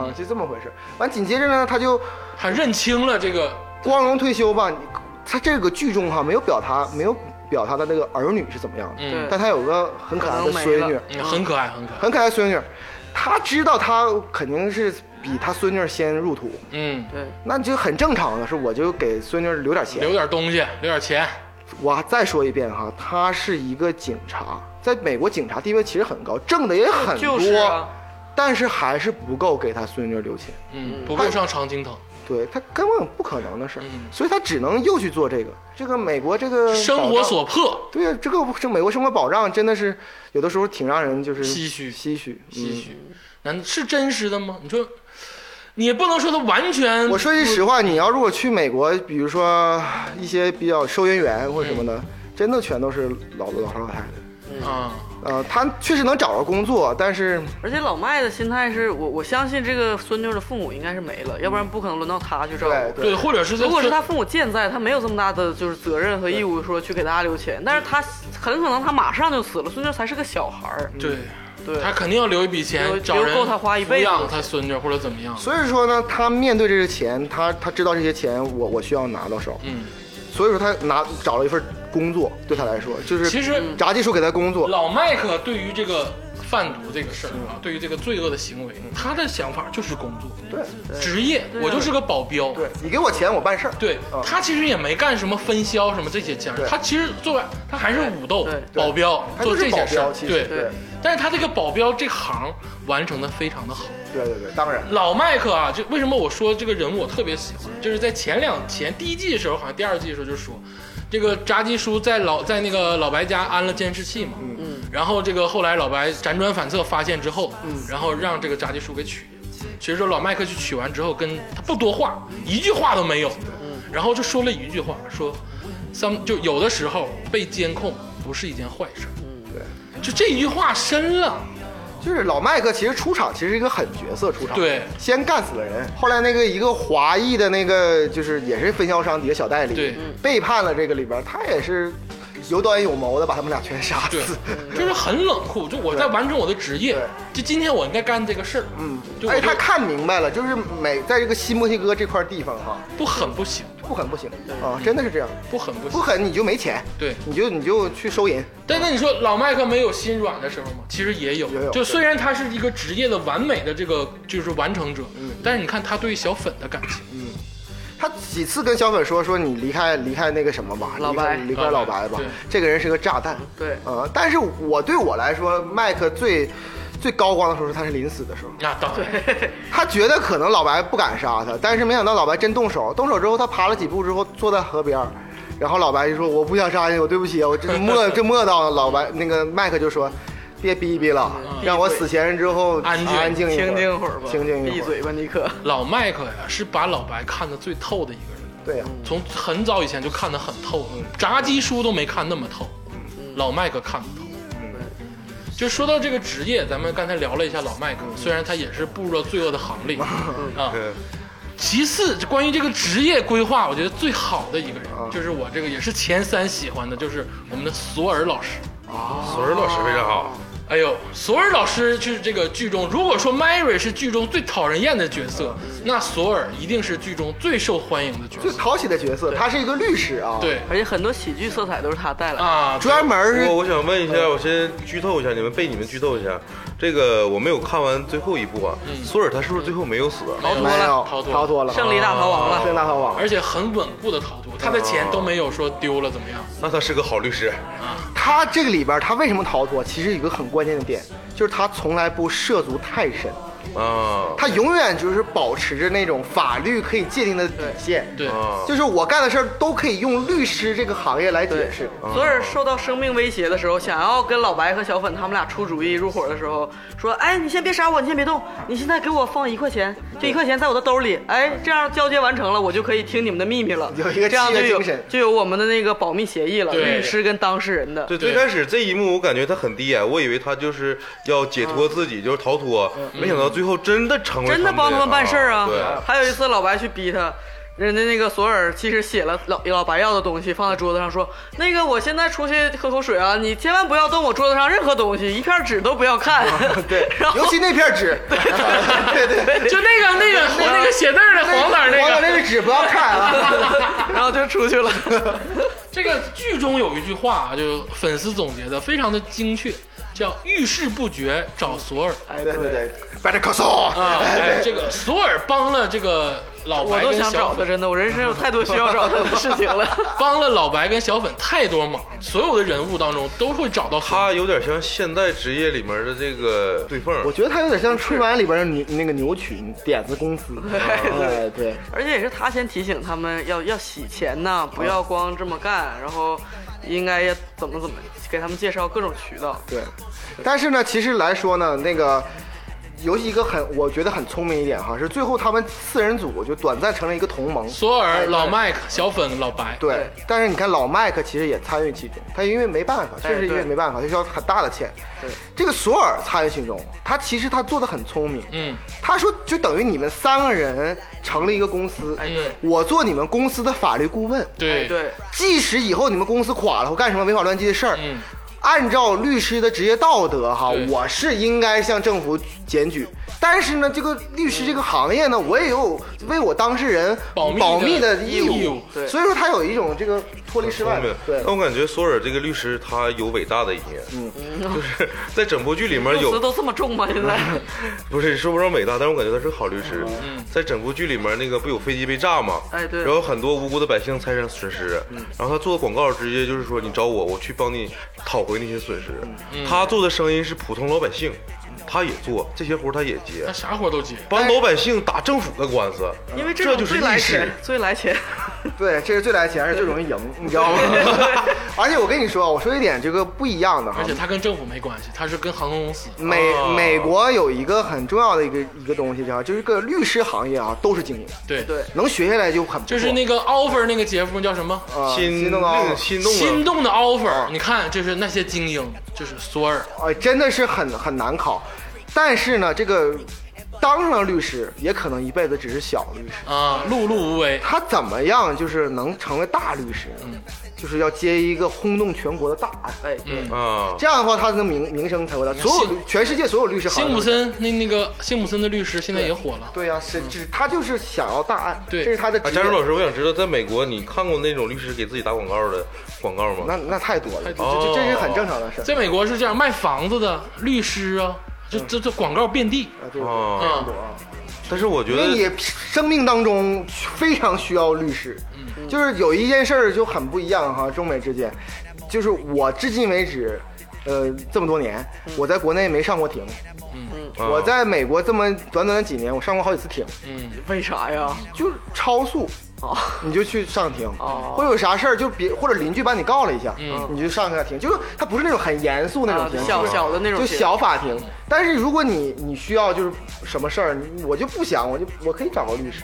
Speaker 4: 啊就这么回事儿。完紧接着呢，他就
Speaker 1: 还认清了这个，
Speaker 4: 光荣退休吧，你他这个剧中哈没有表达，没有表达他那个儿女是怎么样的，
Speaker 1: 嗯
Speaker 4: 但他有个很可爱的孙
Speaker 2: 可能没
Speaker 4: 女
Speaker 2: 了，
Speaker 1: 嗯，很可爱，很可爱，
Speaker 4: 很可爱的孙女，他知道他肯定是比他孙女先入土，
Speaker 1: 嗯，
Speaker 2: 对，
Speaker 4: 那就很正常啊的是，我就给孙女留点钱
Speaker 1: 留。点东西，留点钱，
Speaker 4: 我再说一遍哈，他是一个警察，在美国警察地位其实很高，挣的也很
Speaker 1: 呃
Speaker 4: 多，
Speaker 2: 就是啊
Speaker 4: 但是还是不够给他孙女留钱。
Speaker 1: 嗯，不够上常青藤，
Speaker 4: 对他根本不可能的事儿，
Speaker 1: 嗯
Speaker 4: 所以他只能又去做这个。这个美国这个
Speaker 1: 生活
Speaker 4: 保障
Speaker 1: 所迫，
Speaker 4: 对呀，这个这美国生活保障真的是有的时候挺让人就是
Speaker 1: 唏嘘
Speaker 4: 唏嘘，嗯
Speaker 1: 唏嘘，难是真实的吗？你说，你也不能说他完全
Speaker 4: 嗯。我说句实话，你要如果去美国，比如说一些比较收银员或者什么
Speaker 1: 嗯
Speaker 4: 的，真的全都是老老头老太太。
Speaker 1: 啊，
Speaker 4: 呃，他确实能找着工作，但是
Speaker 2: 而且老麦的心态是我，我相信这个孙女的父母应该是没了，要不然不可能轮到他去照
Speaker 4: 嗯对
Speaker 2: 顾。
Speaker 1: 对，
Speaker 4: 对
Speaker 1: 或者是在
Speaker 2: 如果是他父母健在，他没有这么大的就是责任和义务说去给大家留钱，但是他很可能他马上就死了，孙女才是个小孩儿，
Speaker 4: 嗯
Speaker 1: 对，
Speaker 2: 对，
Speaker 1: 他肯定要留一笔
Speaker 2: 留
Speaker 1: 钱，找
Speaker 2: 留
Speaker 1: 人
Speaker 2: 够他花一辈子
Speaker 1: 抚养他孙女或者怎么样，
Speaker 4: 所以说呢，他面对这些钱，他他知道这些钱我我需要拿到手，
Speaker 1: 嗯，
Speaker 4: 所以说他拿找了一份工作，对他来说就是嗯
Speaker 1: 其实
Speaker 4: 炸鸡叔给他工作，
Speaker 1: 老麦克对于这个贩毒这个事儿啊，对于这个罪恶的行为，
Speaker 4: 嗯
Speaker 1: 他的想法就是工作、
Speaker 4: 对，
Speaker 1: 职业，
Speaker 2: 啊
Speaker 1: 我就是个保镖。
Speaker 4: 对你给我钱我办事儿，
Speaker 1: 对
Speaker 4: 嗯
Speaker 1: 他其实也没干什么分销什么这些家，
Speaker 4: 对
Speaker 1: 他其实做他还是武斗
Speaker 2: 对对
Speaker 1: 保镖
Speaker 4: 他
Speaker 1: 做
Speaker 4: 就
Speaker 1: 这
Speaker 4: 是保
Speaker 1: 些事儿
Speaker 4: 镖，其实
Speaker 1: 对
Speaker 4: 对。
Speaker 1: 但是他这个保镖这行完成的非常的好。
Speaker 4: 对对对，当然。
Speaker 1: 老麦克啊，就为什么我说这个人物我特别喜欢，就是在前两前第一季的时候，好像第二季的时候就说，这个炸鸡叔在老在那个老白家安了监视器嘛，嗯，然后这个后来老白辗转反侧发现之后，嗯，然后让这个炸鸡叔给取，所以说老麦克去取完之后跟他不多话，一句话都没有，嗯，然后就说了一句话，说，some 就有的时候被监控不是一件坏事，嗯，对，就这一句话深了，
Speaker 4: 就是老麦克其实出场其实一个狠角色出场，
Speaker 1: 对
Speaker 4: 先干死了人，后来那个一个华裔的那个就是也是分销商底下小代理，
Speaker 1: 对，
Speaker 4: 背叛了这个里边，他也是有短有谋的把他们俩全杀
Speaker 1: 对
Speaker 4: 死。，
Speaker 1: 就是很冷酷，就我在完成我的职业
Speaker 4: 对，哎
Speaker 1: 就今天我应该干这个事儿，嗯，就我
Speaker 4: 而且
Speaker 1: 就
Speaker 4: 他看明白了，就是美在这个新墨西哥这块地方哈，
Speaker 1: 不狠不行，
Speaker 4: 不狠不行啊，真的是这样，
Speaker 1: 不狠不
Speaker 4: 不
Speaker 1: 行。
Speaker 4: 狠你就没钱，
Speaker 1: 对
Speaker 4: 你就你就去收银，
Speaker 1: 但那你说老麦克没有心软的时候吗？其实也有，
Speaker 4: 也有
Speaker 1: 就虽然他是一个职业的完美的这个就是完成者，但是你看他对小粉的感情，
Speaker 4: 他几次跟小粉说说你离开离开那个什么吧，
Speaker 2: 老
Speaker 4: 离开
Speaker 2: 白
Speaker 4: 离开
Speaker 1: 老
Speaker 4: 老
Speaker 1: 白
Speaker 4: 白吧
Speaker 1: 对，
Speaker 4: 这个人是个炸弹。
Speaker 2: 对
Speaker 4: 呃，但是我对我来说，麦克最最高光的时候是他是临死的时候，
Speaker 1: 那当然
Speaker 4: 他觉得可能老白不敢杀他，但是没想到老白真动手，动手之后他爬了几步之后坐在河边儿。然后老白就说：“我不想杀你，我对不起，啊我真摸真摸到了。”老白那个麦克就说：“别逼逼了，让我死前之后
Speaker 1: 安静
Speaker 4: 安静一
Speaker 2: 清静
Speaker 4: 会
Speaker 2: 会
Speaker 4: 儿
Speaker 2: 儿吧，
Speaker 4: 清静一
Speaker 2: 闭
Speaker 4: 会儿。
Speaker 2: 嘴吧，尼克。
Speaker 1: 老麦克呀是把老白看得最透的一个人。”
Speaker 4: 对呀、啊
Speaker 1: 从很早以前就看得很透，嗯炸鸡叔都没看那么透，
Speaker 4: 嗯
Speaker 1: 老麦克看得透。就说到这个职业，咱们刚才聊了一下老麦克，
Speaker 4: 嗯
Speaker 1: 虽然他也是步入了罪恶的行 列啊。其次，关于这个职业规划，我觉得最好的一个人，
Speaker 4: 啊
Speaker 1: 就是我这个也是前三喜欢的，就是我们的索尔老师。
Speaker 3: 索尔老师非常好，
Speaker 1: 哎呦，索尔老师是这个剧中，如果说 Mary 是剧中最讨人厌的角色，那索尔一定是剧中最受欢迎的角
Speaker 4: 嗯最
Speaker 1: 色。
Speaker 4: 讨喜的角色，他是一个律师啊，，
Speaker 1: 对
Speaker 2: 而且很多喜剧色彩都是他带来的。
Speaker 1: 啊，
Speaker 4: 专门是
Speaker 3: 我我想问一下，我先剧透一下，你们被你们剧透一下，这个我没有看完最后一部啊。
Speaker 2: 嗯
Speaker 3: 索尔他是不是最后没有死啊？
Speaker 1: 逃脱
Speaker 4: 没
Speaker 1: 了，
Speaker 4: 有
Speaker 1: 逃脱了
Speaker 4: 逃脱了，啊
Speaker 2: 胜利大逃亡
Speaker 4: 胜
Speaker 2: 了，
Speaker 4: 利大逃亡。
Speaker 1: 而且很稳固的逃脱，他的钱都没有说丢了怎么样。
Speaker 2: 嗯
Speaker 3: 那他是个好律师，啊
Speaker 4: 他这个里边儿他为什么逃脱？其实有一个很关键的点，就是他从来不涉足太深，
Speaker 3: 啊
Speaker 4: 他永远就是保持着那种法律可以界定的底线。
Speaker 1: 对，
Speaker 2: 嗯
Speaker 3: 啊，
Speaker 4: 就是我干的事儿都可以用律师这个行业来解释。
Speaker 2: 索尔受到生命威胁的时候，想要跟老白和小粉他们俩出主意入伙的时候，说：“哎，你先别杀我，你先别动，你现在给我放一块钱，
Speaker 4: 嗯
Speaker 2: 这一块钱在我的兜里，哎，这样交接完成了，我就可以听你们的秘密了。”
Speaker 4: 有一个
Speaker 2: 这样就
Speaker 4: 契约
Speaker 2: 有
Speaker 4: 精神
Speaker 2: 就有我们的那个保密协议了，
Speaker 1: 对
Speaker 2: 律师跟当事人的。
Speaker 3: 对，最开始这一幕我感觉他很低啊矮，我以为他就是要解脱自己，就是逃脱，
Speaker 4: 嗯
Speaker 3: 没想到最后真的成为
Speaker 2: 真的帮他们办事儿啊
Speaker 3: 对，！
Speaker 2: 还有一次，老白去逼他，人家那个索尔其实写了老老白要的东西，放在桌子上说：“那个我现在出去喝口水啊，你千万不要动我桌子上任何东西，一片纸都不要看。”
Speaker 4: 对
Speaker 2: 然，后
Speaker 4: 尤其那片纸，对对对，
Speaker 1: 就那个那个
Speaker 2: 嗯
Speaker 1: 那个写字儿的黄色儿
Speaker 4: 黄
Speaker 1: 那
Speaker 4: 色那
Speaker 1: 个。
Speaker 4: 个纸不要看啊。
Speaker 2: 然后就出去了。
Speaker 1: 这个剧中有一句话啊，就粉丝总结的非常的精确，叫遇事不决找索尔
Speaker 4: 哎，对对对，Better
Speaker 2: 嗯
Speaker 4: Call Saul，
Speaker 1: 啊。哎，这个索尔帮了这个老
Speaker 2: 我
Speaker 1: 白
Speaker 2: 都
Speaker 1: 跟
Speaker 2: 想
Speaker 1: 小
Speaker 2: 找他，
Speaker 1: 粉，
Speaker 2: 真的，我人生有太多需要找他的事情了。
Speaker 1: 帮了老白跟小粉太多忙，所有的人物当中都会找到他。
Speaker 3: 他有点像现代职业里面的这个对缝儿，
Speaker 4: 我觉得他有点像春晚里边儿的牛那个牛群点子公司。哎，对。
Speaker 2: 而且也是他先提醒他们要要洗钱呐，不要光这么干，然后应该也怎么怎么给他们介绍各种渠道。
Speaker 4: 对，但是呢，其实来说呢，那个尤其一个很，我觉得很聪明一点哈，是最后他们四人组就短暂成了一个同盟。
Speaker 1: 索尔、
Speaker 4: 哎
Speaker 1: 老麦克、小粉、老白，
Speaker 4: 对，但是你看老麦克其实也参与其中，他因为没办法，确实因为
Speaker 2: 哎对
Speaker 4: 没办法，他需要很大的钱。
Speaker 2: 对，
Speaker 4: 这个索尔参与其中，他其实他做的很聪明。
Speaker 1: 嗯，
Speaker 2: 哎
Speaker 4: 他说就等于你们三个人成立一个公司，
Speaker 2: 哎
Speaker 1: 嗯
Speaker 4: 我做你们公司的法律顾问。
Speaker 1: 对
Speaker 2: 哎对，
Speaker 4: 即使以后你们公司垮了或干什么违法乱纪的事儿，
Speaker 1: 嗯
Speaker 4: 按照律师的职业道德哈
Speaker 1: 对，
Speaker 4: 我是应该向政府检举。但是呢，这个律师这个行业呢，我也有为我当事人
Speaker 1: 保密的
Speaker 4: 密的义
Speaker 1: 义务
Speaker 2: 对
Speaker 4: 所以说他有一种这个脱离
Speaker 3: 很
Speaker 4: 失
Speaker 3: 聪
Speaker 4: 败
Speaker 3: 明。。
Speaker 4: 对
Speaker 3: 但，我感觉索尔这个律师他有伟大的一面，
Speaker 2: 嗯
Speaker 3: 就是在整部剧里面
Speaker 2: 用
Speaker 3: 有
Speaker 2: 词都这么重吗？现在？
Speaker 3: 不是说不上伟大，但是我感觉他是个好律师。在整部剧里面，那个不有飞机被炸吗？
Speaker 2: 嗯哎对嗯
Speaker 3: 然后很多无辜的百姓财产损失，然后他做的广告直接就是说你找我，我去帮你讨回那些损失。
Speaker 2: 嗯
Speaker 3: 嗯他做的生意是普通老百姓，他也做这些活儿他也接
Speaker 1: 他，啥活都接。
Speaker 3: 帮老百姓打政府的官司。
Speaker 2: 因为这
Speaker 3: 这
Speaker 2: 种
Speaker 3: 就
Speaker 2: 最
Speaker 3: 是
Speaker 2: 来
Speaker 3: 律
Speaker 2: 钱
Speaker 3: 师。，
Speaker 2: 最来钱。
Speaker 4: 对，这是最来钱，而且最容易赢， 你知道吗？而且我跟你说，我说一点这个不一样的哈
Speaker 1: 而且，他跟政府没关系，他是跟航空公司。
Speaker 4: 美
Speaker 3: 哦
Speaker 4: 美国有一个很重要的一个一个东西哈，就是个律师行业啊，都是精英，
Speaker 1: 对
Speaker 2: 对
Speaker 4: 能学下来就很不错。
Speaker 1: 就是那个 offer 那个节目叫什么？
Speaker 4: 啊
Speaker 3: 心
Speaker 4: 心动啊
Speaker 3: 令心动了
Speaker 1: 心动的 offer，你看，就是那些精英，就是索尔，
Speaker 4: 哎，真的是很很难考。但是呢，这个当上律师，也可能一辈子只是小律师。
Speaker 1: 啊，碌碌无为，
Speaker 4: 他怎么样就是能成为大律师？
Speaker 1: 嗯
Speaker 4: 就是要接一个轰动全国的大案，
Speaker 2: 哎，对，
Speaker 3: 啊，
Speaker 4: 这样的话他的名名声才会大。所有律全世界所有律师行
Speaker 1: 嗯辛普
Speaker 4: 业，
Speaker 1: 森那那个辛普森的律师现在也火了，
Speaker 4: 对呀、是就是他就是想要大案，
Speaker 1: 对
Speaker 4: 这是他的
Speaker 3: 啊，
Speaker 4: 职业。
Speaker 3: 佳茹老师，我想知道，在美国你看过那种律师给自己打广告的广告吗？
Speaker 4: 那那太多了，这
Speaker 3: 哦
Speaker 4: 这这是很正常的事儿。
Speaker 1: 在美国是这样，卖房子的律师啊，这这这广告遍地，
Speaker 4: 啊，对，
Speaker 3: 啊，
Speaker 1: 嗯，
Speaker 3: 但是我觉
Speaker 4: 因为
Speaker 3: 得
Speaker 4: 你生命当中非常需要律师，
Speaker 2: 嗯
Speaker 4: 就是有一件事儿就很不一样哈，中美之间，就是我至今为止，呃，这么多年，
Speaker 2: 嗯
Speaker 4: 我在国内没上过庭，
Speaker 3: 啊
Speaker 4: 我在美国这么短短的几年，我上过好几次庭，
Speaker 1: 嗯，
Speaker 2: 为啥呀？
Speaker 4: 就是超速，
Speaker 2: 哦，
Speaker 4: 你就去上庭，
Speaker 2: 哦
Speaker 4: 或者有啥事儿就别或者邻居把你告了一下，
Speaker 1: 嗯
Speaker 4: 你就上一下庭，就是它不是那种很严肃那种
Speaker 2: 啊
Speaker 4: 庭，
Speaker 2: 小
Speaker 4: 就是
Speaker 2: 小的那种
Speaker 4: 就
Speaker 2: 庭
Speaker 4: 小法庭。但是如果你你需要就是什么事儿，你我就不想，我就我可以找个律师。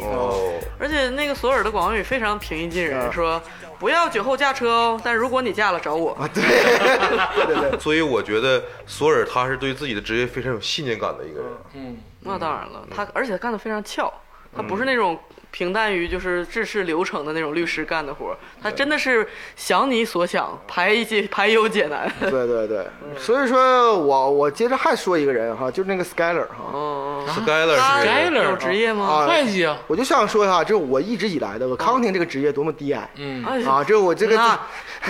Speaker 3: 哦，
Speaker 2: 而且那个索尔的广告语非常平易近人，
Speaker 4: 啊
Speaker 2: 说不要酒后驾车哦，但如果你驾了找我。
Speaker 4: 啊，对， 对对对，
Speaker 3: 所以我觉得索尔他是对自己的职业非常有信念感的一个人。
Speaker 2: 那当然了，他而且他干得非常翘，他
Speaker 4: 嗯
Speaker 2: 不是那种平淡于就是制式流程的那种律师干的活儿，他真的是想你所想，排一解排忧解难。
Speaker 4: 对对对。
Speaker 2: 嗯
Speaker 4: 所以说我我接着还说一个人哈，就是那个 Skyler 哈，
Speaker 2: 嗯，嗯
Speaker 3: Skyler 是
Speaker 2: 嗯
Speaker 1: Skyler
Speaker 2: 有职业吗？
Speaker 4: 哦啊
Speaker 1: 会计啊，
Speaker 4: 我就想说一下，就是我一直以来
Speaker 2: 嗯
Speaker 4: 的 accounting 这个职业多么低矮。
Speaker 1: 嗯，
Speaker 2: 哎
Speaker 4: 啊，这我这哎个，
Speaker 2: 那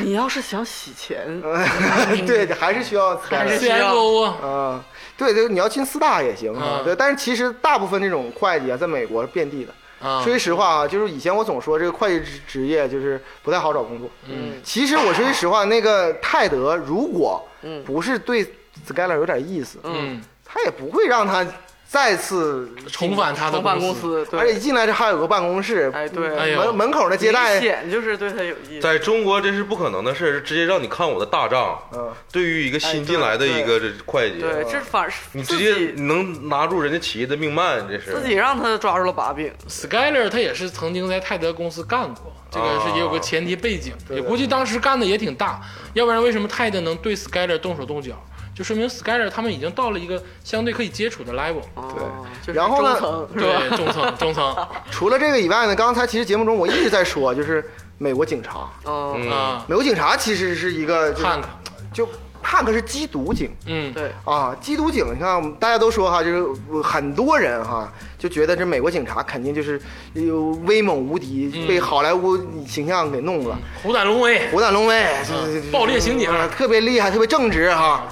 Speaker 2: 你要是想洗钱，
Speaker 4: 对，还是需要 Skyler，
Speaker 2: 嗯还是需要
Speaker 1: CFO 啊，
Speaker 4: 啊，对对，你要进四大也行啊
Speaker 1: 嗯。
Speaker 4: 对，但是其实大部分这种会计啊，在美国是遍地的。
Speaker 2: 嗯
Speaker 1: 啊，
Speaker 4: 说句实话啊，就是以前我总说这个会计职职业就是不太好找工作。
Speaker 1: 嗯，
Speaker 4: 其实我说句实话，那个泰德如果
Speaker 2: 嗯
Speaker 4: 不是对 Skyler 有点意思，
Speaker 1: 嗯，
Speaker 4: 他也不会让他再次
Speaker 1: 重返他的
Speaker 2: 从办公， 司，
Speaker 4: 而且
Speaker 2: 对，
Speaker 4: 一进来这还有个办公室，嗯
Speaker 2: 哎对
Speaker 1: 哎呦
Speaker 4: 门门口那接待
Speaker 2: 明，显就是对他有意思。
Speaker 3: 在中国这是不可能的事，直接让你看我的大账。
Speaker 4: 嗯，
Speaker 3: 对于一个新进来的一个这会计，
Speaker 2: 对，这反而是
Speaker 3: 你
Speaker 2: 自
Speaker 3: 直
Speaker 2: 己
Speaker 3: 接能拿住人家企业的命脉，这是
Speaker 2: 自己让他抓住了把柄。
Speaker 1: Skyler 他也是曾经在泰德公司干过，这个是也有
Speaker 4: 哦
Speaker 1: 个前提背景，也估计当时干的也挺大，要不然为什么泰德能对 Skyler 动手动脚？就说明 Skyler 他们已经到了一个相对可以接触的 level，
Speaker 2: 哦就是
Speaker 4: 然后呢
Speaker 2: 中层是吧？
Speaker 1: 对，中 层中层啊
Speaker 4: 除了这个以外呢，刚才其实节目中我一直在说，就是美国警察，
Speaker 2: 嗯，
Speaker 1: 啊，
Speaker 4: 美国警察其实是一个就是
Speaker 1: 汉克，
Speaker 4: 就汉克是缉毒警
Speaker 1: 嗯，
Speaker 2: 对，
Speaker 4: 啊，缉毒警，你看大家都说哈，就是呃很多人哈就觉得这美国警察肯定就是有威猛无敌，
Speaker 1: 嗯
Speaker 4: 被好莱坞形象给弄了，
Speaker 1: 虎胆龙 威，
Speaker 4: 虎胆龙威，这
Speaker 1: 爆裂刑警，
Speaker 4: 啊特别厉害，特别正直哈。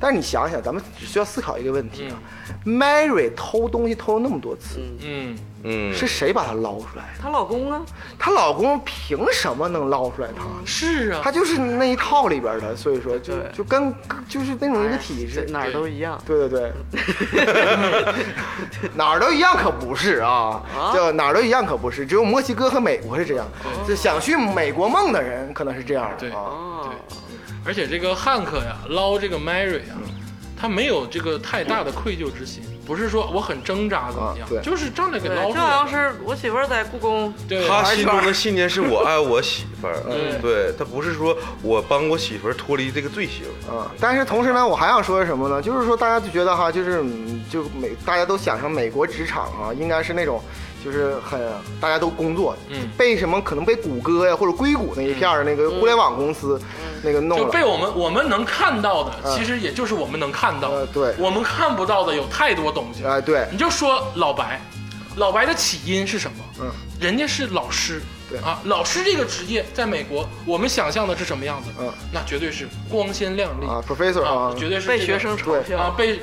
Speaker 4: 但是你想想，咱们只需要思考一个问题啊、m a r y 偷东西偷了那么多次，
Speaker 1: 嗯，
Speaker 3: 嗯，
Speaker 4: 是谁把她捞出来的？
Speaker 2: 她老公呢？
Speaker 4: 她老公凭什么能捞出来她？
Speaker 1: 是啊
Speaker 4: 她，就是那一套里边的，所以说就
Speaker 2: 对
Speaker 4: 就跟就是那种一个体制
Speaker 2: 哎。哪儿都一样。
Speaker 4: 对对对，哪儿都一样可不是啊，就哪儿都一样可不是，只有墨西哥和美国是这样，就想去美国梦的人可能是这样
Speaker 1: 对
Speaker 4: 的啊，
Speaker 2: 哦，
Speaker 1: 而且这个汉克呀，捞这个 Mary 啊，他没有这个太大的愧疚之心，不是说我很挣扎怎么
Speaker 4: 啊
Speaker 1: 样，
Speaker 4: 对
Speaker 1: 就是仗着给
Speaker 2: 对，
Speaker 1: 捞
Speaker 2: 就
Speaker 1: 出
Speaker 2: 好
Speaker 1: 来
Speaker 2: 像
Speaker 1: 了，
Speaker 2: 是我媳妇儿在故宫，
Speaker 1: 对，
Speaker 3: 他心中的信念是我爱我媳妇儿，
Speaker 1: 嗯
Speaker 3: 对他不是说我帮我媳妇儿脱离这个罪行，
Speaker 4: 啊，但是同时呢，我还想说是什么呢？就是说大家就觉得哈，就是嗯就美，大家都想象美国职场啊，应该是那种就是很大家都工作，
Speaker 1: 嗯
Speaker 4: 被什么可能被谷歌呀或者硅谷那一片儿那个互联网公司那个
Speaker 1: 嗯
Speaker 4: 弄
Speaker 1: 就
Speaker 4: 了，
Speaker 1: 被我们我们能看到的，其实也就是我们能看到的
Speaker 4: 呃，对
Speaker 1: 我们看不到的有太多东西。
Speaker 4: 哎对
Speaker 1: 你就说老白，老白的起因是什么？
Speaker 4: 嗯，
Speaker 1: 人家是老师，
Speaker 4: 对
Speaker 1: 啊，老师这个职业在美国，我们想象的是什么样子？
Speaker 4: 嗯，
Speaker 1: 那绝对是光鲜亮丽
Speaker 4: 啊，professor
Speaker 1: 啊
Speaker 4: 啊，，
Speaker 1: 绝对是
Speaker 2: 被
Speaker 1: 这个
Speaker 2: 学生嘲
Speaker 1: 啊
Speaker 2: 笑。
Speaker 1: 被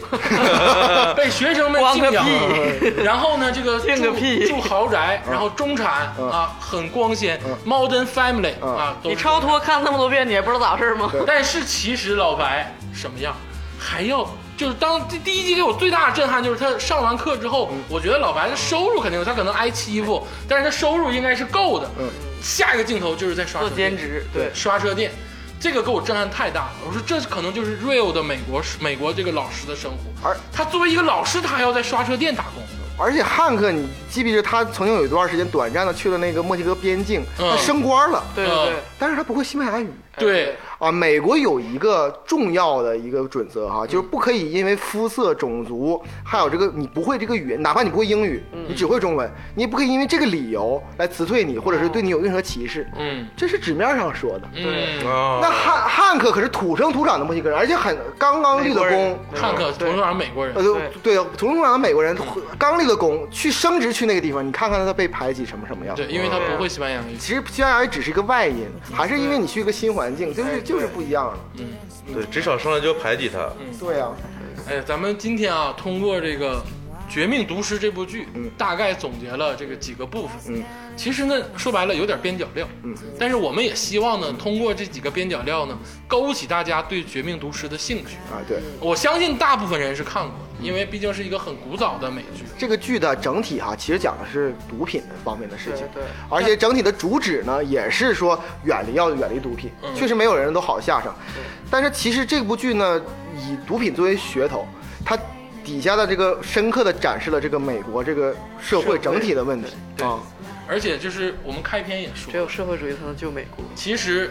Speaker 1: 被学生们
Speaker 2: 光个
Speaker 1: 敬仰，
Speaker 2: 屁
Speaker 1: 然后呢，这个
Speaker 2: 敬个
Speaker 1: 住
Speaker 2: 屁
Speaker 1: 住豪宅，然后中产
Speaker 4: 嗯
Speaker 1: 啊，很光鲜
Speaker 4: 嗯
Speaker 1: ，modern family
Speaker 4: 嗯
Speaker 1: 啊，都
Speaker 2: 你
Speaker 1: 是
Speaker 2: 超脱看那么多遍，你也不知道咋回事吗？
Speaker 1: 但是其实老白什么样，还要就是当第第一季给我最大的震撼就是他上完课之后，我觉得老白的收入肯定他可能挨欺负，但是他收入应该是够的。
Speaker 4: 嗯
Speaker 1: 下一个镜头就是在刷
Speaker 2: 做
Speaker 1: 车店
Speaker 2: 兼职，对，
Speaker 1: 刷车店，这个给我震撼太大了。我说这可能就是 real 的美国美国这个老师的生活。
Speaker 4: 而
Speaker 1: 他作为一个老师，他还要在刷车店打工。
Speaker 4: 而且汉克，你记不记得他曾经有一段时间短暂的去了那个墨西哥边境，
Speaker 1: 嗯
Speaker 4: 他升官了，
Speaker 2: 对对
Speaker 1: 嗯，
Speaker 2: 对
Speaker 4: 但是他不会西班牙语，
Speaker 1: 对，
Speaker 4: 啊，美国有一个重要的一个准则哈，
Speaker 1: 嗯
Speaker 4: 就是不可以因为肤色、种族，还有这个你不会这个语言，哪怕你不会英语，
Speaker 1: 嗯
Speaker 4: 你只会中文，你也不可以因为这个理由来辞退你，或者是对你有任何歧视。
Speaker 1: 哦嗯
Speaker 4: 这是纸面上说的。
Speaker 1: 嗯，
Speaker 3: 啊，
Speaker 4: 那汉汉克可是土生土长的墨西哥人，而且很刚刚立的功，
Speaker 1: 汉克同样是美国人
Speaker 4: 呃，，对，对土生土长的美国人刚立的功，去升职去那个地方，你看看他被排挤成什么样。
Speaker 1: 对，因为他不会西班牙语。
Speaker 4: 其实西班牙语只是一个外因，还是因为你去一个新环境，
Speaker 1: 哎
Speaker 4: 就是就是不一样
Speaker 1: 嗯
Speaker 4: 的。
Speaker 3: 对，职场上来就要排挤他，
Speaker 4: 对啊呀、
Speaker 1: 哎，咱们今天啊，通过这个《绝命毒师》这部剧，大概总结了这个几个部分。嗯，其实呢，说白了有点边角料。嗯，但是我们也希望呢，通过这几个边角料呢，勾起大家对《绝命毒师》的兴趣。
Speaker 4: 啊，对。
Speaker 1: 我相信大部分人是看过的，因为毕竟是一个很古早的美剧。
Speaker 4: 这个剧的整体哈、其实讲的是毒品方面的事情，
Speaker 2: 对对
Speaker 4: 而且整体的主旨呢，也是说远离要远离毒品，确实没有人都好下场。但是其实这部剧呢，以毒品作为噱头，它底下的这个深刻的展示了这个美国这个社会整体的问题
Speaker 1: 对
Speaker 4: 啊，
Speaker 1: 而且就是我们开篇也说
Speaker 2: 只，有社会主义才能救美国。
Speaker 1: 其实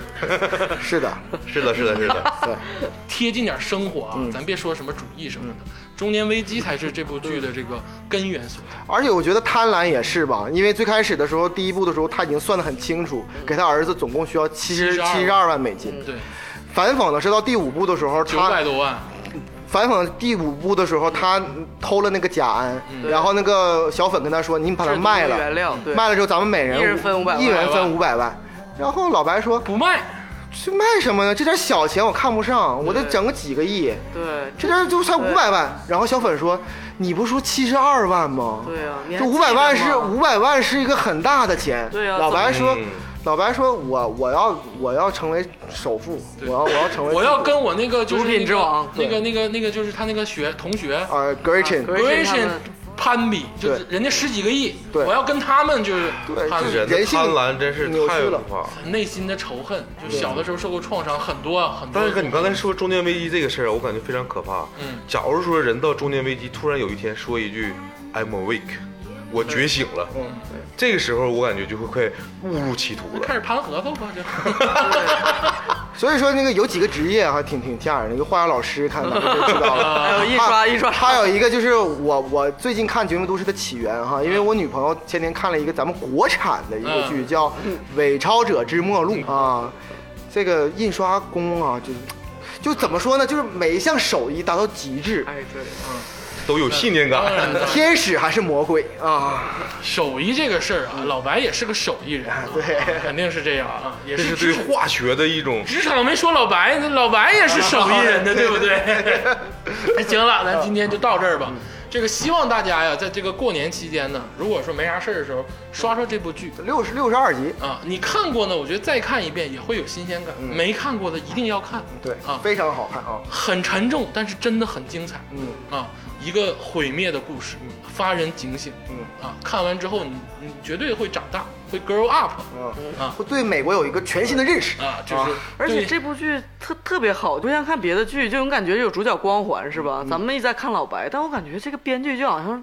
Speaker 4: 是的，
Speaker 3: 是的，是的，是的，
Speaker 4: 对，
Speaker 1: 贴近点生活啊，咱别说什么主义什么的，中年危机才是这部剧的这个根源所在。
Speaker 4: 而且我觉得贪婪也是吧，因为最开始的时候，第一部的时候他已经算得很清楚，给他儿子总共需要七十
Speaker 1: 72
Speaker 4: 七十二万美金。
Speaker 1: 对，
Speaker 4: 反讽的是到第五部的时候，
Speaker 1: 九
Speaker 4: 他
Speaker 1: 百多万，
Speaker 4: 反讽第五部的时候，他偷了那个甲胺，
Speaker 2: 嗯
Speaker 4: 然后那个小粉跟他说：“你把它卖
Speaker 2: 制毒原
Speaker 4: 了，
Speaker 2: 料对
Speaker 4: 卖了之后咱们每人
Speaker 2: 一人分500万
Speaker 4: 一人分五百万。”然后老白说
Speaker 1: 不卖，：“
Speaker 4: 这卖什么呢？这点小钱我看不上，我得整个几个亿，
Speaker 2: 对，
Speaker 4: 这点就才五百万。”然后小粉说：“你不说七十二万吗？
Speaker 2: 对啊你还
Speaker 4: 这五百万
Speaker 2: 记
Speaker 4: 是
Speaker 2: 得吗
Speaker 4: 五百万是一个很大的钱。”
Speaker 2: 对啊
Speaker 4: 老白说
Speaker 3: 嗯：“
Speaker 4: 老白说，我我要我要成为首富，我要我要成为
Speaker 1: 我要跟我那个就是
Speaker 2: 毒
Speaker 1: 那
Speaker 2: 品
Speaker 1: 个
Speaker 2: 之王
Speaker 1: 那个那个那个就是他那个学同学
Speaker 4: 呃 Gretchen
Speaker 2: 格 Grayson 他
Speaker 1: Grayson
Speaker 2: 们
Speaker 1: 攀比，就是人家十几个亿，
Speaker 4: 对
Speaker 1: 我要跟他们就是
Speaker 4: 对
Speaker 1: 攀
Speaker 4: 就是
Speaker 1: 比。
Speaker 3: 人的
Speaker 4: 人性
Speaker 3: 贪婪真是
Speaker 4: 扭曲
Speaker 3: 太
Speaker 4: 了
Speaker 3: 可怕了。
Speaker 1: 内心的仇恨，就小的时候受过创伤，很多很多。
Speaker 3: 但是哥，你刚才说中年危机这个事儿啊，我感觉非常可怕。
Speaker 1: 嗯
Speaker 3: 假如说人到中年危机，突然有一天说一句 “I'm awake”，我觉醒了，这个时候我感觉就会快误入歧途
Speaker 1: 开
Speaker 3: 了。
Speaker 1: 始盘核桃吧，这
Speaker 4: 所以说那个有几个职业啊还挺挺吓人的，一个化学老师看到就知道了。
Speaker 2: 还有印刷印刷
Speaker 4: 还有一个就是我我最近看《绝命毒师》的起源哈，因为我女朋友前天看了一个咱们国产的一个剧，叫《伪钞者之末路》啊，这个印刷工啊，就就怎么说呢，就是每一项手艺达到极致，
Speaker 2: 哎，对，
Speaker 3: 都有信念
Speaker 1: 当然
Speaker 3: 感，
Speaker 1: 了
Speaker 4: 天使还是魔鬼啊，
Speaker 1: 手艺这个事儿啊，老白也是个手艺人，啊
Speaker 4: 对。
Speaker 1: 肯定是这样啊，也
Speaker 3: 这
Speaker 1: 是
Speaker 3: 是
Speaker 1: 职
Speaker 3: 对
Speaker 1: 场
Speaker 3: 化学的一 种。
Speaker 1: 职场没说老白，那老白也是手艺人的，对不 对？那行
Speaker 2: 啊
Speaker 1: 了，咱今天就到这儿吧。这个希望大家呀，在这个过年期间呢，如果说没啥事儿的时候，刷刷这部剧
Speaker 4: 六十六十二集，
Speaker 1: 啊。你看过呢，我觉得再看一遍也会有新鲜感；
Speaker 2: 嗯
Speaker 1: 没看过的一定要看，
Speaker 4: 对
Speaker 1: 啊，
Speaker 4: 非常好看啊，
Speaker 1: 很沉重，但是真的很精彩。
Speaker 4: 嗯
Speaker 1: 啊，一个毁灭的故事，
Speaker 2: 嗯
Speaker 1: 发人警醒。嗯啊，看完之后你你绝对会长大，会 grow up
Speaker 4: 嗯，
Speaker 1: 啊
Speaker 4: 会对美国有一个全新的认识
Speaker 1: 啊，就是
Speaker 2: 而且
Speaker 1: 对
Speaker 2: 这部剧特特别好，不像看别的剧，就能感觉有主角光环是
Speaker 4: 嗯
Speaker 2: 吧？咱们一直在看老白，但我感觉这个编剧就好像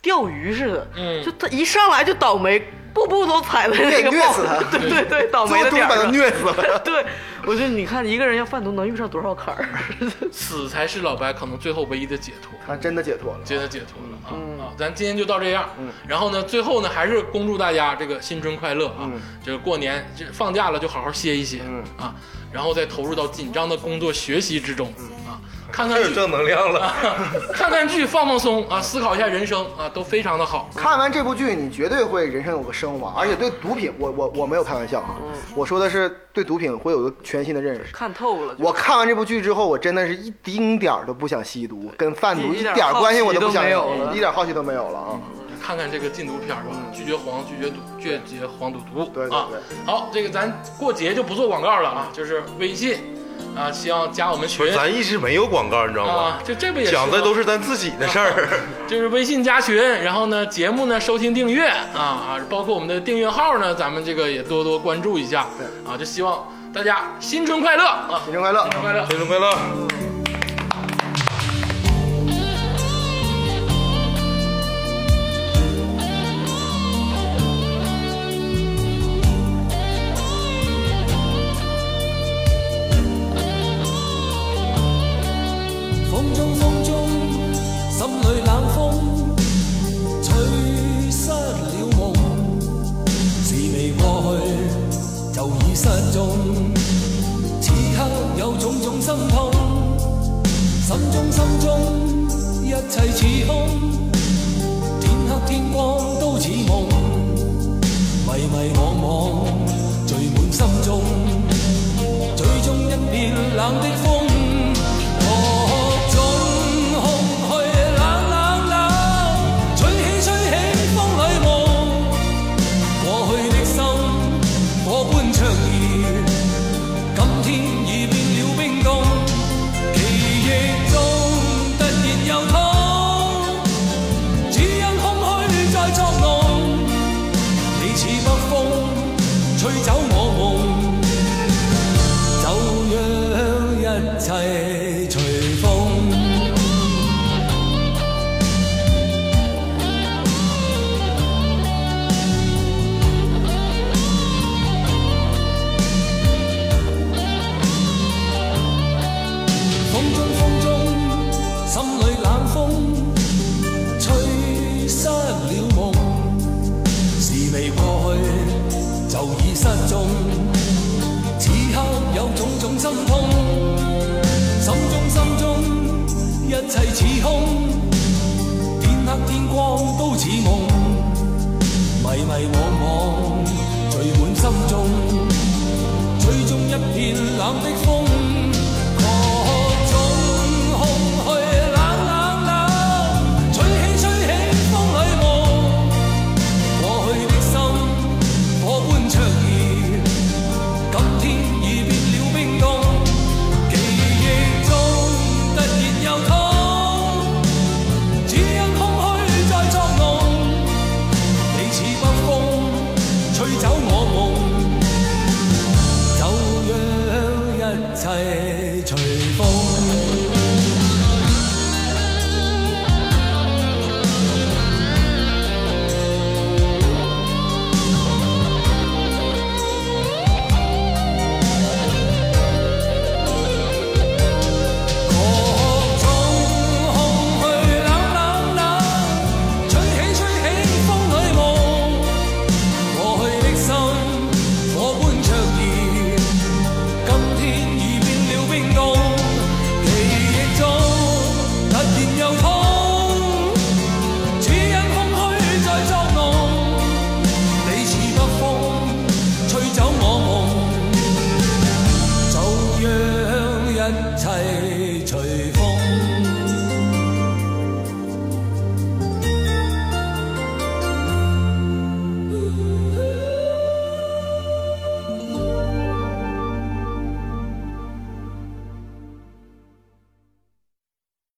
Speaker 2: 钓鱼似的，
Speaker 1: 嗯
Speaker 2: 就他一上来就倒霉，步步都踩在那个
Speaker 4: 虐
Speaker 2: 爆
Speaker 4: 死他，
Speaker 2: 对对 对，倒霉
Speaker 4: 最
Speaker 2: 的
Speaker 4: 终
Speaker 2: 点
Speaker 4: 把
Speaker 2: 儿
Speaker 4: 他
Speaker 2: 上。
Speaker 4: 虐死了。
Speaker 2: 对，我觉得你看一个人要贩毒能遇上多少坎儿？
Speaker 1: 死才是老白可能最后唯一的解脱。
Speaker 4: 他真的解脱了。
Speaker 1: 觉得解脱了啊、
Speaker 4: 嗯
Speaker 1: 啊！咱今天就到这样，然后呢，最后呢，还是恭祝大家这个新春快乐
Speaker 4: 嗯
Speaker 1: 啊！这个过年这放假了就好好歇一歇、啊，然后再投入到紧张的工作学习之中、
Speaker 4: 嗯
Speaker 1: 啊，看看
Speaker 3: 太有
Speaker 1: 剧，
Speaker 3: 正能量了。
Speaker 1: 看看剧，放放松啊，思考一下人生啊，都非常的好。
Speaker 4: 看完这部剧，你绝对会人生有个升
Speaker 2: 嗯
Speaker 4: 华，而且对毒品，我我我没有开玩笑啊，我说的是对毒品会有个全新的认识。
Speaker 2: 看透了，就
Speaker 4: 我看完这部剧之后，我真的是一丁点儿都不想吸毒，跟贩毒
Speaker 2: 一
Speaker 4: 一
Speaker 2: 点
Speaker 4: 点儿关系我都不想嗯
Speaker 2: 好奇都没有了
Speaker 4: 一点好奇都没有了啊！
Speaker 1: 看看这个禁毒片儿吧，拒绝黄，拒绝赌，拒绝黄赌毒。
Speaker 4: 嗯对对
Speaker 1: 啊
Speaker 4: 对，
Speaker 1: 好，这个咱过节就不做广告了啊，就是微信啊，希望加我们
Speaker 3: 不
Speaker 1: 群
Speaker 3: 是，咱一直没有广告，你知道
Speaker 1: 啊
Speaker 3: 吗，？
Speaker 1: 就这不也是
Speaker 3: 讲的
Speaker 1: 吗
Speaker 3: 都是咱自己的 事儿。
Speaker 1: 就是微信加群，然后呢，节目呢收听订阅啊啊，包括我们的订阅号呢，咱们这个也多多关注一下啊，就希望大家新春快乐啊，
Speaker 4: 新春快乐！
Speaker 1: 新春快乐。
Speaker 3: 新年快乐！
Speaker 6: 啊冷的風，何種空虛冷冷冷，吹起吹起風裏霧，過去的心火般灼熱，今天已變了冰凍，記憶中突然又痛，只因空虛在作弄，你似北風吹走我夢。就讓一切隨風。風中風中，心裏冷風，吹失了夢。是未過去，就已失蹤。此刻有種種心痛，心中心中，一切似空。天黑天光都似夢，迷迷惘惘，聚滿心中，吹中一片冷的風。